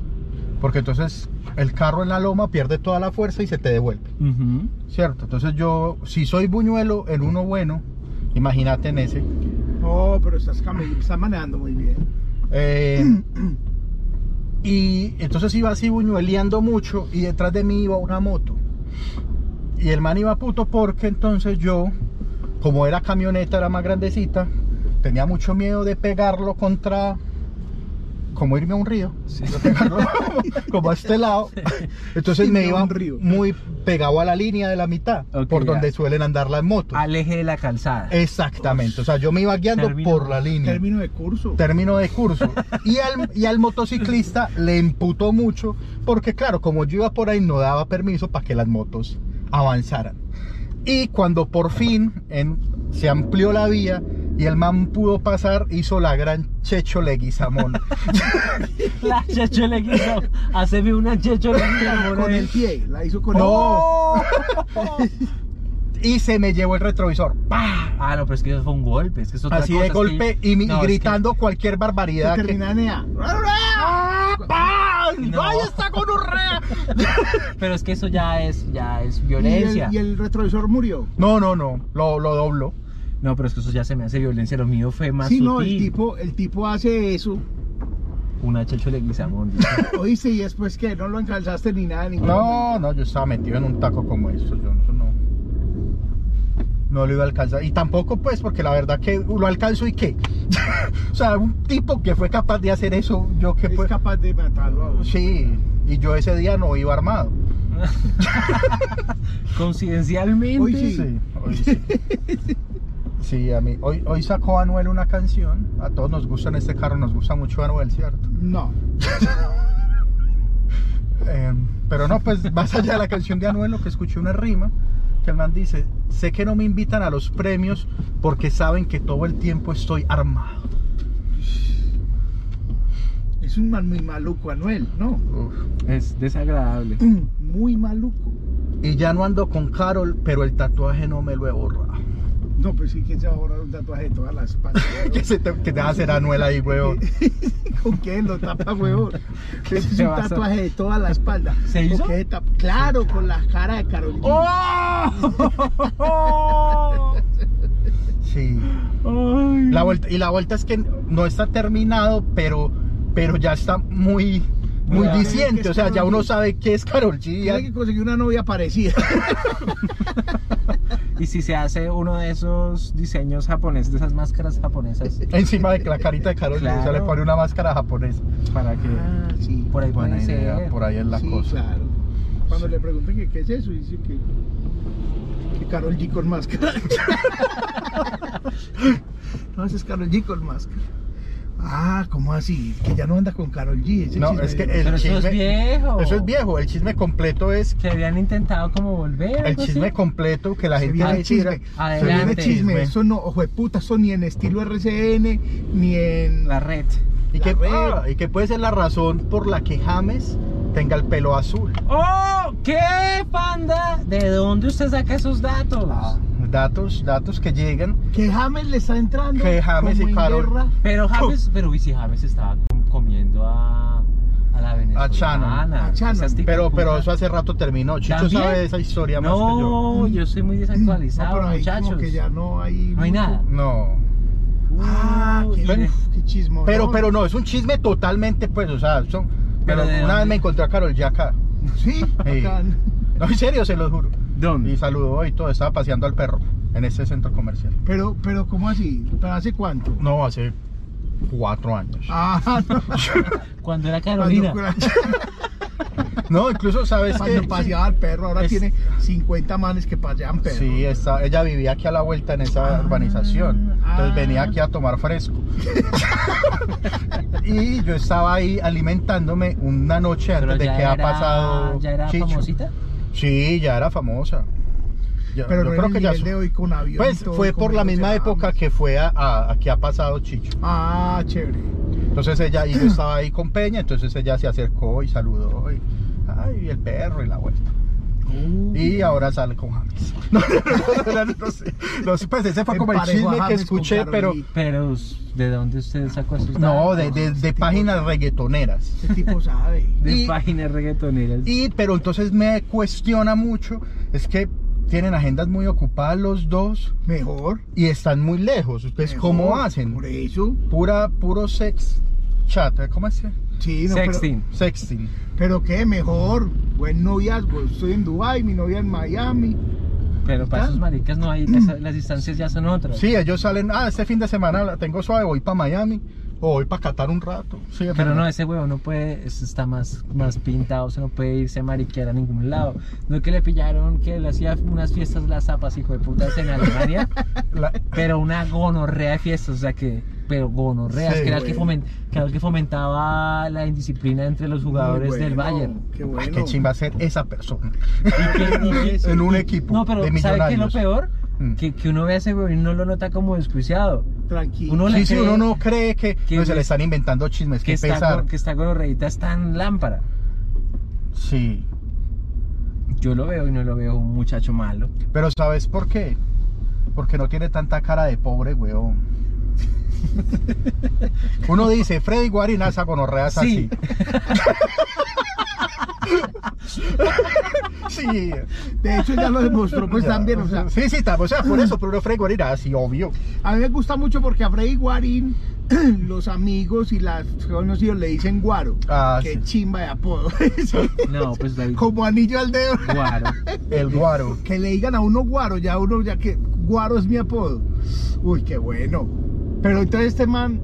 Speaker 2: Porque entonces el carro en la loma pierde toda la fuerza y se te devuelve.
Speaker 3: Ujú.
Speaker 2: ¿Cierto? Entonces yo, si soy buñuelo, el uno bueno, imagínate en ese.
Speaker 1: Oh, pero estás, cami- estás manejando muy bien.
Speaker 2: Eh, y entonces iba así buñueleando mucho y detrás de mí iba una moto. Y el man iba puto porque entonces yo, como era camioneta, era más grandecita, tenía mucho miedo de pegarlo contra, como irme a un río, de
Speaker 1: (laughs)
Speaker 2: pegarlo como a este lado. Entonces
Speaker 1: Irme
Speaker 2: me
Speaker 1: a
Speaker 2: iba
Speaker 1: un río.
Speaker 2: muy pegado a la línea de la mitad,
Speaker 3: Ok,
Speaker 2: por
Speaker 3: ya.
Speaker 2: donde suelen andar las motos.
Speaker 3: Al eje de la calzada.
Speaker 1: Eh.
Speaker 2: Exactamente, o sea, yo me iba guiando
Speaker 3: Termino-
Speaker 2: por la línea
Speaker 1: Término de curso.
Speaker 2: término de curso. Y al, y al motociclista le imputó mucho, porque claro, como yo iba por ahí, no daba permiso para que las motos avanzaran. Y cuando por fin en- se amplió la vía y el man pudo pasar, hizo la gran Checho
Speaker 3: (laughs)
Speaker 2: Leguizamón.
Speaker 3: (laughs) La checho le quiso. Haceme una checho le
Speaker 1: (laughs)
Speaker 3: quiso.
Speaker 1: Con el pie, la hizo con
Speaker 3: (laughs)
Speaker 2: ¡No! y se me llevó el retrovisor. ¡Pah!
Speaker 3: Ah, no, pero es que eso fue un golpe. Es que es otra
Speaker 2: Así
Speaker 3: cosa,
Speaker 2: de
Speaker 3: es que-
Speaker 2: golpe y, mi-
Speaker 3: No, es que-
Speaker 2: gritando cualquier
Speaker 1: el pie.
Speaker 2: barbaridad.
Speaker 1: Se
Speaker 2: que-
Speaker 1: termina en E EA.
Speaker 2: (laughs) ¡Ah! ¡Pah!
Speaker 3: No.
Speaker 2: ¡Ay, está con
Speaker 3: (laughs) Pero es que eso ya es, ya es
Speaker 1: Y
Speaker 3: violencia.
Speaker 1: el, y el retrovisor murió.
Speaker 2: No, no, no, lo, lo doblo.
Speaker 3: No, pero es que eso ya se me hace violencia. Lo mío fue más
Speaker 1: sí,
Speaker 3: sutil.
Speaker 1: no, el tipo, el tipo hace
Speaker 2: (laughs)
Speaker 1: eso.
Speaker 3: Una checho le guisamón.
Speaker 1: Oíste, y después que no lo encalzaste ni nada. Ni
Speaker 2: No, no, yo estaba metido en un taco como esto, yo no, no, no lo iba a alcanzar. Y tampoco pues, porque la verdad que lo alcanzo y qué. (laughs) o sea, un tipo que fue capaz de hacer eso, yo que
Speaker 1: Es
Speaker 2: pues...
Speaker 1: capaz de matarlo a uno.
Speaker 2: Sí, y yo ese día no iba armado.
Speaker 3: (laughs) Coincidencialmente.
Speaker 1: Hoy sí.
Speaker 2: hoy sí. Sí, a mí. Hoy, hoy sacó Anuel una canción. A todos nos gusta en este carro, nos gusta mucho Anuel, ¿cierto?
Speaker 1: No.
Speaker 2: Em, pero no, pues más allá de la canción de Anuel, lo que escuché una rima que el man dice, sé que no me invitan a los premios porque saben que todo el tiempo estoy armado.
Speaker 1: Es un man muy maluco, Anuel, ¿no?
Speaker 3: Es desagradable.
Speaker 1: Muy maluco.
Speaker 2: Y ya no ando con Carol, pero el tatuaje no me lo he borrado. (laughs)
Speaker 1: No, pues sí, ¿quién se va a borrar un tatuaje de todas las espalda? (laughs)
Speaker 2: que, se te, que te va a hacer Anuel ahí, huevón.
Speaker 1: ¿Con qué lo tapa,
Speaker 2: (laughs)
Speaker 1: huevón? Ese es
Speaker 3: Se
Speaker 1: un
Speaker 3: va a hacer-
Speaker 1: tatuaje de toda la espalda.
Speaker 3: ¿Se hizo?
Speaker 1: ¿Con qué tapa? Claro, con la cara de Carolina. (laughs)
Speaker 3: ¡Oh!
Speaker 2: Sí.
Speaker 3: Ay.
Speaker 2: La vuelta, y la vuelta es que no está terminado, pero, pero ya está muy, muy
Speaker 3: Ya.
Speaker 2: diciente. O sea, ya uno sabe qué es Carol G. ya-
Speaker 1: Tiene que conseguir una novia
Speaker 2: (laughs)
Speaker 1: parecida.
Speaker 3: Y si se hace uno de esos diseños japoneses, de esas máscaras japonesas,
Speaker 2: Encima de la carita de Carol G. O sea, le
Speaker 3: Claro.
Speaker 2: pone una máscara japonesa.
Speaker 3: para que
Speaker 1: Ah, sí.
Speaker 3: por ahí
Speaker 2: Buena
Speaker 3: puede
Speaker 2: idea,
Speaker 3: ser.
Speaker 2: por ahí es la
Speaker 1: sí,
Speaker 2: cosa.
Speaker 1: claro. Cuando le pregunten que qué es eso, dicen que, que Carol G con máscara. (laughs) no, ese es Carol G con máscara. Ah, ¿cómo así? Que ya no anda con Carol G. ese
Speaker 2: No,
Speaker 1: chisme
Speaker 2: es que
Speaker 1: de-
Speaker 2: el
Speaker 3: Pero eso
Speaker 2: chisme.
Speaker 3: es viejo.
Speaker 2: Eso es viejo. El chisme completo es.
Speaker 3: Que habían intentado como volver.
Speaker 2: El
Speaker 3: algo así.
Speaker 2: chisme completo que la
Speaker 1: Se
Speaker 2: gente
Speaker 1: viene
Speaker 2: va a
Speaker 1: el chisme. Se
Speaker 2: decir,
Speaker 1: viene
Speaker 3: Adelante.
Speaker 1: chisme.
Speaker 2: Chisme.
Speaker 1: Eso no, ojo de puta, eso ni en estilo
Speaker 2: Pues.
Speaker 1: RCN, ni en.
Speaker 3: La red.
Speaker 2: Y
Speaker 1: La
Speaker 2: que,
Speaker 1: red.
Speaker 2: ah, y que puede ser la razón por la que James tenga el pelo azul.
Speaker 3: ¡Oh! ¿Qué, panda? ¿De dónde usted saca esos datos?
Speaker 2: Ah. Datos, datos que llegan.
Speaker 1: Que James le está entrando.
Speaker 2: Que James
Speaker 1: como
Speaker 2: y
Speaker 1: en
Speaker 2: Karol. (clears throat)
Speaker 1: guerra.
Speaker 3: Pero James, pero ¿y si James estaba com- comiendo a, a la venezolana?
Speaker 2: Shannon.
Speaker 1: A Shannon.
Speaker 3: Esas tipas
Speaker 2: Pero, pero
Speaker 3: putas.
Speaker 2: eso hace rato terminó. Chicho
Speaker 3: ¿También?
Speaker 2: sabe de esa historia más que yo.
Speaker 3: No, yo soy muy
Speaker 1: No,
Speaker 3: desactualizado,
Speaker 1: pero ahí como
Speaker 3: muchachos.
Speaker 1: que ya no hay.
Speaker 3: No hay
Speaker 1: mucho.
Speaker 3: nada.
Speaker 2: No.
Speaker 1: Ah,
Speaker 3: Uy,
Speaker 1: qué,
Speaker 3: pero-
Speaker 1: uf, qué chismón.
Speaker 2: Pero, pero no, es un chisme totalmente, pues, o sea, son-
Speaker 3: Pero
Speaker 2: pero
Speaker 3: ¿de
Speaker 2: una
Speaker 3: dónde?
Speaker 2: vez me encontré a Carol ya acá. (laughs)
Speaker 1: Sí, bacán.
Speaker 2: No, en serio, se lo juro. Y
Speaker 3: ¿Dónde?
Speaker 2: saludó y todo, estaba paseando al perro en ese centro comercial.
Speaker 1: Pero, pero, ¿cómo así? ¿Pero hace cuánto?
Speaker 2: No, hace cuatro años.
Speaker 1: Ah, (laughs) no.
Speaker 3: Cuando era
Speaker 1: Cuando,
Speaker 3: Carolina.
Speaker 2: (laughs) No, incluso sabes
Speaker 1: cuando
Speaker 2: que.
Speaker 1: paseaba al perro, ahora
Speaker 2: Es-
Speaker 1: tiene 50 manes que pasean perro.
Speaker 2: Sí, está- ella vivía aquí a la vuelta en esa
Speaker 1: Ah,
Speaker 2: urbanización.
Speaker 1: ah.
Speaker 2: Entonces venía aquí a
Speaker 1: (laughs)
Speaker 2: tomar fresco. y yo estaba ahí alimentándome una noche
Speaker 3: Pero
Speaker 2: antes de que
Speaker 3: ya
Speaker 2: ha
Speaker 3: era-
Speaker 2: pasado.
Speaker 3: ¿Ya era
Speaker 2: Chicho.
Speaker 3: famosita?
Speaker 2: Sí, ya era famosa. Ya-
Speaker 1: Pero
Speaker 2: yo
Speaker 1: no
Speaker 2: creo que ya
Speaker 1: nivel
Speaker 2: su-
Speaker 1: de hoy con avión. y
Speaker 2: Pues
Speaker 1: todo,
Speaker 2: fue
Speaker 1: con
Speaker 2: por la
Speaker 1: Beyoncé
Speaker 2: misma
Speaker 1: Adams.
Speaker 2: época que fue a, a- a que ha pasado Chicho.
Speaker 1: Ah, chévere.
Speaker 2: Entonces
Speaker 1: (clears throat)
Speaker 2: ella, y yo estaba ahí con Peña, entonces ella se acercó y saludó. Y, ay, y el perro y la vuelta. Y ahora sale con James. (laughs) No, no, no, no, no sé. No sé, pues ese fue como el
Speaker 1: Emparejó a
Speaker 2: chisme que
Speaker 1: James con
Speaker 2: escuché,
Speaker 1: Karol
Speaker 2: pero.
Speaker 1: G.
Speaker 3: Pero, ¿de dónde usted sacó esos datos?
Speaker 2: No, de, de- de páginas reggaetoneras.
Speaker 1: Ese tipo sabe.
Speaker 3: De
Speaker 2: y-
Speaker 3: páginas reggaetoneras.
Speaker 2: Y, pero entonces me cuestiona mucho, es que tienen agendas muy ocupadas los dos
Speaker 1: Mejor.
Speaker 2: y están muy lejos. ¿Ustedes Pues, cómo
Speaker 1: mejor.
Speaker 2: hacen?
Speaker 1: Por eso.
Speaker 2: Pura, puro sex chat, ¿eh? ¿cómo es? que?
Speaker 1: Sí, no, pero-
Speaker 3: Sexting.
Speaker 2: Sexting.
Speaker 1: Pero, qué mejor. Buen noviazgo. Estoy en Dubai, mi novia en Miami.
Speaker 3: Pero para
Speaker 1: ¿Está?
Speaker 3: esos maricas no hay, esa- las distancias ya son otras.
Speaker 2: Sí, ellos salen, ah, este fin de semana la tengo suave, voy para Miami o voy para Qatar un rato. Sí, es
Speaker 3: Pero
Speaker 2: verdad.
Speaker 3: no, ese huevo no puede, ese está más, más pintado, se no puede irse a mariquear a ningún lado. No que le pillaron que le hacía unas fiestas las zapas, hijo de putas, en Alemania,
Speaker 2: La-
Speaker 3: pero una gonorrea de fiestas, o sea que, pero gonorreas,
Speaker 2: Sí,
Speaker 3: que, era el que,
Speaker 1: güey.
Speaker 3: fomen- que era el que fomentaba la indisciplina entre los jugadores
Speaker 1: Muy
Speaker 3: del
Speaker 1: bueno,
Speaker 3: Bayern.
Speaker 2: (laughs)
Speaker 1: Qué bueno.
Speaker 2: Ay, qué chimba ser esa persona
Speaker 3: Y que- y que-
Speaker 2: en un equipo
Speaker 3: no, pero
Speaker 2: de
Speaker 3: ¿sabe qué es lo
Speaker 2: millonarios.
Speaker 3: peor?
Speaker 2: Mm.
Speaker 3: Que, que uno ve a ese huevo y no lo nota como desjuiciado.
Speaker 1: Tranquilo.
Speaker 3: Uno le
Speaker 2: Sí, sí,
Speaker 3: cree
Speaker 2: uno no cree que,
Speaker 3: que-
Speaker 2: no, se le están inventando chismes,
Speaker 3: que
Speaker 2: que,
Speaker 3: está,
Speaker 2: pesar.
Speaker 3: go- que está gonorreita, está en lámpara.
Speaker 2: Sí,
Speaker 3: Yo lo veo y no lo veo un muchacho malo.
Speaker 2: pero ¿sabes por qué? Porque no tiene tanta cara de pobre,
Speaker 3: (laughs)
Speaker 2: weón. Uno dice, Freddy Guarina, esa gonorrea Ah, es
Speaker 3: Sí. (laughs)
Speaker 2: así. Sí.
Speaker 1: De hecho, ya lo demostró, pues
Speaker 2: (laughs) Ya.
Speaker 1: también. O sea,
Speaker 2: sí, sí, está, o sea, por eso, pero uno Freddy Guarina, así, obvio.
Speaker 1: a mí me gusta mucho porque a Freddy Guarín, (clears throat) los amigos y las conocidos le dicen Guaro.
Speaker 2: Ah,
Speaker 1: Qué
Speaker 2: sí.
Speaker 1: chimba de apodo.
Speaker 3: (laughs)
Speaker 1: (laughs)
Speaker 3: No, pues David.
Speaker 1: Como anillo al dedo.
Speaker 2: (laughs)
Speaker 3: Guaro.
Speaker 2: El guaro.
Speaker 1: Que le digan a uno Guaro, ya uno, ya que Guaro es mi apodo. Uy, qué bueno. Pero entonces este man,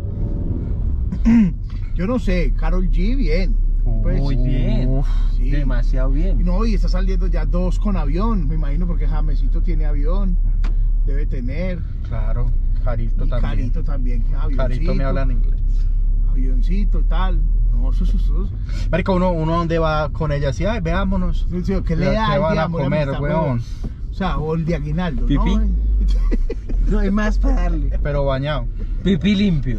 Speaker 1: (clears throat) yo no sé, Carol G, bien. Pues,
Speaker 3: Muy bien.
Speaker 2: Uf,
Speaker 1: sí.
Speaker 3: Demasiado bien.
Speaker 1: No, y está saliendo ya dos con avión, me imagino, porque Jamesito tiene avión, debe tener.
Speaker 2: claro, Carito
Speaker 1: Y
Speaker 2: también.
Speaker 1: Carito también, avioncito.
Speaker 2: Carito me habla en inglés.
Speaker 1: Avioncito, tal. No, sus, sus, sus.
Speaker 2: Marica, uno, uno dónde va con ella, así, ay, veámonos.
Speaker 1: ¿Qué le da
Speaker 2: ¿Qué
Speaker 1: el
Speaker 2: van
Speaker 1: de
Speaker 2: a
Speaker 1: amor y
Speaker 2: comer,
Speaker 1: amistad,
Speaker 2: weón?
Speaker 1: O sea, o el de aguinaldo,
Speaker 3: Pipí.
Speaker 1: ¿no?
Speaker 3: No hay más para darle.
Speaker 2: Pero bañado.
Speaker 3: Pipí limpio.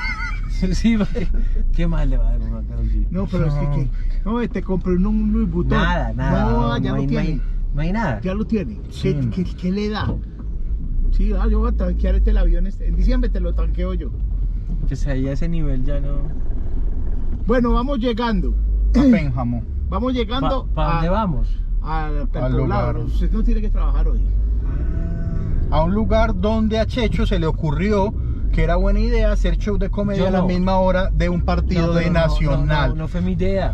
Speaker 3: (laughs) sí, porque- ¿qué más le va a dar uno a Karol G?
Speaker 1: No, pero es
Speaker 2: No.
Speaker 1: que, que- no, te compré un, un Louis Vuitton.
Speaker 3: Nada, nada.
Speaker 1: No, ya
Speaker 3: hay-
Speaker 1: lo
Speaker 3: no
Speaker 1: tiene.
Speaker 3: hay- no hay nada.
Speaker 1: Ya lo tiene.
Speaker 2: Sí.
Speaker 1: ¿Qué, qué, qué le da? Sí, ah, yo voy a tanquear este el avión. este- En diciembre te lo tanqueo yo.
Speaker 3: Pues ahí a ese nivel ya no.
Speaker 1: Bueno, vamos llegando.
Speaker 2: A Pénjamo.
Speaker 1: Vamos
Speaker 3: ¿Para
Speaker 1: llegando a,
Speaker 3: dónde vamos?
Speaker 1: al- al
Speaker 2: Al
Speaker 1: poblado.
Speaker 2: lugar.
Speaker 1: Usted no tiene que trabajar hoy.
Speaker 2: A un lugar donde a Checho se le ocurrió que era buena idea hacer show de comedia
Speaker 3: Yo
Speaker 2: a la
Speaker 3: no.
Speaker 2: misma hora de un partido
Speaker 3: No,
Speaker 2: de
Speaker 3: no, no,
Speaker 2: Nacional.
Speaker 3: No, no, no fue mi idea.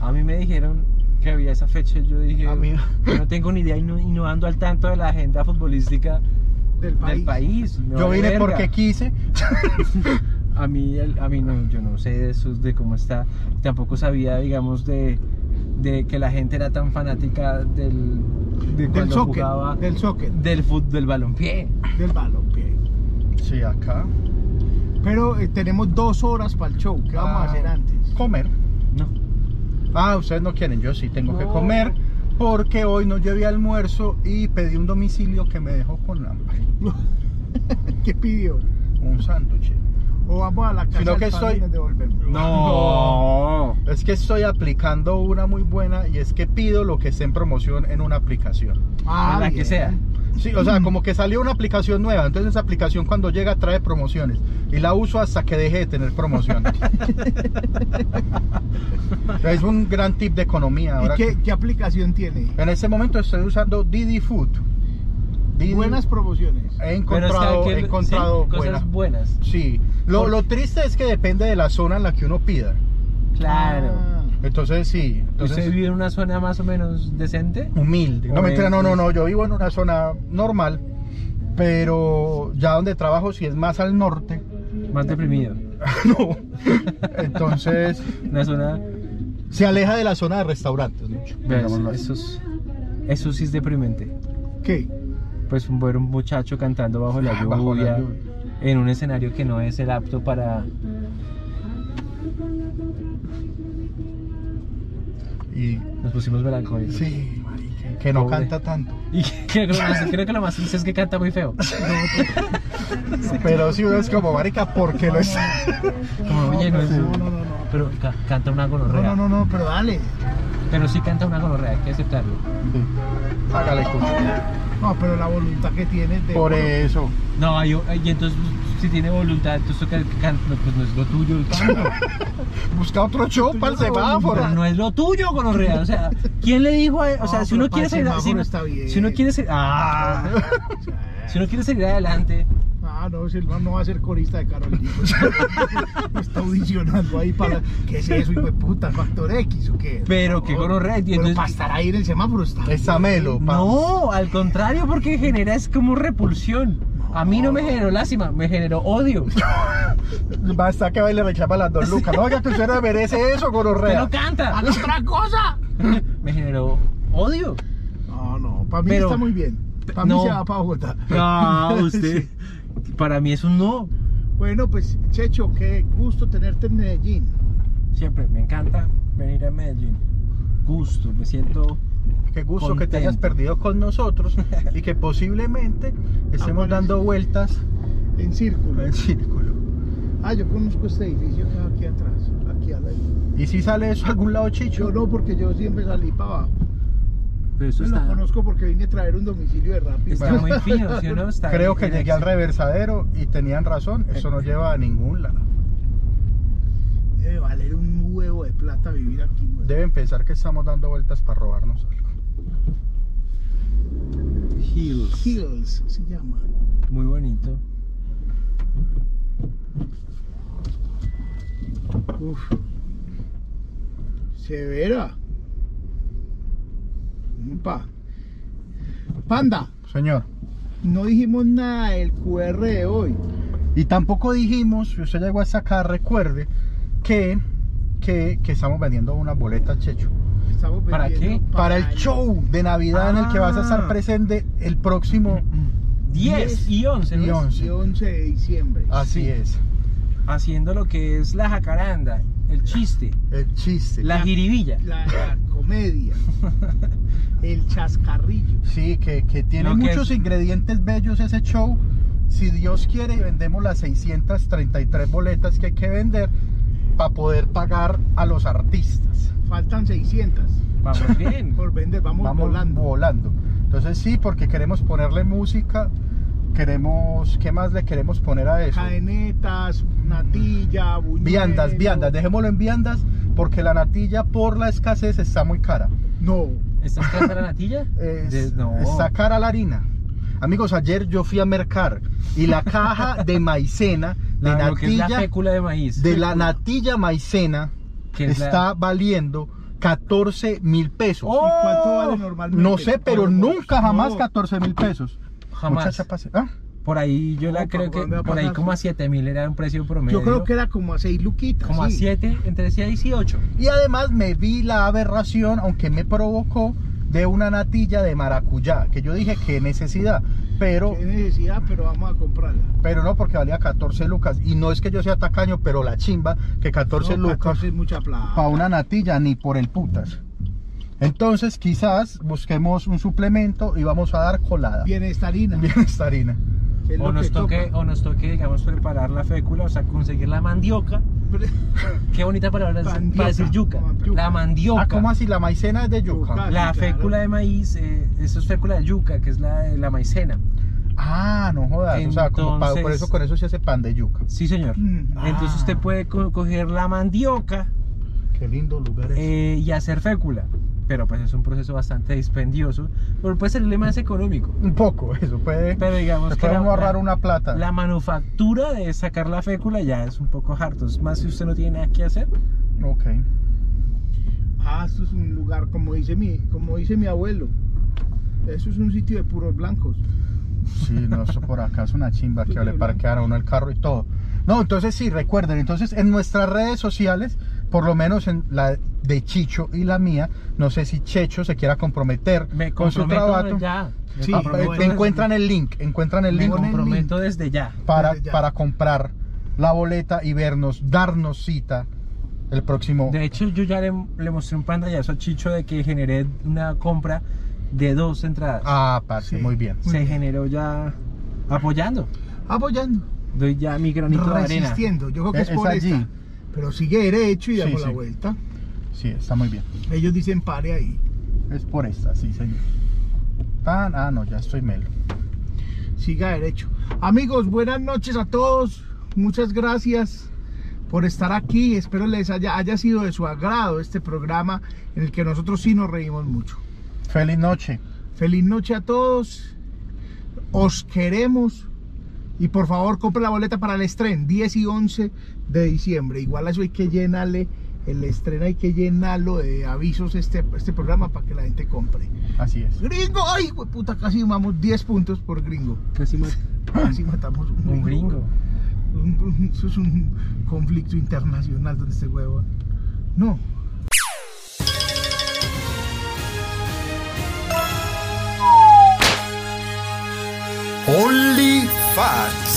Speaker 3: A mí me dijeron que había esa fecha y yo dije,
Speaker 2: A mí-
Speaker 3: "Yo no tengo ni idea y no, y no ando al tanto de la agenda futbolística
Speaker 1: Del país.
Speaker 3: del país. me
Speaker 2: Yo
Speaker 3: vale
Speaker 2: vine
Speaker 3: verga".
Speaker 2: porque quise.
Speaker 3: A mí, el- a mí no, yo no sé de eso, de cómo está. Tampoco sabía, digamos, de, de que la gente era tan fanática del, de
Speaker 1: Del
Speaker 3: cuando
Speaker 1: soccer.
Speaker 3: jugaba del,
Speaker 1: Del soccer.
Speaker 3: fut- del balompié.
Speaker 1: Del balompié.
Speaker 2: Sí, acá.
Speaker 1: Pero eh, tenemos dos horas para el show. ¿Qué vamos a
Speaker 2: Ah.
Speaker 1: hacer antes? (laughs)
Speaker 2: Comer.
Speaker 3: No.
Speaker 2: Ah, ustedes no quieren, yo sí tengo que
Speaker 3: No.
Speaker 2: comer porque hoy no llevé almuerzo y pedí un domicilio que me dejó con hambre.
Speaker 1: ¿Qué pidió?
Speaker 2: Un sándwich.
Speaker 1: O vamos a la casa
Speaker 2: Sino
Speaker 1: del
Speaker 2: que
Speaker 1: pan y
Speaker 2: estoy-
Speaker 1: nos devolvemos.
Speaker 2: No. Es que estoy aplicando una muy buena y es que pido lo que esté en promoción en una aplicación.
Speaker 1: Ah,
Speaker 3: en la que
Speaker 1: bien.
Speaker 3: sea.
Speaker 2: Sí, o
Speaker 3: Mm.
Speaker 2: sea, como que salió una aplicación nueva, entonces esa aplicación cuando llega trae promociones y la uso hasta que deje de tener
Speaker 3: (laughs)
Speaker 2: promociones. es un gran tip de economía.
Speaker 1: ¿Y
Speaker 2: Ahora
Speaker 1: qué, qué aplicación tiene?
Speaker 2: En este momento estoy usando Didi Food. Didi-
Speaker 1: Buenas promociones.
Speaker 2: He
Speaker 3: Pero es que hay
Speaker 2: encontrado,
Speaker 3: que-
Speaker 2: he
Speaker 3: sí,
Speaker 2: encontrado buena.
Speaker 3: cosas buenas.
Speaker 2: Sí. Lo,
Speaker 3: Por-
Speaker 2: lo triste es que depende de la zona en la que uno pida.
Speaker 3: Claro.
Speaker 1: Ah.
Speaker 2: Entonces, sí.
Speaker 3: ¿Usted
Speaker 2: Entonces,
Speaker 3: vive en una zona más o menos decente?
Speaker 2: humilde. No,
Speaker 3: Oye,
Speaker 2: mentira, no, no,
Speaker 3: pues-
Speaker 2: no. Yo vivo en una zona normal. Pero ya donde trabajo, si es más al norte.
Speaker 3: Más deprimido.
Speaker 2: (laughs) no. Entonces,
Speaker 3: Una zona.
Speaker 2: se aleja de la zona de restaurantes, Lucho.
Speaker 3: Vea,
Speaker 2: Digámoslo
Speaker 3: eso,
Speaker 2: así.
Speaker 3: eso es- eso sí es deprimente.
Speaker 1: ¿Qué?
Speaker 3: Pues un- ver un muchacho cantando bajo la
Speaker 2: Ah,
Speaker 3: lluvia,
Speaker 2: bajo la lluvia.
Speaker 3: en un escenario que no es el apto para.
Speaker 2: Y
Speaker 3: Nos pusimos melancólicos.
Speaker 2: sí, marica, que no
Speaker 3: Pobre.
Speaker 2: canta tanto.
Speaker 3: Y (laughs) creo que, lo más, creo que lo más triste es que canta muy feo.
Speaker 2: Pero si uno es como, marica, ¿por qué
Speaker 3: (laughs)
Speaker 2: lo está?
Speaker 3: Como, oye, no es-
Speaker 1: No, no, no, no.
Speaker 3: Pero ca- canta una
Speaker 1: No,
Speaker 3: gonorrea.
Speaker 1: no, no, no, pero dale.
Speaker 3: Pero sí canta una gonorrea, hay que aceptarlo.
Speaker 2: Sí. Hágale con.
Speaker 1: No, pero la voluntad que tienes de.
Speaker 2: Por eso.
Speaker 3: No, yo, y entonces, si tiene voluntad, entonces que can- no, pues no es lo tuyo el canto.
Speaker 2: Busca otro show
Speaker 1: Tú
Speaker 2: para el
Speaker 1: ya sabes,
Speaker 2: semáforo.
Speaker 3: Pero no es lo tuyo, gonorrea. O sea, ¿quién le dijo a él? O sea,
Speaker 1: No,
Speaker 3: si uno
Speaker 1: pero
Speaker 3: quiere
Speaker 1: para el
Speaker 3: salir si,
Speaker 1: semáforo
Speaker 3: uno-
Speaker 1: está bien.
Speaker 3: si uno quiere ser- ah, si uno quiere salir adelante,
Speaker 1: Ah, no, si el man no va a ser corista de Carol G, pues. (laughs) Está audicionando ahí para. ¿Qué es eso, hijo de puta? ¿Factor X o qué?
Speaker 3: pero qué
Speaker 1: No,
Speaker 3: gonorrea. y
Speaker 1: Pero
Speaker 3: entonces-
Speaker 1: para estar ahí en el semáforo está.
Speaker 2: Está melo, pa.
Speaker 3: no, al contrario, porque genera es como repulsión. A mí no me generó lástima, me generó odio.
Speaker 2: Basta que baile reclama las dos lucas. No, oiga, que usted no merece eso, gonorrea.
Speaker 3: Pero
Speaker 2: Ah,
Speaker 3: canta.
Speaker 1: otra cosa!
Speaker 3: (laughs) Me generó odio.
Speaker 1: No, no, para mí
Speaker 3: Pero-
Speaker 1: está muy bien. Para mí
Speaker 3: no.
Speaker 1: se va para Bogotá. Ah,
Speaker 3: No, usted.
Speaker 1: (laughs) Sí.
Speaker 3: Para mí es un no.
Speaker 1: Bueno, pues, Checho, qué gusto tenerte en Medellín.
Speaker 3: Siempre me encanta venir a Medellín. Gusto, me siento.
Speaker 2: Qué gusto que te
Speaker 3: Contento.
Speaker 2: hayas perdido con nosotros y que posiblemente estemos
Speaker 1: bueno,
Speaker 2: dando vueltas
Speaker 1: En círculo.
Speaker 2: en círculo.
Speaker 1: Ah, yo conozco este edificio que va aquí atrás, aquí a la
Speaker 2: ¿Y si sale eso a algún lado, Chicho?
Speaker 1: Yo no, porque yo siempre salí para abajo.
Speaker 3: Pero eso
Speaker 1: Yo
Speaker 3: está.
Speaker 1: lo conozco porque vine a traer un domicilio de rápido.
Speaker 3: Está muy fino, ¿sí o no? Está
Speaker 2: Creo que
Speaker 3: bien
Speaker 2: llegué al
Speaker 3: hecho.
Speaker 2: reversadero y tenían razón. Eso no lleva a ningún lado.
Speaker 1: (laughs) Debe valer un huevo de plata vivir aquí, güey.
Speaker 2: Deben pensar que estamos dando vueltas para robarnos algo.
Speaker 3: Hills.
Speaker 1: Hills se llama.
Speaker 3: Muy bonito.
Speaker 1: Uf. Severa. Upa. Panda,
Speaker 2: Señor.
Speaker 1: no dijimos nada del QR de hoy.
Speaker 2: Y tampoco dijimos, si usted llegó hasta acá, recuerde que, que, que estamos vendiendo unas boletas, Checho.
Speaker 1: Estamos
Speaker 3: ¿Para
Speaker 1: vendiendo
Speaker 3: qué?
Speaker 2: Para el show de Navidad en el que vas a estar
Speaker 3: Ah.
Speaker 2: presente el próximo.
Speaker 3: 10 y 11.
Speaker 2: y
Speaker 3: ¿no?
Speaker 2: 11.
Speaker 1: El 11 de diciembre.
Speaker 2: Así es.
Speaker 3: Haciendo lo que es la jacaranda, el chiste,
Speaker 2: El chiste.
Speaker 3: la jiribilla.
Speaker 1: La, la
Speaker 2: (laughs)
Speaker 1: comedia. el chascarrillo.
Speaker 2: Sí, que, que tiene
Speaker 3: Lo que
Speaker 2: muchos
Speaker 3: es-
Speaker 2: ingredientes bellos ese show. Si Dios quiere y vendemos las 633 boletas que hay que vender para poder pagar a los artistas.
Speaker 1: Faltan 600 (laughs)
Speaker 3: Vamos bien.
Speaker 1: por vender. Vamos,
Speaker 2: Vamos
Speaker 1: volando.
Speaker 2: volando. Entonces sí, porque queremos ponerle música queremos, ¿qué más le queremos poner a eso?
Speaker 1: Caenetas, natilla, buñuelos.
Speaker 2: Viandas, viandas, dejémoslo en viandas porque la natilla por la escasez está muy cara.
Speaker 1: No.
Speaker 3: ¿Estás casada la natilla?
Speaker 2: Es-
Speaker 3: De- no.
Speaker 2: Está cara la harina. Amigos, ayer yo fui a mercar y la caja de maicena, de
Speaker 3: La- lo que es la
Speaker 2: natilla,
Speaker 3: fécula de maíz.
Speaker 2: de la natilla maicena
Speaker 3: que es la-
Speaker 2: está valiendo 14 mil pesos.
Speaker 3: ¡Oh!
Speaker 1: ¿Y cuánto vale normalmente?
Speaker 2: No sé, pero
Speaker 1: Por-
Speaker 2: nunca jamás
Speaker 1: No.
Speaker 2: 14 mil pesos.
Speaker 3: Jamás.
Speaker 2: Muchacha, pase- ah,
Speaker 3: Por ahí yo la
Speaker 1: No,
Speaker 3: creo
Speaker 1: ¿por
Speaker 3: que
Speaker 1: dónde va a
Speaker 3: por ahí
Speaker 1: pasar?
Speaker 3: como a 7 mil era un precio promedio.
Speaker 1: Yo creo que era como a seis luquitas.
Speaker 3: como a
Speaker 1: sí.
Speaker 3: 7, entre 6 y 8.
Speaker 2: Y además me vi la aberración, aunque me provocó, de una natilla de maracuyá, que yo dije, qué necesidad. Pero,
Speaker 1: Qué necesidad, pero vamos a comprarla.
Speaker 2: pero no, porque valía 14 lucas. Y no es que yo sea tacaño, pero la chimba, que 14
Speaker 1: No,
Speaker 2: lucas
Speaker 1: 14 es mucha plata.
Speaker 2: para una natilla, ni por el putas. Entonces, quizás busquemos un suplemento y vamos a dar colada.
Speaker 1: Bienestarina.
Speaker 2: Bienestarina.
Speaker 1: que es
Speaker 3: O
Speaker 1: lo
Speaker 3: nos,
Speaker 1: que
Speaker 3: toque,
Speaker 1: toca.
Speaker 3: o nos toque, digamos, preparar la fécula, o sea, conseguir la mandioca. Qué bonita palabra es-
Speaker 1: Mandioca.
Speaker 3: para decir yuca.
Speaker 1: Mandioca.
Speaker 3: La mandioca.
Speaker 2: Ah, ¿cómo así? La maicena es de yuca.
Speaker 1: Yuca.
Speaker 3: La
Speaker 1: Sí, claro.
Speaker 3: fécula de maíz, eh, eso es fécula de yuca, que es la de la maicena.
Speaker 2: Ah, no jodas. O sea, como pa- por
Speaker 3: Entonces-
Speaker 2: eso con eso se hace pan de yuca.
Speaker 3: Sí, señor.
Speaker 1: Mm,
Speaker 3: Entonces
Speaker 2: ah.
Speaker 3: usted puede co- coger la mandioca
Speaker 2: Qué lindo lugar es.
Speaker 3: eh, y hacer fécula. Pero pues es un proceso bastante dispendioso, pero puede salirle más económico.
Speaker 2: Un poco, eso puede.
Speaker 3: Pero digamos
Speaker 2: se
Speaker 3: que
Speaker 2: puede
Speaker 3: la-
Speaker 2: uno ahorrar
Speaker 3: la-
Speaker 2: una plata.
Speaker 3: La manufactura de sacar la fécula ya es un poco harto. Es más si usted no tiene nada que hacer.
Speaker 2: Ok.
Speaker 1: (laughs) Ah, esto es un lugar, como dice mi, como dice mi abuelo. Eso es un sitio de puros blancos.
Speaker 2: Sí, no, eso por acá es una chimba que
Speaker 1: Tú
Speaker 2: le
Speaker 1: te
Speaker 2: parquearon uno el carro y todo. No, entonces sí, recuerden, entonces en nuestras redes sociales, por lo menos en la de Chicho y la mía, no sé si Checho se quiera comprometer
Speaker 3: Me
Speaker 2: con su
Speaker 3: comprometo
Speaker 2: trabajo.
Speaker 3: desde ya. Me
Speaker 1: Sí,
Speaker 2: Ah,
Speaker 3: comprometo
Speaker 2: eh,
Speaker 3: desde-
Speaker 2: encuentran el link, encuentran el
Speaker 3: me
Speaker 2: link
Speaker 3: comprometo desde ya.
Speaker 2: para,
Speaker 1: desde ya.
Speaker 2: para comprar la boleta y vernos, darnos cita el próximo.
Speaker 3: De hecho, yo ya le, le mostré un pantallazo a Chicho de que generé una compra de dos entradas.
Speaker 2: Ah, parce,
Speaker 1: Sí.
Speaker 2: muy bien.
Speaker 3: Se generó ya apoyando.
Speaker 1: Apoyando.
Speaker 3: Doy ya mi granito de arena.
Speaker 1: Resistiendo. Yo creo que
Speaker 2: Eh,
Speaker 1: es,
Speaker 2: es
Speaker 1: por
Speaker 2: allí.
Speaker 1: esta. Pero sigue derecho y
Speaker 2: Sí,
Speaker 1: damos la
Speaker 2: sí.
Speaker 1: vuelta.
Speaker 2: Sí, está muy bien.
Speaker 1: Ellos dicen pare ahí.
Speaker 2: Es por esta, sí, señor. Tan, ah, no, ya estoy melo.
Speaker 1: Siga derecho. Amigos, buenas noches a todos. Muchas gracias por estar aquí. Espero les haya, haya sido de su agrado este programa en el que nosotros sí nos reímos mucho.
Speaker 2: Feliz noche.
Speaker 1: Feliz noche a todos. Os queremos. Y por favor, compre la boleta para el estreno 10 y 11 de diciembre. Igual a eso hay que llenarle, el estreno hay que llenarlo de avisos este, este programa para que la gente compre.
Speaker 2: Así es.
Speaker 1: Gringo, ay, puta, casi sumamos 10 puntos por gringo.
Speaker 3: Casi mat-
Speaker 1: Casi matamos un,
Speaker 3: un gringo.
Speaker 1: Un- un- eso es un conflicto internacional donde este huevo. No,
Speaker 4: Only Fat.